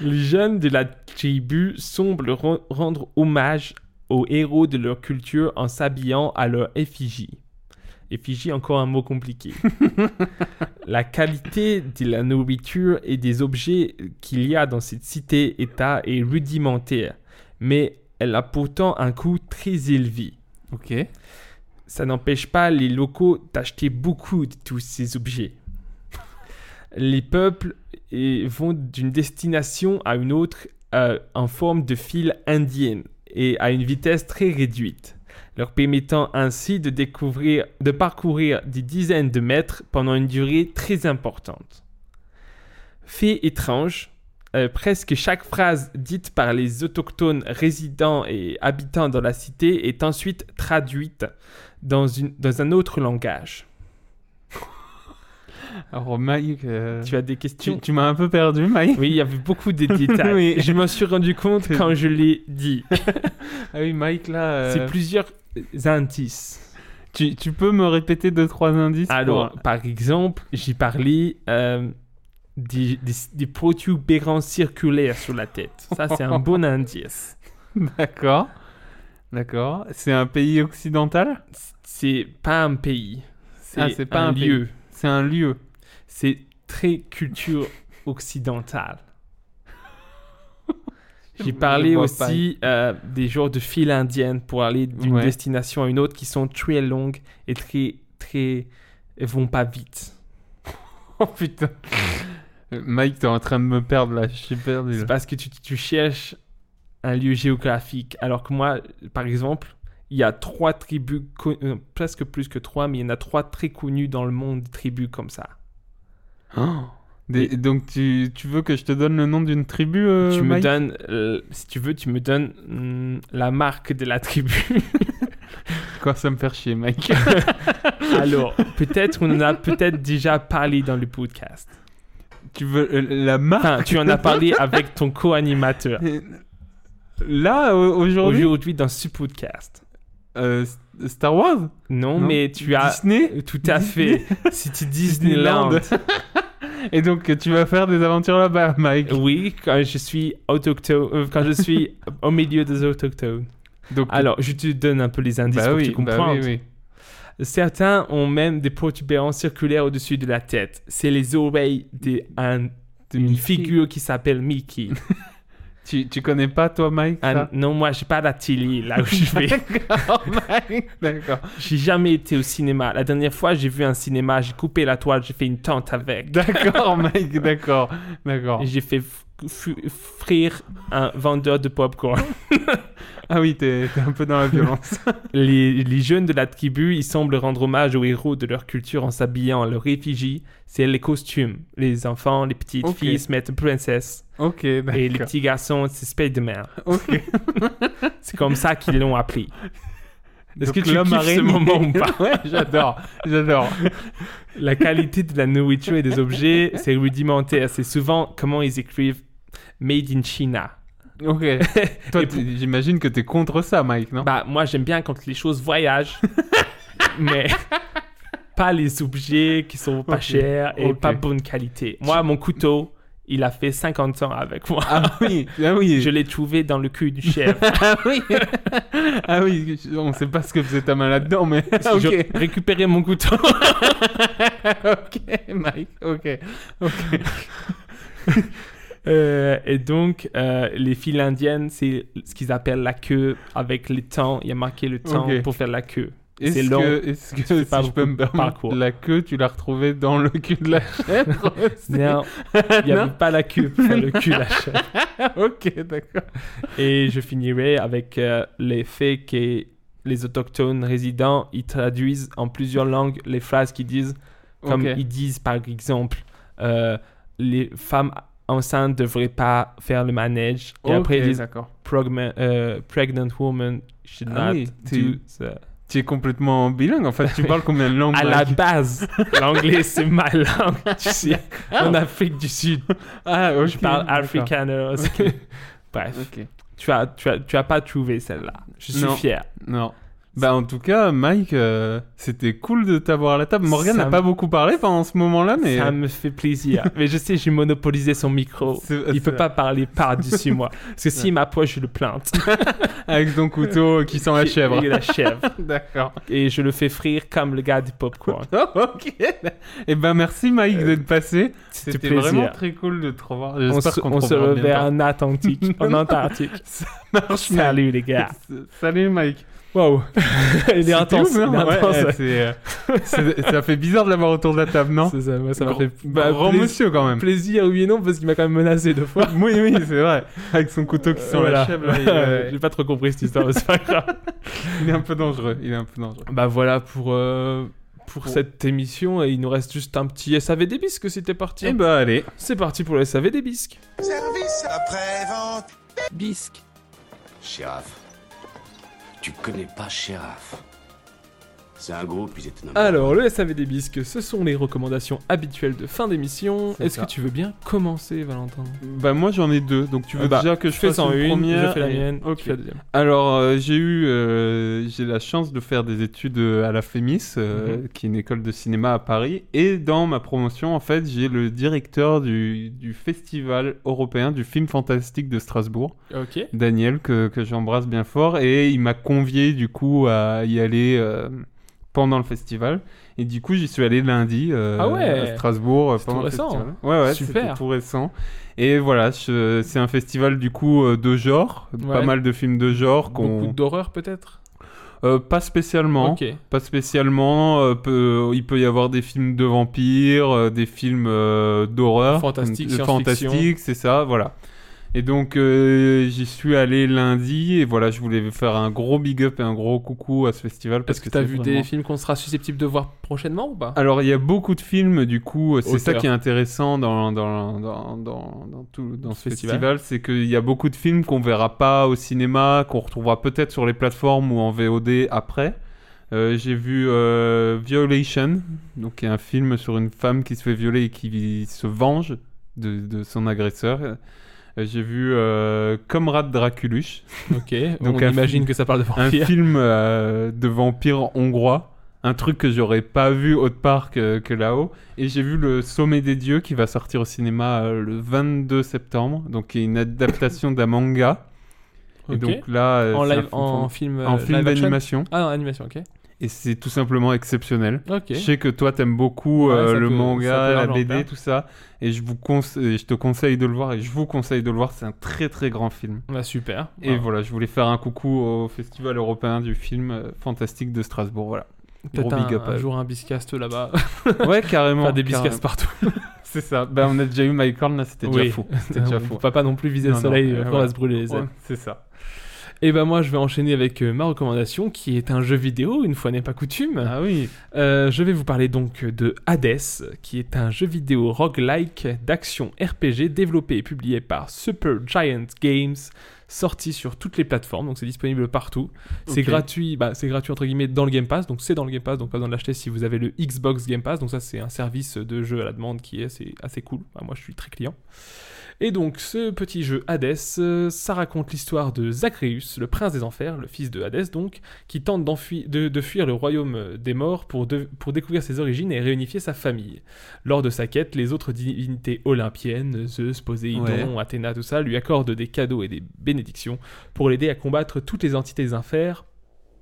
S8: Les jeunes de la tribu semblent ren- rendre hommage aux héros de leur culture en s'habillant à leur effigie. Effigie, encore un mot compliqué. la qualité de la nourriture et des objets qu'il y a dans cette cité-État est rudimentaire, mais elle a pourtant un coût très élevé.
S9: ok.
S8: Ça n'empêche pas les locaux d'acheter beaucoup de tous ces objets. Les peuples eh, vont d'une destination à une autre euh, en forme de file indienne et à une vitesse très réduite, leur permettant ainsi de, découvrir, de parcourir des dizaines de mètres pendant une durée très importante. Fait étrange, euh, presque chaque phrase dite par les autochtones résidents et habitants dans la cité est ensuite traduite dans, une, dans un autre langage.
S9: Alors, Mike, euh,
S8: Tu as des questions
S9: tu, tu m'as un peu perdu, Mike.
S8: Oui, il y avait beaucoup de détails.
S9: Oui.
S8: Je m'en suis rendu compte quand je l'ai dit.
S9: Ah oui, Mike, là. euh,
S8: C'est plusieurs indices.
S9: Tu, tu peux me répéter deux, trois indices pour-
S8: Alors, par exemple, j'ai parlé euh, des, des, des protubérances circulaires sur la tête. Ça, c'est un bon indice.
S9: D'accord. D'accord. C'est un pays occidental
S8: C'est pas un pays. C'est
S9: Ah, c'est pas
S8: un,
S9: un pays.
S8: lieu.
S9: C'est un lieu.
S8: C'est très culture occidentale. J'ai
S9: Je
S8: parlé
S9: vois
S8: aussi euh, des genres de files indiennes pour aller d'une
S9: Ouais.
S8: destination à une autre qui sont très longues et très, très. elles vont pas vite.
S9: Oh putain. Euh, Mike, t'es en train de me perdre là. Je suis perdu. là.
S8: C'est parce que tu, tu cherches un lieu géographique. Alors que moi, par exemple, il y a trois tribus, con- euh, presque plus que trois, mais il y en a trois très connues dans le monde, des tribus comme ça.
S9: Oh. Des- Donc tu, tu veux que je te donne le nom d'une tribu euh,
S8: tu me
S9: Mike
S8: donnes, euh, si tu veux, tu me donnes hum, la marque de la tribu.
S9: Quoi, ça me fait chier, Mike.
S8: Alors, peut-être on en a peut-être déjà parlé dans le podcast.
S9: tu veux euh, la marque
S8: Enfin, tu en as parlé avec ton co-animateur.
S9: Là, au- aujourd'hui
S8: Aujourd'hui, dans ce podcast.
S9: Euh, S- Star Wars
S8: Non,
S9: Non.
S8: mais tu as...
S9: Disney
S8: Tout à fait. C'était Disneyland.
S9: Et donc tu vas faire des aventures là-bas, Mike.
S8: Oui, quand je suis autochtone, euh, quand je suis au milieu des autochtones.
S9: Donc,
S8: Alors, je te donne un peu les indices
S9: bah
S8: pour que
S9: oui,
S8: tu
S9: bah
S8: comprennes.
S9: oui, oui.
S8: Certains ont même des protubérances circulaires au-dessus de la tête. C'est les oreilles d'un- d'une
S9: Mickey.
S8: figure qui s'appelle Mickey.
S9: Tu, tu connais pas toi, Mike
S8: Ah,
S9: ça
S8: non, moi, j'ai pas d'atelier là où je vais.
S9: D'accord, Mike. D'accord.
S8: J'ai jamais été au cinéma. La dernière fois, j'ai vu un cinéma, j'ai coupé la toile, j'ai fait une tente avec.
S9: D'accord, Mike, d'accord, d'accord.
S8: Et J'ai fait f- f- frire un vendeur de popcorn.
S9: Ah oui, t'es t'es un peu dans la violence.
S8: Les, les jeunes de la tribu, ils semblent rendre hommage aux héros de leur culture en s'habillant à leur effigie. C'est les costumes. Les enfants, les petites
S9: Ok.
S8: filles se mettent princesse.
S9: ok,
S8: Et les
S9: d'accord.
S8: petits garçons, c'est Spider-Man.
S9: Ok.
S8: C'est comme ça qu'ils l'ont appris. Est-ce que
S9: Donc
S8: tu
S9: l'homme
S8: kiffes ce
S9: araignée.
S8: moment ou pas
S9: Ouais, j'adore, j'adore.
S8: La qualité de la nourriture et des objets, c'est rudimentaire. C'est souvent comment ils écrivent Made in China.
S9: Ok. Toi,
S8: Et pour-
S9: t'es- j'imagine que t'es contre ça, Mike, non
S8: Bah, moi, j'aime bien quand les choses voyagent, mais pas les objets qui sont pas
S9: Ok,
S8: chers et
S9: ok.
S8: pas bonne qualité. Moi, mon couteau, Il a fait 50 ans avec moi.
S9: Ah oui, ah oui.
S8: Je l'ai trouvé dans le cul du chef.
S9: Ah oui. ah oui, je- on sait pas ce que faisait ta main là-dedans, mais. Ah, ok.
S8: J'ai récupéré mon couteau.
S9: ok, Mike. Ok. Ok.
S8: Euh, et donc, euh, les fils indiennes, c'est ce qu'ils appellent la queue. Avec les temps, il y a marqué le temps
S9: Ok.
S8: pour faire la queue.
S9: Est-ce
S8: C'est long.
S9: que, est-ce que
S8: fais
S9: si
S8: pas
S9: je peux
S8: beaucoup
S9: me
S8: de
S9: permettre,
S8: parcours.
S9: la queue, tu l'as retrouvée dans le cul de la chèvre aussi
S8: Non, il n'y
S9: Non
S8: avait pas la queue pour faire le cul, la chèvre.
S9: Ok, d'accord.
S8: Et je finirai avec euh, les faits que les autochtones résidents, ils traduisent en plusieurs langues les phrases qu'ils disent. Comme
S9: Ok.
S8: ils disent, par exemple, euh, les femmes enceintes ne devraient pas faire le manège. Et après, ils
S9: Ok,
S8: disent,
S9: d'accord.
S8: Progma- euh, pregnant woman should
S9: Ah
S8: not
S9: oui,
S8: do
S9: tu-
S8: the-
S9: Tu es complètement bilingue, en fait. Tu parles combien de langues
S8: À la
S9: Mike
S8: base, l'anglais, c'est ma langue, tu sais. En Afrique du Sud,
S9: Ah, ok.
S8: je parle
S9: d'accord.
S8: afrikaner. Bref,
S9: Ok.
S8: tu as, tu, as, tu as pas trouvé celle-là. Je suis
S9: Non.
S8: fier.
S9: Non. Bah en tout cas, Mike, euh, c'était cool de t'avoir à la table. Morgan
S8: Ça
S9: n'a
S8: me-
S9: pas beaucoup parlé pendant ce moment-là, Ah, mais euh,
S8: Ça me fait plaisir. Mais je sais, j'ai monopolisé son micro.
S9: C'est- c'est
S8: Il peut
S9: vrai.
S8: pas parler par-dessus moi. Parce que s'il m'approche, je le plainte.
S9: avec ton couteau qui sent la chèvre.
S8: Et la chèvre.
S9: D'accord.
S8: Et je le fais frire comme le gars du popcorn.
S9: Oh, ok. Et ben merci Mike d'être passé.
S8: C'était
S9: C'était
S8: plaisir.
S9: vraiment très cool de te revoir.
S8: on
S9: J'espère
S8: se,
S9: qu'on
S8: on
S9: te
S8: se
S9: reverra
S8: reverra
S9: bientôt.
S8: en Atlantique, en Antarctique. Salut les gars.
S9: Salut Mike.
S8: Wow. Il est
S9: C'était
S8: intense.
S9: ouf, non
S8: il est
S9: Ouais,
S8: intense.
S9: c'est, euh, c'est- ça fait bizarre de l'avoir autour de la table, non
S8: C'est ça, moi, ça m'a
S9: Grand-
S8: fait bah,
S9: Grand
S8: plais-
S9: monsieur quand même.
S8: plaisir, oui et non, parce qu'il m'a quand même menacé deux fois.
S9: Oui, oui, c'est vrai. Avec son couteau qui sent
S8: Voilà.
S9: la chèvre, là, il, euh,
S8: J'ai pas trop compris cette histoire, mais c'est pas grave.
S9: il est un peu dangereux. Il est un peu dangereux.
S8: Bah voilà pour, euh, pour
S9: Bon.
S8: cette émission et il nous reste juste un petit SAV des bisques si t'es parti.
S9: Et bah allez.
S8: C'est parti pour le SAV des bisques.
S7: bisque,
S6: Chéraf. Tu connais pas Chéraf. C'est un groupe, ils étaient nommés.
S8: Alors le SAV des bisques, ce sont les recommandations habituelles de fin d'émission.
S9: C'est
S8: Est-ce
S9: ça.
S8: que tu veux bien commencer Valentin
S9: Bah moi j'en ai deux, donc tu veux
S8: Ah bah,
S9: déjà que je
S8: Je fais
S9: fasse
S8: sans
S9: une
S8: une,
S9: première.
S8: je fais la
S9: et-
S8: mienne,
S9: Ok.
S8: tu fais la deuxième.
S9: Alors euh, j'ai eu, euh, j'ai la chance de faire des études euh, à la Fémis, euh,
S8: Mhm.
S9: qui est une école de cinéma à Paris, et dans ma promotion en fait j'ai le directeur du, du festival européen du film fantastique de Strasbourg,
S8: Ok.
S9: Daniel que, que j'embrasse bien fort, et il m'a convié du coup à y aller. euh, pendant le festival et du coup j'y suis allé lundi euh,
S8: Ah ouais.
S9: à Strasbourg euh,
S8: C'est
S9: pendant
S8: tout
S9: le
S8: récent. hein.
S9: festival. Ouais ouais,
S8: Super.
S9: c'était tout récent. Et voilà, je- c'est un festival du coup euh, de genre, pas
S8: Ouais.
S9: mal de films de genre
S8: Beaucoup
S9: qu'on
S8: d'horreur peut-être
S9: Euh, pas spécialement,
S8: Ok.
S9: pas spécialement. euh, peut- il peut y avoir des films de vampires, euh, des films euh, d'horreur,
S8: Fantastique,
S9: Euh,
S8: science-fiction.
S9: fantastique, c'est ça, voilà. Et donc euh, j'y suis allé lundi et voilà, je voulais faire un gros big up et un gros coucou à ce festival parce
S8: Est-ce que t'as Ah,
S9: c'est
S8: vu
S9: vraiment-
S8: des films qu'on sera susceptible de voir prochainement ou pas
S9: alors, il y a beaucoup de films, du coup, euh, c'est ça
S8: Auteur.
S9: qui est intéressant dans, dans, dans, dans, dans tout, dans ce
S8: Ce festival.
S9: festival, c'est qu'il y a beaucoup de films qu'on verra pas au cinéma, qu'on retrouvera peut-être sur les plateformes ou en VOD après. Euh, J'ai vu euh, Violation, donc qui est un film sur une femme qui se fait violer et qui se venge de, de son agresseur. Euh, J'ai vu euh, Comrade Draculus,
S8: Ok.
S9: Donc,
S8: on
S9: un
S8: imagine
S9: film-
S8: que ça parle de
S9: un
S8: vampires.
S9: film euh, de vampire hongrois. Un truc que j'aurais pas vu autre part que, que là-haut. Et j'ai vu Le Sommet des Dieux qui va sortir au cinéma euh, le 22 septembre. Donc, qui est une adaptation d'un manga. Et
S8: Ok.
S9: donc là. euh,
S8: en
S9: c'est un
S8: live,
S9: film-
S8: en film, euh,
S9: en film
S8: live action
S9: d'animation.
S8: Ah, en animation, ok.
S9: Et c'est tout simplement exceptionnel.
S8: Ok.
S9: Je sais que toi, t'aimes beaucoup
S8: Ouais,
S9: euh,
S8: ça
S9: le
S8: peut- ça
S9: manga,
S8: peut
S9: la
S8: largement
S9: BD,
S8: plaire.
S9: tout ça. Et je, vous conse- et je te conseille de le voir. Et je vous conseille de le voir. C'est un très, très grand film.
S8: Bah, super.
S9: Et
S8: Voilà.
S9: voilà, je voulais faire un coucou au Festival européen du film euh, fantastique de Strasbourg. Voilà. Gros
S8: Peut-être un,
S9: big up.
S8: un
S9: à-
S8: jour un biscaste là-bas.
S9: Ouais, carrément.
S8: Faire des
S9: carrément.
S8: biscastes partout.
S9: C'est ça. Ben, on a déjà eu Mike Horn, là, c'était
S8: Oui.
S9: déjà fou. C'était déjà
S8: On
S9: fou.
S8: peut pas- pas non plus viser
S9: Non,
S8: le soleil,
S9: non,
S8: euh,
S9: euh,
S8: après, on
S9: voilà.
S8: va se brûler les ailes.
S9: Ouais, c'est ça.
S8: Et ben moi je vais enchaîner avec euh, ma recommandation qui est un jeu vidéo, une fois n'est pas coutume.
S9: Ah oui.
S8: Euh, je vais vous parler donc de Hades, qui est un jeu vidéo roguelike d'action RPG développé et publié par Super Giant Games, sorti sur toutes les plateformes, donc c'est disponible partout. C'est
S9: Ok.
S8: gratuit, bah, c'est gratuit entre guillemets dans le Game Pass, donc c'est dans le Game Pass, donc pas besoin de l'acheter si vous avez le Xbox Game Pass. Donc ça c'est un service de jeu à la demande qui est assez, assez cool. Bah, moi je suis très client. Et donc ce petit jeu Hades, euh, ça raconte l'histoire de Zachreus, le prince des enfers, le fils de Hadès donc, qui tente d'enfui- de, de fuir le royaume euh, des morts pour, de- pour découvrir ses origines et réunifier sa famille. Lors de sa quête, les autres divinités olympiennes, Zeus, Poséidon,
S9: Ouais.
S8: Athéna, tout ça, lui accordent des cadeaux et des bénédictions pour l'aider à combattre toutes les entités des enfers,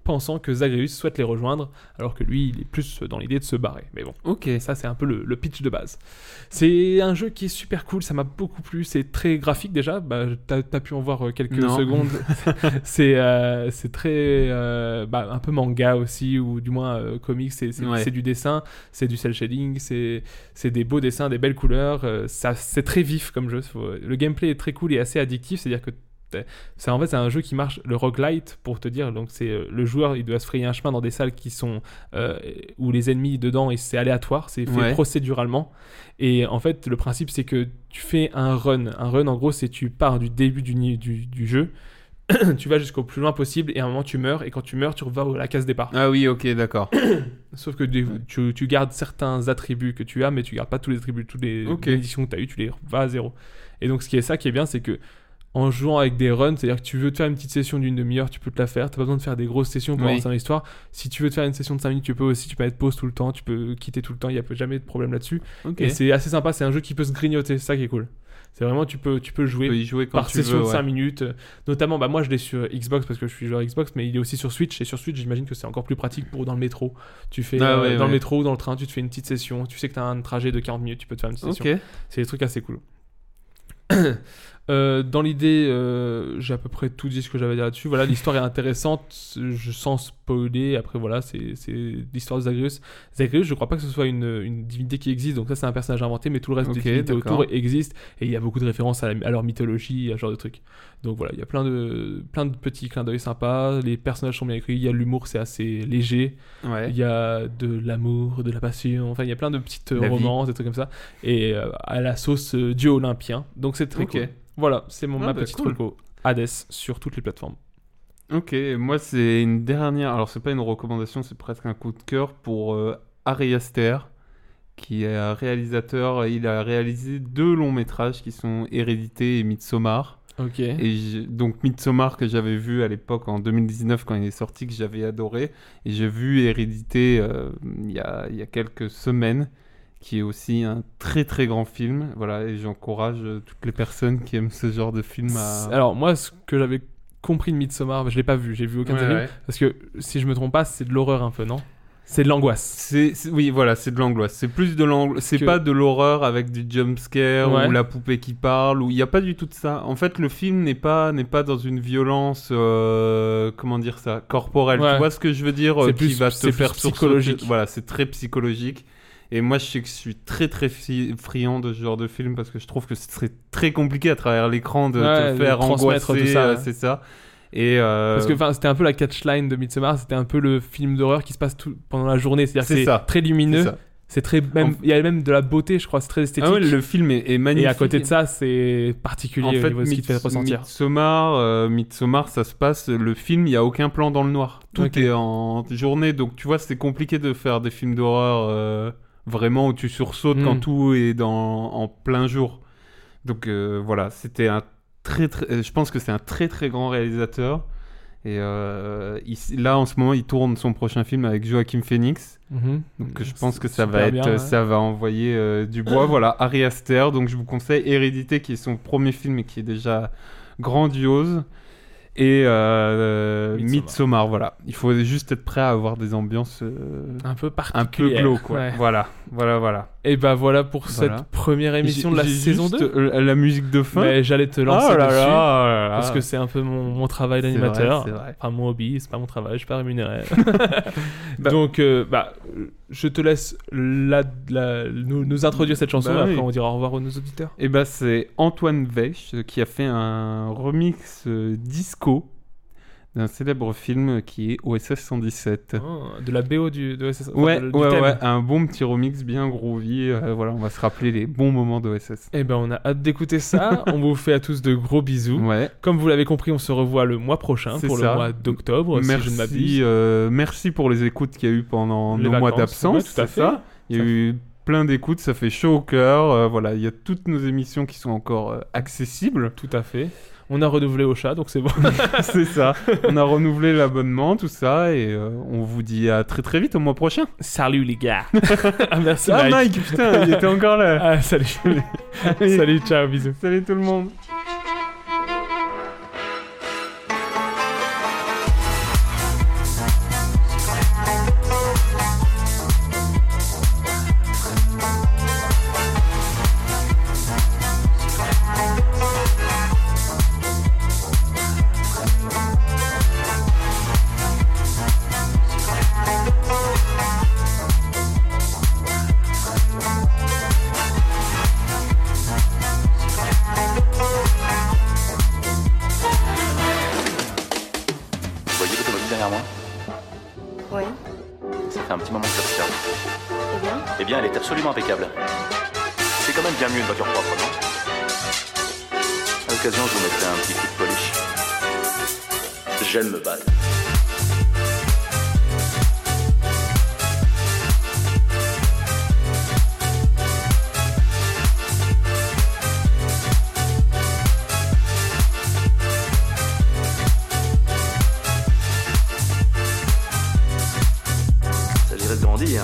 S8: pensant que Zagreus souhaite les rejoindre, alors que lui, il est plus dans l'idée de se barrer. Mais bon.
S9: Ok.
S8: Et ça, c'est un peu le, le pitch de base. C'est un jeu qui est super cool, ça m'a beaucoup plu. C'est très graphique déjà. Bah, T'as as pu en voir euh, quelques
S9: Non.
S8: secondes. c'est euh, c'est très. euh, bah, un peu manga aussi, ou du moins euh, comics. C'est c'est-
S9: Ouais.
S8: c'est du dessin, c'est du cel shading, c'est c'est des beaux dessins, des belles couleurs. euh, ça- c'est très vif comme jeu. Faut- le gameplay est très cool et assez addictif, c'est-à-dire que t'es- c'est en fait c'est un jeu qui marche le roguelite pour te dire donc c'est euh, le joueur il doit se frayer un chemin dans des salles qui sont euh, où les ennemis dedans et c'est aléatoire c'est fait
S9: Ouais.
S8: procéduralement et en fait le principe c'est que tu fais un run un run en gros c'est tu pars du début du, ni- du, du jeu tu vas jusqu'au plus loin possible et à un moment tu meurs et quand tu meurs tu vas à la case départ
S9: Ah oui, ok, d'accord.
S8: Sauf que des- tu, tu gardes certains attributs que tu as, mais tu gardes pas tous les attributs, toutes les
S9: Ok.
S8: éditions que tu as eues, tu les vas à zéro. Et donc, ce qui est ça qui est bien, c'est que en jouant avec des runs, c'est-à-dire que tu veux te faire une petite session d'une demi-heure, tu peux te la faire. T'as pas besoin de faire des grosses sessions pour
S9: Oui.
S8: avancer dans l'histoire. Si tu veux te faire une session de 5 minutes, tu peux aussi. Tu peux mettre pause tout le temps, tu peux quitter tout le temps. Il n'y a jamais de problème là-dessus.
S9: Ok.
S8: Et c'est assez sympa. C'est un jeu qui peut se grignoter. C'est ça qui est cool. C'est vraiment tu peux tu peux
S9: Tu
S8: jouer
S9: peux y jouer quand
S8: par
S9: tu
S8: session
S9: veux.
S8: de 5
S9: ouais.
S8: minutes. Euh, Notamment, bah, moi je l'ai sur Xbox parce que je suis joueur Xbox, mais il est aussi sur Switch. Et sur Switch, j'imagine que c'est encore plus pratique pour dans le métro. Tu fais
S9: Ah
S8: euh,
S9: ouais,
S8: dans le
S9: ouais.
S8: métro ou dans le train, tu te fais une petite session. Tu sais que tu as un trajet de 40 minutes, tu peux te faire une petite session.
S9: Ok.
S8: C'est des trucs assez cool. Euh, dans l'idée, euh, j'ai à peu près tout dit ce que j'avais à dire là-dessus. Voilà, l'histoire est intéressante, je sens spoiler. Après, voilà, c'est c'est l'histoire de Zagreus. Zagreus, je crois pas que ce soit une, une divinité qui existe, donc ça, c'est un personnage inventé, mais tout le reste
S9: Ok,
S8: des divinités
S9: d'accord.
S8: autour existe et il y a beaucoup de références à, la- à leur mythologie, à ce genre de trucs. Donc voilà, il y a plein de, plein de petits clins d'œil sympas, les personnages sont bien écrits, il y a de l'humour, c'est assez léger.
S9: Ouais.
S8: Il y a de l'amour, de la passion, enfin il y a plein de petites euh,
S9: La vie.
S8: romances, des trucs comme ça, et euh, à la sauce euh, dieu olympien. Donc c'est très
S9: Ok.
S8: cool. Voilà, c'est mon
S9: Ah,
S8: ma
S9: bah,
S8: petite
S9: cool.
S8: reco. Hades sur toutes les plateformes.
S9: Ok, moi c'est une dernière. Alors c'est pas une recommandation, c'est presque un coup de cœur pour euh, Ari Aster, qui est un réalisateur. Il a réalisé deux longs métrages qui sont Hérédité et Midsommar.
S8: Ok.
S9: Et j'ai- donc Midsommar que j'avais vu à l'époque en 2019 quand il est sorti que j'avais adoré et j'ai vu Hérédité euh, il y, a, il y a quelques semaines qui est aussi un très très grand film voilà et j'encourage euh, toutes les personnes qui aiment ce genre de film à
S8: Alors moi, ce que j'avais compris de Midsommar, bah, je l'ai pas vu, j'ai vu aucun de
S9: Ouais,
S8: ces films,
S9: ouais.
S8: parce que si je me trompe pas, c'est de l'horreur un peu, non C'est de l'angoisse.
S9: C'est, c'est- oui, voilà, c'est de l'angoisse. C'est plus de l'angoisse. C'est
S8: Que-
S9: pas de l'horreur avec du jump scare
S8: Ouais.
S9: ou la poupée qui parle. Ou il n'y a pas du tout de ça. En fait, le film n'est pas n'est pas dans une violence, euh, comment dire ça, corporelle.
S8: Ouais.
S9: Tu vois ce que je veux dire euh,
S8: C'est
S9: Qui
S8: plus-
S9: va
S8: c'est
S9: te
S8: plus
S9: faire sursauter.
S8: psychologique.
S9: Voilà, c'est très psychologique. Et moi, je sais que je suis très très fi- friand de ce genre de film parce que je trouve que c'est très, très compliqué à travers l'écran de
S8: Ouais,
S9: te
S8: de
S9: faire
S8: transmettre
S9: angoisser.
S8: tout ça,
S9: euh,
S8: ouais.
S9: C'est ça. Et euh,
S8: Parce que enfin, c'était un peu la catchline de Midsommar, c'était un peu le film d'horreur qui se passe tout, pendant la journée, c'est-à-dire
S9: C'est
S8: que
S9: ça.
S8: c'est très
S9: c'est
S8: lumineux,
S9: ça.
S8: c'est très même, il y a même de la beauté, je crois, c'est très esthétique.
S9: Ah ouais, le film est, est magnifique.
S8: Et à côté de ça, c'est particulier
S9: en
S8: au
S9: fait,
S8: niveau de ce qui te fait
S9: Midsommar-
S8: ressentir.
S9: Midsommar, euh, Midsommar, ça se passe, le film, il n'y a aucun plan dans le noir. Tout
S8: Ok.
S9: est en journée, donc tu vois, c'est compliqué de faire des films d'horreur euh, vraiment où tu sursautes
S8: Mm.
S9: quand tout est dans, en plein jour. Donc euh, voilà, c'était un très, très, euh, je pense que c'est un très très grand réalisateur. Et euh, il- là, en ce moment, il tourne son prochain film avec Joaquin Phoenix. Donc je pense que ça va être, euh,
S8: Super bien, ouais.
S9: ça va envoyer euh, du bois. voilà, Ari Aster. Donc je vous conseille Hérédité, qui est son premier film et qui est déjà grandiose. Et euh, Midsommar.
S8: Midsommar.
S9: voilà. Il faut juste être prêt à avoir des ambiances euh,
S8: un peu
S9: un peu
S8: particulier.
S9: glauques, quoi. Voilà, voilà, voilà.
S8: Et bah voilà pour
S9: Voilà.
S8: cette première émission de la
S9: J'ai- j'ai
S8: saison
S9: juste,
S8: 2.
S9: euh, la musique de fin.
S8: Mais j'allais te
S9: Oh là
S8: lancer
S9: là,
S8: dessus.
S9: oh là là.
S8: Parce que c'est un peu mon, mon travail
S9: C'est
S8: d'animateur.
S9: vrai, c'est vrai.
S8: Enfin, mon hobby, c'est pas mon travail, je suis pas rémunéré.
S9: Bah-
S8: Donc, euh, bah, je te laisse la, la- nous, nous introduire cette chanson
S9: Bah
S8: et après
S9: oui.
S8: on dira au revoir à nos auditeurs.
S9: Et bah c'est Antoine Veich euh, qui a fait un remix euh, disco d'un célèbre film qui est OSS 117.
S8: Ah, de la BO du, de SS. enfin,
S9: Ouais,
S8: de- du
S9: ouais,
S8: thème.
S9: ouais, un bon petit remix bien groovy. euh, voilà, on va se rappeler les bons moments d'OSS.
S8: Eh ben, on a hâte d'écouter ça. on vous fait à tous de gros bisous.
S9: Ouais,
S8: Comme vous l'avez compris, on se revoit le mois prochain
S9: C'est
S8: pour
S9: ça.
S8: le mois d'octobre, si je ne
S9: merci,
S8: m'abuse.
S9: euh, merci pour les écoutes qu'il y a eu pendant
S8: Les
S9: nos mois
S8: vacances,
S9: d'absence.
S8: ouais, tout à
S9: c'est
S8: fait.
S9: ça. Il y a
S8: Ça-
S9: eu plein d'écoutes, ça fait chaud au cœur. euh, voilà, il y a toutes nos émissions qui sont encore euh, accessibles.
S8: Tout à fait. On a renouvelé au chat, donc c'est bon.
S9: c'est ça. On a renouvelé l'abonnement, tout ça, et euh, on vous dit à très très vite au mois prochain.
S8: Salut les gars. Ah, merci
S9: ah
S8: Mike.
S9: Mike, putain, il était encore là.
S8: Ah, salut. salut, ciao, bisous.
S9: Salut tout le monde.
S11: Vous voyez l'automobile derrière moi
S10: Oui,
S11: Ça fait un petit moment que je l'observe.
S10: eh bien,
S11: Eh bien, elle est absolument impeccable. C'est quand même bien mieux une voiture propre, non À l'occasion, je vous mettrai un petit coup de polish. J'aime me battre. Ça dirait de grandir.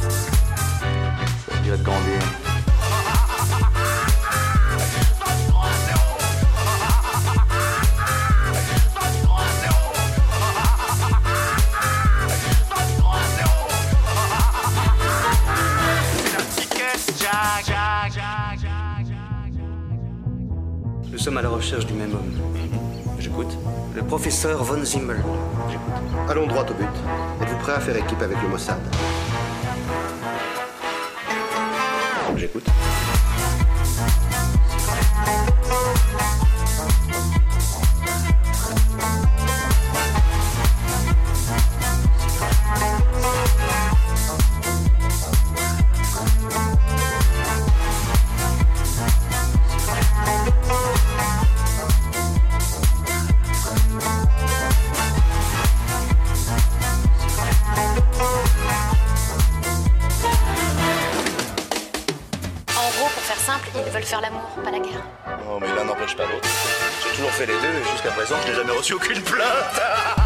S11: Ça dirait de grandir.
S2: Nous sommes à la recherche du même homme.
S11: J'écoute.
S2: Le professeur Von Zimmel.
S12: Allons droit au but. Êtes-vous prêt à faire équipe avec le Mossad
S11: J'écoute.
S10: en gros, pour faire simple, ils veulent faire l'amour, pas la guerre.
S11: Oh, Non, mais l'un n'empêche pas l'autre. J'ai toujours fait les deux et jusqu'à présent, je n'ai jamais reçu aucune plainte.